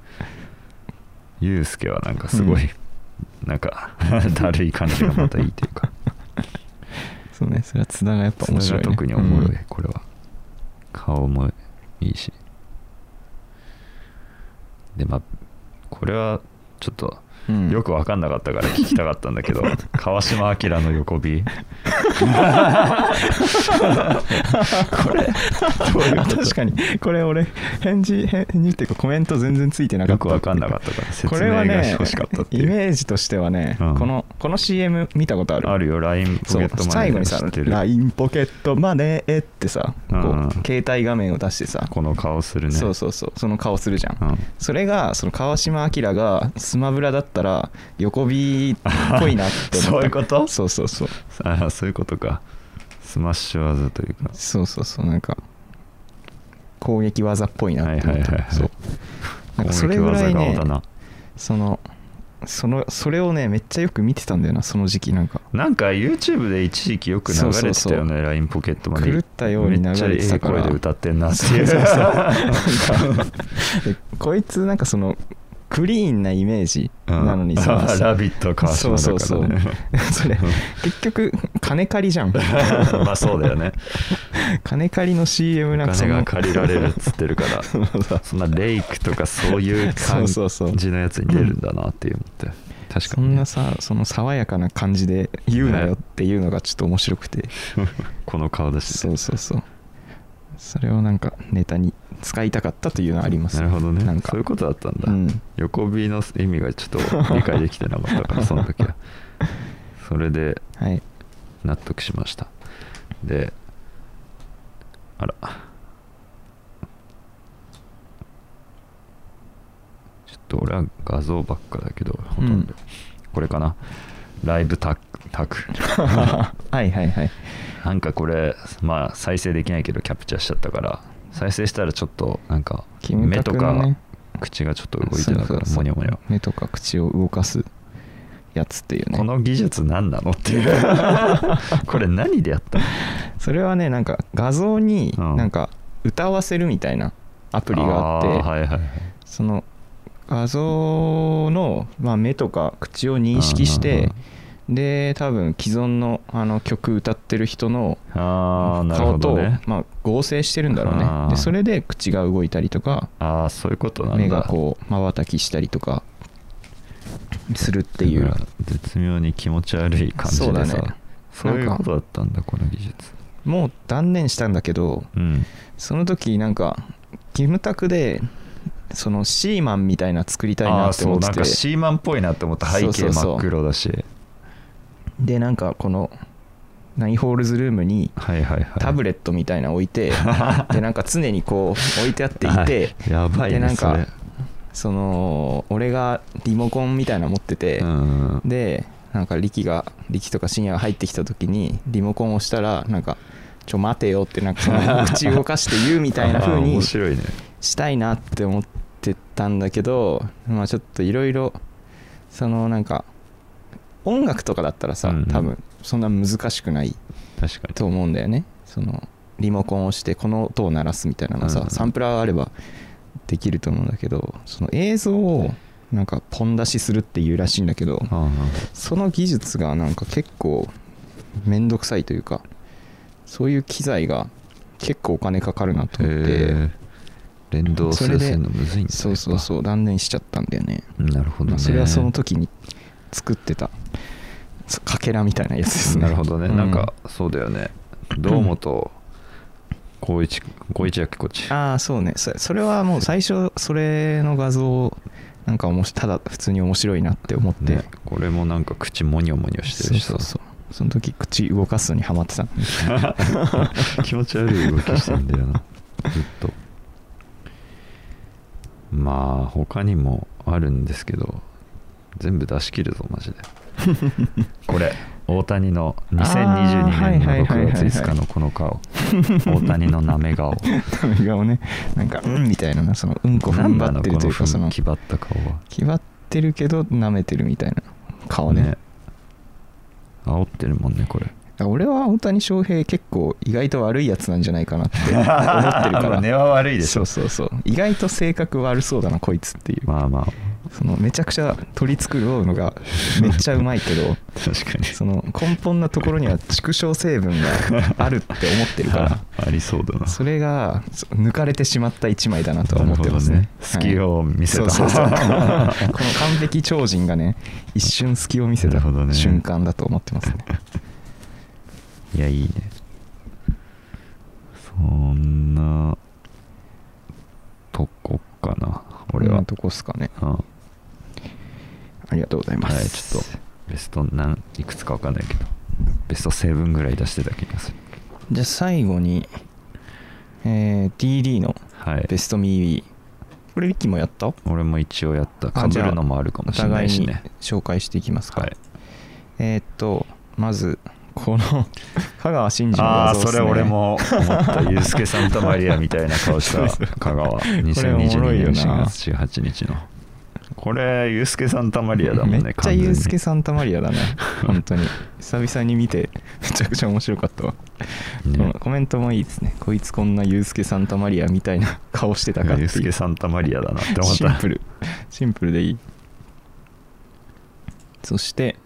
[SPEAKER 4] ユースケはなんかすごい、なんか だるい感じがまたいいというか
[SPEAKER 3] そうねそれは津田がやっぱ面
[SPEAKER 4] そ
[SPEAKER 3] 白い、
[SPEAKER 4] れ
[SPEAKER 3] ね、
[SPEAKER 4] が特におもろい、
[SPEAKER 3] うん
[SPEAKER 4] これは顔もいいしでまあこれはちょっと
[SPEAKER 3] うん
[SPEAKER 4] よく分かんなかったから聞きたかったんだ けど川島明の横火これどういう
[SPEAKER 3] あ
[SPEAKER 4] こと
[SPEAKER 3] 確かにこれ俺返事返返事っていうかコメント全然ついてなか
[SPEAKER 4] よ
[SPEAKER 3] った
[SPEAKER 4] く分かんなかったから説
[SPEAKER 3] これ
[SPEAKER 4] 明
[SPEAKER 3] は
[SPEAKER 4] が
[SPEAKER 3] ね
[SPEAKER 4] 欲しかったってい
[SPEAKER 3] イ
[SPEAKER 4] う、
[SPEAKER 3] メージとしてはね、
[SPEAKER 4] うん
[SPEAKER 3] このこの CM 見たことある
[SPEAKER 4] あるよ LINE ポ
[SPEAKER 3] そ
[SPEAKER 4] ケ
[SPEAKER 3] う
[SPEAKER 4] ットマネ
[SPEAKER 3] 最後
[SPEAKER 4] ー
[SPEAKER 3] に
[SPEAKER 4] 知
[SPEAKER 3] さ
[SPEAKER 4] っ
[SPEAKER 3] 「
[SPEAKER 4] てる
[SPEAKER 3] LINE ポケットマネー」ってさこう、
[SPEAKER 4] うん
[SPEAKER 3] 携帯画面を出してさ、
[SPEAKER 4] この顔するね
[SPEAKER 3] そうそうそうその顔するじゃん、
[SPEAKER 4] うん
[SPEAKER 3] それがその川島明がスマブラだったら横火っぽいなって思
[SPEAKER 4] そ
[SPEAKER 3] った
[SPEAKER 4] ういうこと
[SPEAKER 3] そうそうそう
[SPEAKER 4] ああそういうことかスマッシュ技というか
[SPEAKER 3] そうそうそうなんか攻撃技っぽいなって思
[SPEAKER 4] はいは
[SPEAKER 3] った、
[SPEAKER 4] いはいはい
[SPEAKER 3] そうなんかそれぐら
[SPEAKER 4] 攻
[SPEAKER 3] い
[SPEAKER 4] 撃
[SPEAKER 3] ね
[SPEAKER 4] 技顔だな
[SPEAKER 3] そのそのそれをねめっちゃよく見てたんだよなその時期なんか
[SPEAKER 4] なんか YouTube で一時期よく流
[SPEAKER 3] そ
[SPEAKER 4] れ
[SPEAKER 3] う
[SPEAKER 4] て
[SPEAKER 3] そ
[SPEAKER 4] た
[SPEAKER 3] う
[SPEAKER 4] よ
[SPEAKER 3] そう
[SPEAKER 4] ね LINE ポケットまで
[SPEAKER 3] 狂ったように流れてたから
[SPEAKER 4] めっちゃええ声で歌ってんなっていう
[SPEAKER 3] そうそうそうなんかでこいつなんかそのクリーンなイメージなのにさ、
[SPEAKER 4] うん ラビット川島だからね
[SPEAKER 3] そうそう そうそれ結局金借りじゃん
[SPEAKER 4] まあそうだよね
[SPEAKER 3] 金借りの CM
[SPEAKER 4] お
[SPEAKER 3] なんかそ
[SPEAKER 4] 金
[SPEAKER 3] の
[SPEAKER 4] が借りられるっつってるか
[SPEAKER 3] そうそ
[SPEAKER 4] ら
[SPEAKER 3] う
[SPEAKER 4] そんなレイクとかそういう感
[SPEAKER 3] そうそうそう
[SPEAKER 4] じのやつに出るんだなっていう思って確か
[SPEAKER 3] そ
[SPEAKER 4] に
[SPEAKER 3] ん
[SPEAKER 4] ね、
[SPEAKER 3] なさその爽やかな感じで言うなよっていうのがちょっと面白くて、
[SPEAKER 4] この顔だし、
[SPEAKER 3] そうそうそうそれをなんかネタに使いたかったというのはあります
[SPEAKER 4] なるほどね
[SPEAKER 3] なんか
[SPEAKER 4] そういうことだったんだ、
[SPEAKER 3] うん
[SPEAKER 4] 横火の意味がちょっと理解できてなかったからその時 はそれで
[SPEAKER 3] はい
[SPEAKER 4] 納得しましたであらちょっと俺は画像ばっかだけどほとんど、これかな
[SPEAKER 6] ライブタックタク
[SPEAKER 3] はいはいはい
[SPEAKER 6] なんかこれまあ再生できないけどキャプチャーしちゃったから再生したらちょっとなんか
[SPEAKER 3] キム
[SPEAKER 6] 目
[SPEAKER 3] タク
[SPEAKER 6] と
[SPEAKER 3] のね
[SPEAKER 6] か口がちょっと動いてな
[SPEAKER 3] そ
[SPEAKER 6] か
[SPEAKER 3] う
[SPEAKER 6] ら
[SPEAKER 3] そう
[SPEAKER 6] モニョモニョ
[SPEAKER 3] 目とか口を動かすやつっていうね
[SPEAKER 6] この技術何なのっ ていうこれ何でやったの
[SPEAKER 3] それはねなんか画像に
[SPEAKER 6] うん
[SPEAKER 3] なんか歌わせるみたいなアプリがあって、
[SPEAKER 6] ーはいはいはい
[SPEAKER 3] その画像の、まあ、目とか口を認識して、で多分既存のあの曲歌ってる人の
[SPEAKER 6] ああなる
[SPEAKER 3] 顔
[SPEAKER 6] ほど
[SPEAKER 3] と、
[SPEAKER 6] ね
[SPEAKER 3] まあ、合成してるんだろうね
[SPEAKER 6] あー
[SPEAKER 3] でそれで口が動いたりとか
[SPEAKER 6] ああそういうことなんだ
[SPEAKER 3] 目がこうまばたきしたりとかするってい
[SPEAKER 6] な
[SPEAKER 3] うん
[SPEAKER 6] か絶妙に気持ち悪い感じ
[SPEAKER 3] そうだね
[SPEAKER 6] でさそういう
[SPEAKER 3] なんか
[SPEAKER 6] ことだったんだこの技術
[SPEAKER 3] もう断念したんだけど
[SPEAKER 6] うん
[SPEAKER 3] その時なんかキムタクでそのシーマンみたいな作りたい
[SPEAKER 6] あ
[SPEAKER 3] な
[SPEAKER 6] あ
[SPEAKER 3] って
[SPEAKER 6] そ
[SPEAKER 3] 思
[SPEAKER 6] う
[SPEAKER 3] って
[SPEAKER 6] なん
[SPEAKER 3] て
[SPEAKER 6] かシーマンっぽいなって思った背
[SPEAKER 3] そ
[SPEAKER 6] 景
[SPEAKER 3] うそうそう
[SPEAKER 6] 真っ黒だし
[SPEAKER 3] でなんかこのナインホールズルームに
[SPEAKER 6] はいはいはい
[SPEAKER 3] タブ
[SPEAKER 6] レ
[SPEAKER 3] レットみたいなの置いて でなんか常にこう置いてあっていて
[SPEAKER 6] やばい
[SPEAKER 3] で
[SPEAKER 6] ね
[SPEAKER 3] なん
[SPEAKER 6] そ
[SPEAKER 3] か
[SPEAKER 6] れ
[SPEAKER 3] その俺がリモコンみたいなの持ってて、
[SPEAKER 6] うん
[SPEAKER 3] でなんか力が力とか深夜が入ってきた時にリモコンを押したらなんか「ちょ待てよ」ってなんかその口動かして言うみたいな風
[SPEAKER 6] あー
[SPEAKER 3] に
[SPEAKER 6] 面白いね
[SPEAKER 3] したいなって思ってたんだけどまあちょっといろいろそのなんか音楽とかだったらさ、
[SPEAKER 6] うんうん
[SPEAKER 3] 多分そんな難しくない
[SPEAKER 6] 確かに
[SPEAKER 3] と思うんだよねそのリモコンを押してこの音を鳴らすみたいなのさ、
[SPEAKER 6] うん
[SPEAKER 3] サンプラーがあればできると思うんだけどその映像をなんかポン出しするっていうらしいんだけど
[SPEAKER 6] あ
[SPEAKER 3] その技術がなんか結構めんどくさいというかそういう機材が結構お金かかるなと
[SPEAKER 6] あへ
[SPEAKER 3] 思って、
[SPEAKER 6] え連動する
[SPEAKER 3] それで
[SPEAKER 6] のむずいんだ
[SPEAKER 3] そうそう
[SPEAKER 6] う
[SPEAKER 3] そう断念しちゃったんだよね
[SPEAKER 6] なるほ
[SPEAKER 3] ま
[SPEAKER 6] ど
[SPEAKER 3] あ
[SPEAKER 6] ね
[SPEAKER 3] それはその時に作ってたそかけらみたいなやつですね
[SPEAKER 6] なるほどね
[SPEAKER 3] うん
[SPEAKER 6] なんかそうだよね堂本光一光一やっけこっち
[SPEAKER 3] ああそうねそそれはもう最初それの画像をなんかおもしただ普通に面白いなって思って、
[SPEAKER 6] ねこれもなんか口モニョモニョして
[SPEAKER 3] そう
[SPEAKER 6] るし
[SPEAKER 3] そ
[SPEAKER 6] さ
[SPEAKER 3] うそうその時口動かすのにハマってた
[SPEAKER 6] 気持ち悪い動きしてんだよなずっとまあ他にもあるんですけど全部出し切るぞ マジでこれ大谷の
[SPEAKER 3] あー
[SPEAKER 6] 2022
[SPEAKER 3] はい
[SPEAKER 6] 年
[SPEAKER 3] はい
[SPEAKER 6] の
[SPEAKER 3] はいはい
[SPEAKER 6] 6
[SPEAKER 3] はい
[SPEAKER 6] 月5日のこの顔大谷のなめ 顔
[SPEAKER 3] ダメ顔ねなんかうんみたいななそのうんこ踏ん張ってるというかそ
[SPEAKER 6] 何なのこの
[SPEAKER 3] の
[SPEAKER 6] 気張った顔は
[SPEAKER 3] 気張ってるけど舐めてるみたいな顔ね
[SPEAKER 6] 煽ってるもんね これ
[SPEAKER 3] 俺は大谷翔平結構意外と悪いやつなんじゃないかなって思ってるから
[SPEAKER 6] 根は悪いでし
[SPEAKER 3] そ
[SPEAKER 6] ょ
[SPEAKER 3] うそうそう意外と性格悪そうだなこいつっていう
[SPEAKER 6] まあまあ
[SPEAKER 3] そのめちゃくちゃ取り繕うのがめっちゃうまいけど
[SPEAKER 6] 確かに
[SPEAKER 3] その根本なところには畜生成分があるって思ってるか
[SPEAKER 6] ありそうだな
[SPEAKER 3] らそれがそ抜かれてしまった一枚だなとは思ってますね
[SPEAKER 6] なるほどね隙を見せた
[SPEAKER 3] そうそうそうこの完璧超人がね一瞬隙を見せ
[SPEAKER 6] な
[SPEAKER 3] た
[SPEAKER 6] るほどね
[SPEAKER 3] 瞬間だと思ってますね
[SPEAKER 6] いやいいねそんなとこかな 俺
[SPEAKER 3] こん
[SPEAKER 6] は
[SPEAKER 3] な、とこっすかね
[SPEAKER 6] うんは
[SPEAKER 3] ありがとうございま
[SPEAKER 6] い
[SPEAKER 3] す
[SPEAKER 6] ちょっとベスト何いくつかわかんないけどベスト7ぐらい出してた気がする
[SPEAKER 3] じゃあ最後に、えー DD の
[SPEAKER 6] はい
[SPEAKER 3] ベストミービーこれリッキーもやった
[SPEAKER 6] 俺も一応やったか
[SPEAKER 3] あ
[SPEAKER 6] ぶ
[SPEAKER 3] じゃあ
[SPEAKER 6] るのもあるか
[SPEAKER 3] お
[SPEAKER 6] もしれな
[SPEAKER 3] 互い
[SPEAKER 6] いし
[SPEAKER 3] に
[SPEAKER 6] ね
[SPEAKER 3] 紹介していきますか、
[SPEAKER 6] はい
[SPEAKER 3] えーっとまずこの 香川真司の
[SPEAKER 6] あ
[SPEAKER 3] 画
[SPEAKER 6] あ
[SPEAKER 3] 像っす、ね、
[SPEAKER 6] それ俺も思ったユースケ・サンタマリアみたいな顔した香 川
[SPEAKER 3] おもろいよ
[SPEAKER 6] 2022
[SPEAKER 3] な
[SPEAKER 6] 年4月18日のこれユースケ・サンタマリアだもんね
[SPEAKER 3] めっちゃユースケ・サンタマリアだ ね本当に久々に見てめちゃくちゃ面白かったわ、
[SPEAKER 6] ね
[SPEAKER 3] このコメントもいいですねこいつこんなユースケ・サンタマリアみたいな 顔してたかって
[SPEAKER 6] ユ
[SPEAKER 3] いう
[SPEAKER 6] ースケ・サンタマリアだなって思っ
[SPEAKER 3] シン
[SPEAKER 6] た
[SPEAKER 3] プルシンプルでいいそして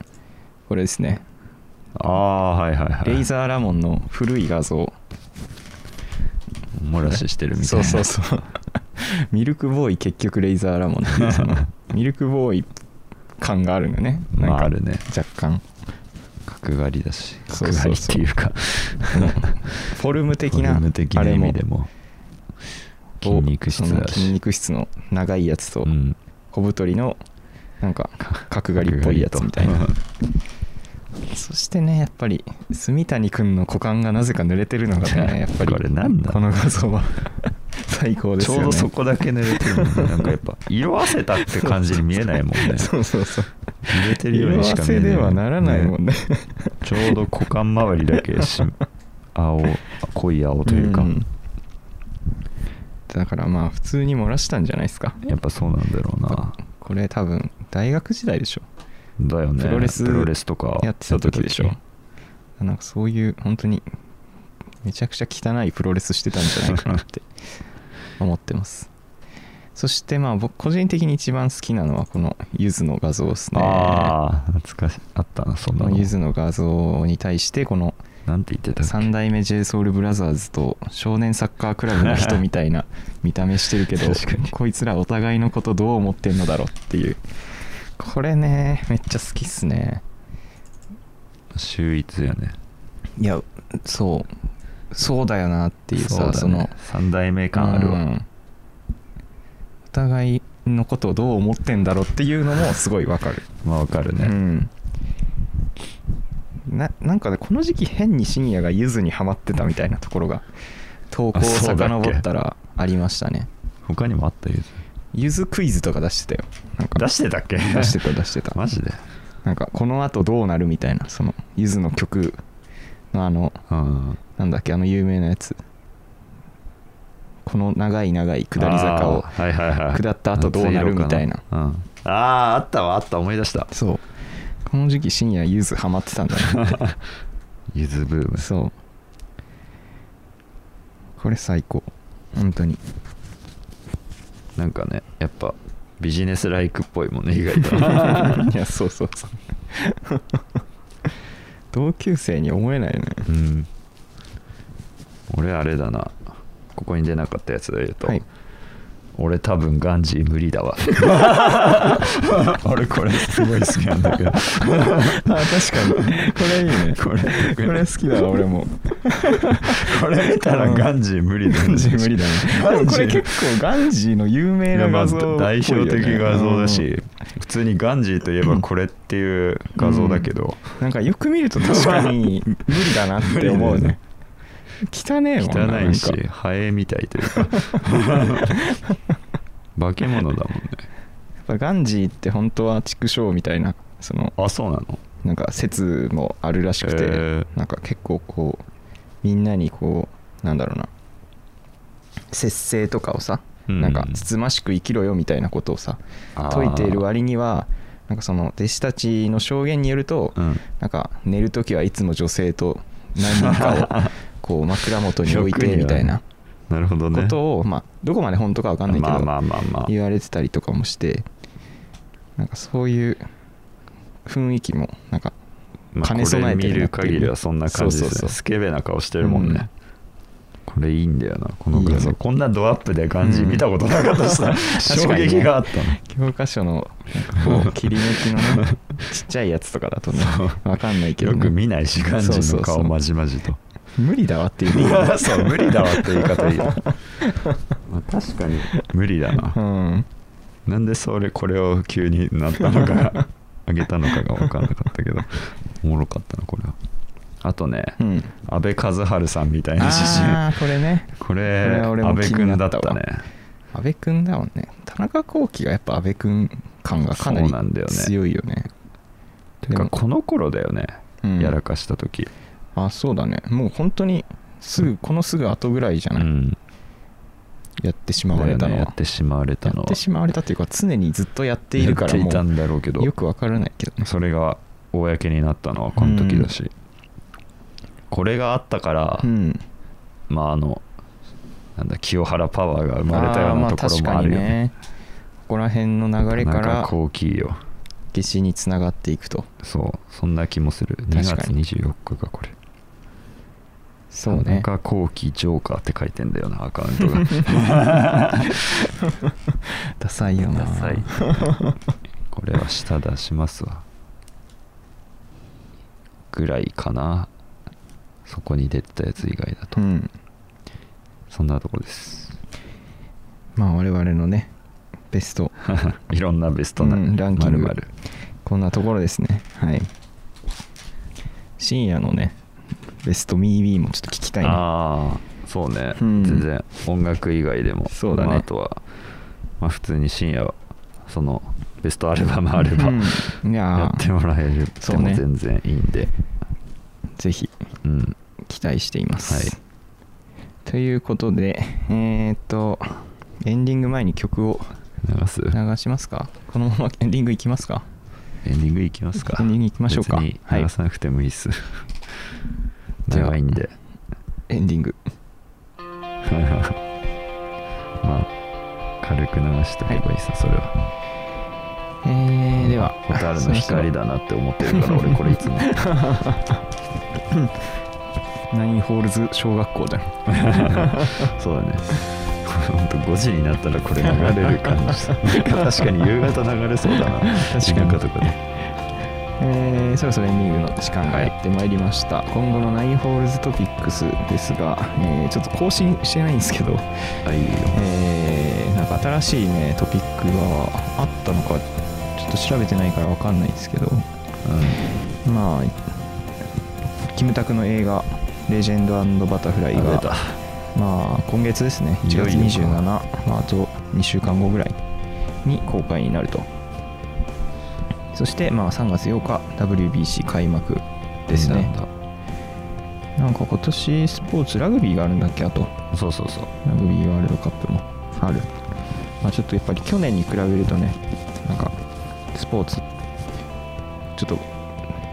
[SPEAKER 3] これですね
[SPEAKER 6] ああはいはいはい
[SPEAKER 3] レイザーラモンの古い画像
[SPEAKER 6] 漏らししてるみたい
[SPEAKER 3] そう
[SPEAKER 6] な
[SPEAKER 3] そうそう ミルクボーイ結局レイザーラモンっていうそ のミルクボーイ感があるのねなんか、
[SPEAKER 6] まああるね
[SPEAKER 3] 若干
[SPEAKER 6] 角刈りだし
[SPEAKER 3] そう
[SPEAKER 6] 角
[SPEAKER 3] そ
[SPEAKER 6] 刈
[SPEAKER 3] う
[SPEAKER 6] り
[SPEAKER 3] そ
[SPEAKER 6] っ
[SPEAKER 3] う
[SPEAKER 6] てい うか
[SPEAKER 3] フォルム的
[SPEAKER 6] フォ
[SPEAKER 3] な
[SPEAKER 6] ルム的な意味でも筋肉質
[SPEAKER 3] その
[SPEAKER 6] だ
[SPEAKER 3] 筋
[SPEAKER 6] し
[SPEAKER 3] 肉質の長いやつと
[SPEAKER 6] うん
[SPEAKER 3] 小太りのなんか角刈りっぽいやつみたいな
[SPEAKER 6] 角刈りと
[SPEAKER 3] そしてねやっぱり住谷君の股間がなぜか濡れてるのが ねやっぱり
[SPEAKER 6] これなんだ
[SPEAKER 3] この画 像は最高ですよ
[SPEAKER 6] ちょう
[SPEAKER 3] ね
[SPEAKER 6] どそこだけ濡れてるもんねなんかやっぱ色あせたって感じに見えないもん ね
[SPEAKER 3] そうそうそう
[SPEAKER 6] 入れてるよう
[SPEAKER 3] 色
[SPEAKER 6] にしか
[SPEAKER 3] あ
[SPEAKER 6] 見え
[SPEAKER 3] せ
[SPEAKER 6] ない
[SPEAKER 3] ではならないもんね
[SPEAKER 6] ちょうど股間周りだけし青濃い青という か、
[SPEAKER 3] んだからまあ普通に漏らしたんじゃないですか
[SPEAKER 6] やっぱそうなんだろうな
[SPEAKER 3] これ多分大学時代でしょ
[SPEAKER 6] だよね
[SPEAKER 3] プロレス
[SPEAKER 6] とか
[SPEAKER 3] やってた時でしょなんかそういう本当にめちゃくちゃ汚いプロレスしてたんじゃないかなって 思ってますそしてまあ僕個人的に一番好きなのはこのゆずの画像ですね
[SPEAKER 6] ああ懐かしいあったなそんな
[SPEAKER 3] この
[SPEAKER 6] の
[SPEAKER 3] ゆずの画像に対してこの
[SPEAKER 6] なんて言ってたっ
[SPEAKER 3] 三代目 j s o u l b r o t h e r s と少年サッカークラブの人みた いな見た目してるけど
[SPEAKER 6] 確かに
[SPEAKER 3] こいつらお互いのことどう思ってんのだろうっていうこれねめっちゃ好きっすね
[SPEAKER 6] け秀逸やね
[SPEAKER 3] いやそうそうだよなっていうさそ
[SPEAKER 6] だね
[SPEAKER 3] の
[SPEAKER 6] 三代目感ある
[SPEAKER 3] う
[SPEAKER 6] わ
[SPEAKER 3] んお互いのことをどう思ってんだろうっていうのもすごいわかる、
[SPEAKER 6] まあわかる
[SPEAKER 3] う
[SPEAKER 6] ね
[SPEAKER 3] んななんかねこの時期変に深夜がゆずにはまってたみたいなところが投稿を
[SPEAKER 6] あそうだっけ
[SPEAKER 3] 遡ったらありましたね
[SPEAKER 6] 他にもあったゆず
[SPEAKER 3] ゆずクイズとか出してたよなんか
[SPEAKER 6] 出してたっけ
[SPEAKER 3] 出してた出 してた
[SPEAKER 6] マジで
[SPEAKER 3] なんかこのあとどうなるみたいなそのゆずの曲のあの
[SPEAKER 6] うん
[SPEAKER 3] なんだっけあの有名なやつこの長い長い下り坂を
[SPEAKER 6] あーはいはいはい
[SPEAKER 3] 下った後どうなる
[SPEAKER 6] 夏色か
[SPEAKER 3] みたいな
[SPEAKER 6] うんあああったわあった思い出した
[SPEAKER 3] そうこの時期深夜ゆずハマってたんだな
[SPEAKER 6] ゆずブーム
[SPEAKER 3] そうこれ最高本 当に
[SPEAKER 6] なんかねやっぱビジネスライクっぽいもんね意外 と
[SPEAKER 3] いやそうそうそう同級生に思えないよね
[SPEAKER 6] うん俺あれだなここに出なかったやつで言うと、
[SPEAKER 3] はい
[SPEAKER 6] 俺多分ガンジー無理だわ 俺これすごい好きなんだけど
[SPEAKER 3] あ確かにこれいいね これこれ好き だわ俺も
[SPEAKER 6] これ見たらガンジー無理だ
[SPEAKER 3] ガ
[SPEAKER 6] よ
[SPEAKER 3] ンジー無理だねでもこれ
[SPEAKER 6] ガンジー
[SPEAKER 3] 結構ガンジーの有名ない
[SPEAKER 6] やま
[SPEAKER 3] 画
[SPEAKER 6] あ
[SPEAKER 3] 像っぽいよね、
[SPEAKER 6] 代表的画像だ
[SPEAKER 3] うん
[SPEAKER 6] し普通にガンジーといえばこれっていう画像だけど、
[SPEAKER 3] なんかよく見ると確かに 無理だなって思うね汚ねえもんな
[SPEAKER 6] 汚いし
[SPEAKER 3] なんか
[SPEAKER 6] ハエみたいと いうか化け物だもんね
[SPEAKER 3] やっぱガンジーって本当は畜生みたいなその
[SPEAKER 6] あそうなの
[SPEAKER 3] なんか説もあるらしくて、
[SPEAKER 6] へえ
[SPEAKER 3] なんか結構こうみんなにこうなんだろうな節制とかをさ、
[SPEAKER 6] うん
[SPEAKER 3] なんかつつましく生きろよみたいなことをさ
[SPEAKER 6] あー
[SPEAKER 3] 説いている割にはなんかその弟子たちの証言によると、
[SPEAKER 6] うん
[SPEAKER 3] なんか寝る時はいつも女性と何人かを こう枕元に置い
[SPEAKER 6] よく
[SPEAKER 3] て
[SPEAKER 6] 言う
[SPEAKER 3] みたいな
[SPEAKER 6] なるほど
[SPEAKER 3] こ
[SPEAKER 6] ね
[SPEAKER 3] とを、まあ、どこまで本当かわかんないけど、
[SPEAKER 6] まあまあまあまあ
[SPEAKER 3] 言われてたりとかもしてなんかそういう雰囲気もなんか
[SPEAKER 6] まあ
[SPEAKER 3] 兼ね備えてるなって
[SPEAKER 6] こ
[SPEAKER 3] いう
[SPEAKER 6] れ見る限りはそんな感じです
[SPEAKER 3] そう
[SPEAKER 6] ね
[SPEAKER 3] そうそう
[SPEAKER 6] スケベな顔してるもんね、これいいんだよなこの
[SPEAKER 3] いい
[SPEAKER 6] 画
[SPEAKER 3] よ
[SPEAKER 6] 像
[SPEAKER 3] ね
[SPEAKER 6] こんなドアップで感じ
[SPEAKER 3] うん
[SPEAKER 6] 見たことなかったしさ、衝
[SPEAKER 3] 確かにね
[SPEAKER 6] 撃があったの
[SPEAKER 3] 教科書のなんかこう切り抜きの ね ちっちゃいやつとかだとねわかんないけど
[SPEAKER 6] よ
[SPEAKER 3] ね、
[SPEAKER 6] く見ないし感
[SPEAKER 3] そう
[SPEAKER 6] じ
[SPEAKER 3] そ
[SPEAKER 6] の
[SPEAKER 3] うそう
[SPEAKER 6] 顔まじまじと
[SPEAKER 3] 無理だわっていうね
[SPEAKER 6] そう無理だわって言い方いいよまあ確かに無理だ
[SPEAKER 3] う
[SPEAKER 6] なんなんでそれこれを急になった のかあげたのかが分かんなかったけどおもろかったなこれはあとね、
[SPEAKER 3] うん
[SPEAKER 6] 安倍和治さんみたいな写真
[SPEAKER 3] あーこれね
[SPEAKER 6] これ
[SPEAKER 3] これは俺も
[SPEAKER 6] 安倍君だっ
[SPEAKER 3] 気
[SPEAKER 6] た
[SPEAKER 3] に
[SPEAKER 6] ね
[SPEAKER 3] なっ安倍君だもんね田中幸喜がやっぱ安倍君感がかな
[SPEAKER 6] そ
[SPEAKER 3] り
[SPEAKER 6] うなんだよね
[SPEAKER 3] 強いよね
[SPEAKER 6] てか
[SPEAKER 3] でも
[SPEAKER 6] この頃だよね、
[SPEAKER 3] うん
[SPEAKER 6] やらかした時、
[SPEAKER 3] あそうだねもう本当にすぐこのすぐ後ぐらいじゃ
[SPEAKER 6] う
[SPEAKER 3] ない、
[SPEAKER 6] ん
[SPEAKER 3] やってし
[SPEAKER 6] だ
[SPEAKER 3] ま
[SPEAKER 6] よ
[SPEAKER 3] われたの
[SPEAKER 6] ね
[SPEAKER 3] は、
[SPEAKER 6] やってしまわれた
[SPEAKER 3] や
[SPEAKER 6] のは
[SPEAKER 3] ってしまわれたっていうか常にずっとやっているから
[SPEAKER 6] やっていた
[SPEAKER 3] も
[SPEAKER 6] んだろうけど
[SPEAKER 3] うよくわからないけどね
[SPEAKER 6] それが公になったのはこの時だし、これがあったから、
[SPEAKER 3] うん
[SPEAKER 6] まああのなんだ清原パワーが生まれたよう
[SPEAKER 3] ーま
[SPEAKER 6] なところもあ
[SPEAKER 3] 確か
[SPEAKER 6] る
[SPEAKER 3] に
[SPEAKER 6] よね
[SPEAKER 3] ねここら辺の流れか
[SPEAKER 6] なん
[SPEAKER 3] ら
[SPEAKER 6] か高貴よ
[SPEAKER 3] 夏至につながっていくと
[SPEAKER 6] そうそんな気もする2
[SPEAKER 3] かに
[SPEAKER 6] 月24日がこれ
[SPEAKER 3] そう
[SPEAKER 6] 田
[SPEAKER 3] ね
[SPEAKER 6] 中幸喜ジョーカーって書いてんだよなアカウントが
[SPEAKER 3] ダサいよな
[SPEAKER 6] ダサいこれは舌出しますわぐらいかなそこに出てたやつ以外だと、
[SPEAKER 3] うん
[SPEAKER 6] そんなとこです
[SPEAKER 3] まあ我々のねベスト
[SPEAKER 6] いろんなベストな、
[SPEAKER 3] うんランキング
[SPEAKER 6] まる
[SPEAKER 3] こんなところですねはい深夜のねベストミービーもちょっと聞きたいな
[SPEAKER 6] ああそうね、
[SPEAKER 3] うん
[SPEAKER 6] 全然音楽以外でも
[SPEAKER 3] そうだね
[SPEAKER 6] まあ、あとは、まあ、普通に深夜はそのベストアルバムあれば、
[SPEAKER 3] うん、い
[SPEAKER 6] や
[SPEAKER 3] や
[SPEAKER 6] ってもらえる
[SPEAKER 3] そ
[SPEAKER 6] で
[SPEAKER 3] うね
[SPEAKER 6] も全然いいんで
[SPEAKER 3] ーぜひ
[SPEAKER 6] うん
[SPEAKER 3] 期待しています、
[SPEAKER 6] はい
[SPEAKER 3] ということでえーっとエンディング前に曲を
[SPEAKER 6] 流す
[SPEAKER 3] 流しますかこのま まエンディングいきますか
[SPEAKER 6] エンディングいきますか
[SPEAKER 3] エンディングいきましょうか
[SPEAKER 6] 別に流さなくてもいいっす、
[SPEAKER 3] じゃあ
[SPEAKER 6] 長いんで
[SPEAKER 3] エンディング
[SPEAKER 6] まあ軽く流しておけばいいさ、それは
[SPEAKER 3] えー、では
[SPEAKER 6] 蛍の光だなって思ってるから俺これいつも
[SPEAKER 3] ナインホールズ小学校だ
[SPEAKER 6] そうだね ほんと5時になったらこれ流れる感じ確かに夕方流れそうだな
[SPEAKER 3] 確かに
[SPEAKER 6] とかね
[SPEAKER 3] えーそろそろエンディングの時間がやってまいりました、今後のナインホールズトピックスですが、えーちょっと更新してないんですけど、
[SPEAKER 6] はいいよ
[SPEAKER 3] えーなんか新しいねトピックがあったのかちょっと調べてないから分かんないんですけどまあキムタクの映画「レジェンドバタフライ
[SPEAKER 6] うん、
[SPEAKER 3] が
[SPEAKER 6] あ出た
[SPEAKER 3] まあ今月ですね1月
[SPEAKER 6] いよい
[SPEAKER 3] 27
[SPEAKER 6] よか
[SPEAKER 3] まあ、あと2週間後ぐらいに公開になるとそしてまあ3月8日 WBC 開幕ですねなんか今年スポーツラグビーがあるんだっけあと
[SPEAKER 6] そうそうそう
[SPEAKER 3] ラグビーワールドカップもある、まあ、ちょっとやっぱり去年に比べるとねなんかスポーツちょっと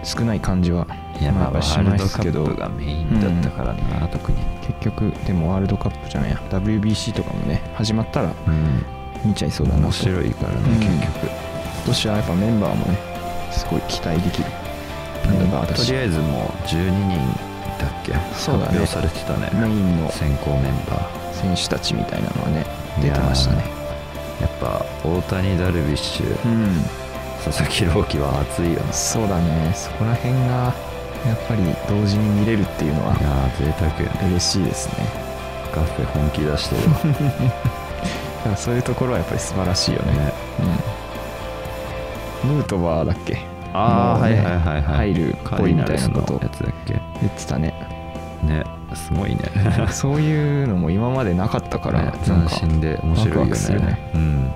[SPEAKER 3] 少ない感じはい
[SPEAKER 6] やまあ
[SPEAKER 3] ま
[SPEAKER 6] ワ
[SPEAKER 3] あし
[SPEAKER 6] ー
[SPEAKER 3] ま
[SPEAKER 6] ルド
[SPEAKER 3] す
[SPEAKER 6] カ
[SPEAKER 3] け
[SPEAKER 6] ッ
[SPEAKER 3] ど
[SPEAKER 6] プがメインだったからな、特に
[SPEAKER 3] 結局でもワールドカップじゃないや WBC とかもね始まったら
[SPEAKER 6] うん
[SPEAKER 3] 見ちゃいそうだな
[SPEAKER 6] 面
[SPEAKER 3] と今
[SPEAKER 6] 白いからね、
[SPEAKER 3] うん
[SPEAKER 6] 結局
[SPEAKER 3] 年はやっぱメンバーもねすごい期待できるメンバーだ
[SPEAKER 6] と
[SPEAKER 3] し
[SPEAKER 6] りあえずもう12人だっけ
[SPEAKER 3] そうだね
[SPEAKER 6] 発表されてたね
[SPEAKER 3] メインの
[SPEAKER 6] 選考メンバ
[SPEAKER 3] 選手たちみたいなのはね
[SPEAKER 6] ー
[SPEAKER 3] 出てましたね
[SPEAKER 6] いやーやっぱ大谷ダルビッシュ
[SPEAKER 3] うん
[SPEAKER 6] 佐々木朗希は熱いよね
[SPEAKER 3] そうだねそこら辺がやっぱり同時に見れるっていうのはい
[SPEAKER 6] やー贅沢よね
[SPEAKER 3] 嬉しいですね
[SPEAKER 6] カフェ本気出してるわね
[SPEAKER 3] だからそういうところはやっぱり素晴らしいよねうん、ヌートバーだっけ
[SPEAKER 6] ああ、
[SPEAKER 3] もう
[SPEAKER 6] はい
[SPEAKER 3] ね
[SPEAKER 6] はいはいはい
[SPEAKER 3] 入るっぽいみたいなこと
[SPEAKER 6] カーディナルスのやつだっ
[SPEAKER 3] 言ってたね
[SPEAKER 6] けねす ごいね
[SPEAKER 3] そういうのも今までなかったから、
[SPEAKER 6] ね
[SPEAKER 3] なん
[SPEAKER 6] 斬
[SPEAKER 3] か
[SPEAKER 6] 新で面白い
[SPEAKER 3] ワ
[SPEAKER 6] よね
[SPEAKER 3] クワクするね
[SPEAKER 6] うん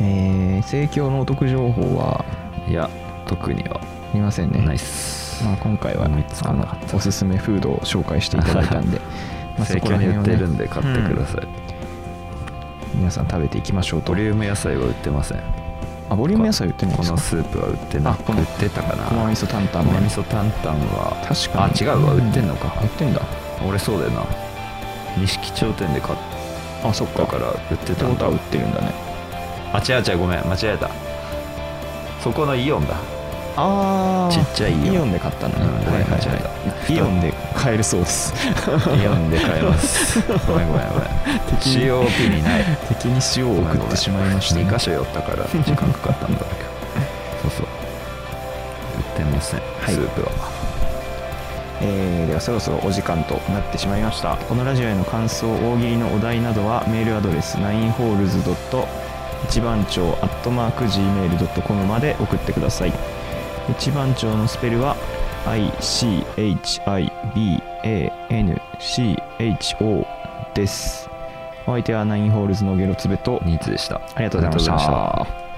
[SPEAKER 3] えー盛況のお得情報はい
[SPEAKER 6] や特には
[SPEAKER 3] ありませんね
[SPEAKER 6] ないっす、
[SPEAKER 3] まあ、今回は
[SPEAKER 6] 見つ
[SPEAKER 3] あ
[SPEAKER 6] かんなかっ
[SPEAKER 3] のおすすめフードを紹介していただいた んでまあそ
[SPEAKER 6] 盛
[SPEAKER 3] こら
[SPEAKER 6] 況に
[SPEAKER 3] 辺
[SPEAKER 6] 売
[SPEAKER 3] を
[SPEAKER 6] ってるん
[SPEAKER 3] ね
[SPEAKER 6] で買ってください、
[SPEAKER 3] 皆さん食べていきましょうと
[SPEAKER 6] ボリューム野菜は売ってません
[SPEAKER 3] あボリューム野菜売ってるん
[SPEAKER 6] こ
[SPEAKER 3] です
[SPEAKER 6] の
[SPEAKER 3] か
[SPEAKER 6] スープは売ってな
[SPEAKER 3] あこの
[SPEAKER 6] 売ってたかな
[SPEAKER 3] ごま味噌担々
[SPEAKER 6] ごま
[SPEAKER 3] 麺
[SPEAKER 6] 味噌担々は
[SPEAKER 3] 確かに
[SPEAKER 6] あ違うわ売ってんのか
[SPEAKER 3] 売ってんだ
[SPEAKER 6] 俺そうだよな錦町店で買っ
[SPEAKER 3] あそったか
[SPEAKER 6] から売って
[SPEAKER 3] って
[SPEAKER 6] た
[SPEAKER 3] こ
[SPEAKER 6] ん
[SPEAKER 3] と
[SPEAKER 6] だ
[SPEAKER 3] は売ってるんだね
[SPEAKER 6] あ違う違うごめん間違えたそこのイオンだ
[SPEAKER 3] あ
[SPEAKER 6] ちっちゃいイオン
[SPEAKER 3] イオンで買ったんだね、
[SPEAKER 6] うん
[SPEAKER 3] はいはい
[SPEAKER 6] 間
[SPEAKER 3] は
[SPEAKER 6] 違え
[SPEAKER 3] い
[SPEAKER 6] た
[SPEAKER 3] イオンで買えるそうです
[SPEAKER 6] イオンで買えますごめんごめんごめん COP にない
[SPEAKER 3] 敵に塩を送ってしまいました、ね、
[SPEAKER 6] 2箇所寄ったから時間かかったんだけどそうそう売ってません、
[SPEAKER 3] い
[SPEAKER 6] スープは
[SPEAKER 3] えーではそろそろお時間となってしまいましたこのラジオへの感想大喜利のお題などはメールアドレス 9holes. 一番町 gmail.com まで送ってください一番町のスペルは ICHIBANCHO ですお相手はナインホールズのゲロツベと
[SPEAKER 6] ニーツでした
[SPEAKER 3] ありがとうございまし
[SPEAKER 6] ありがとうございました
[SPEAKER 3] た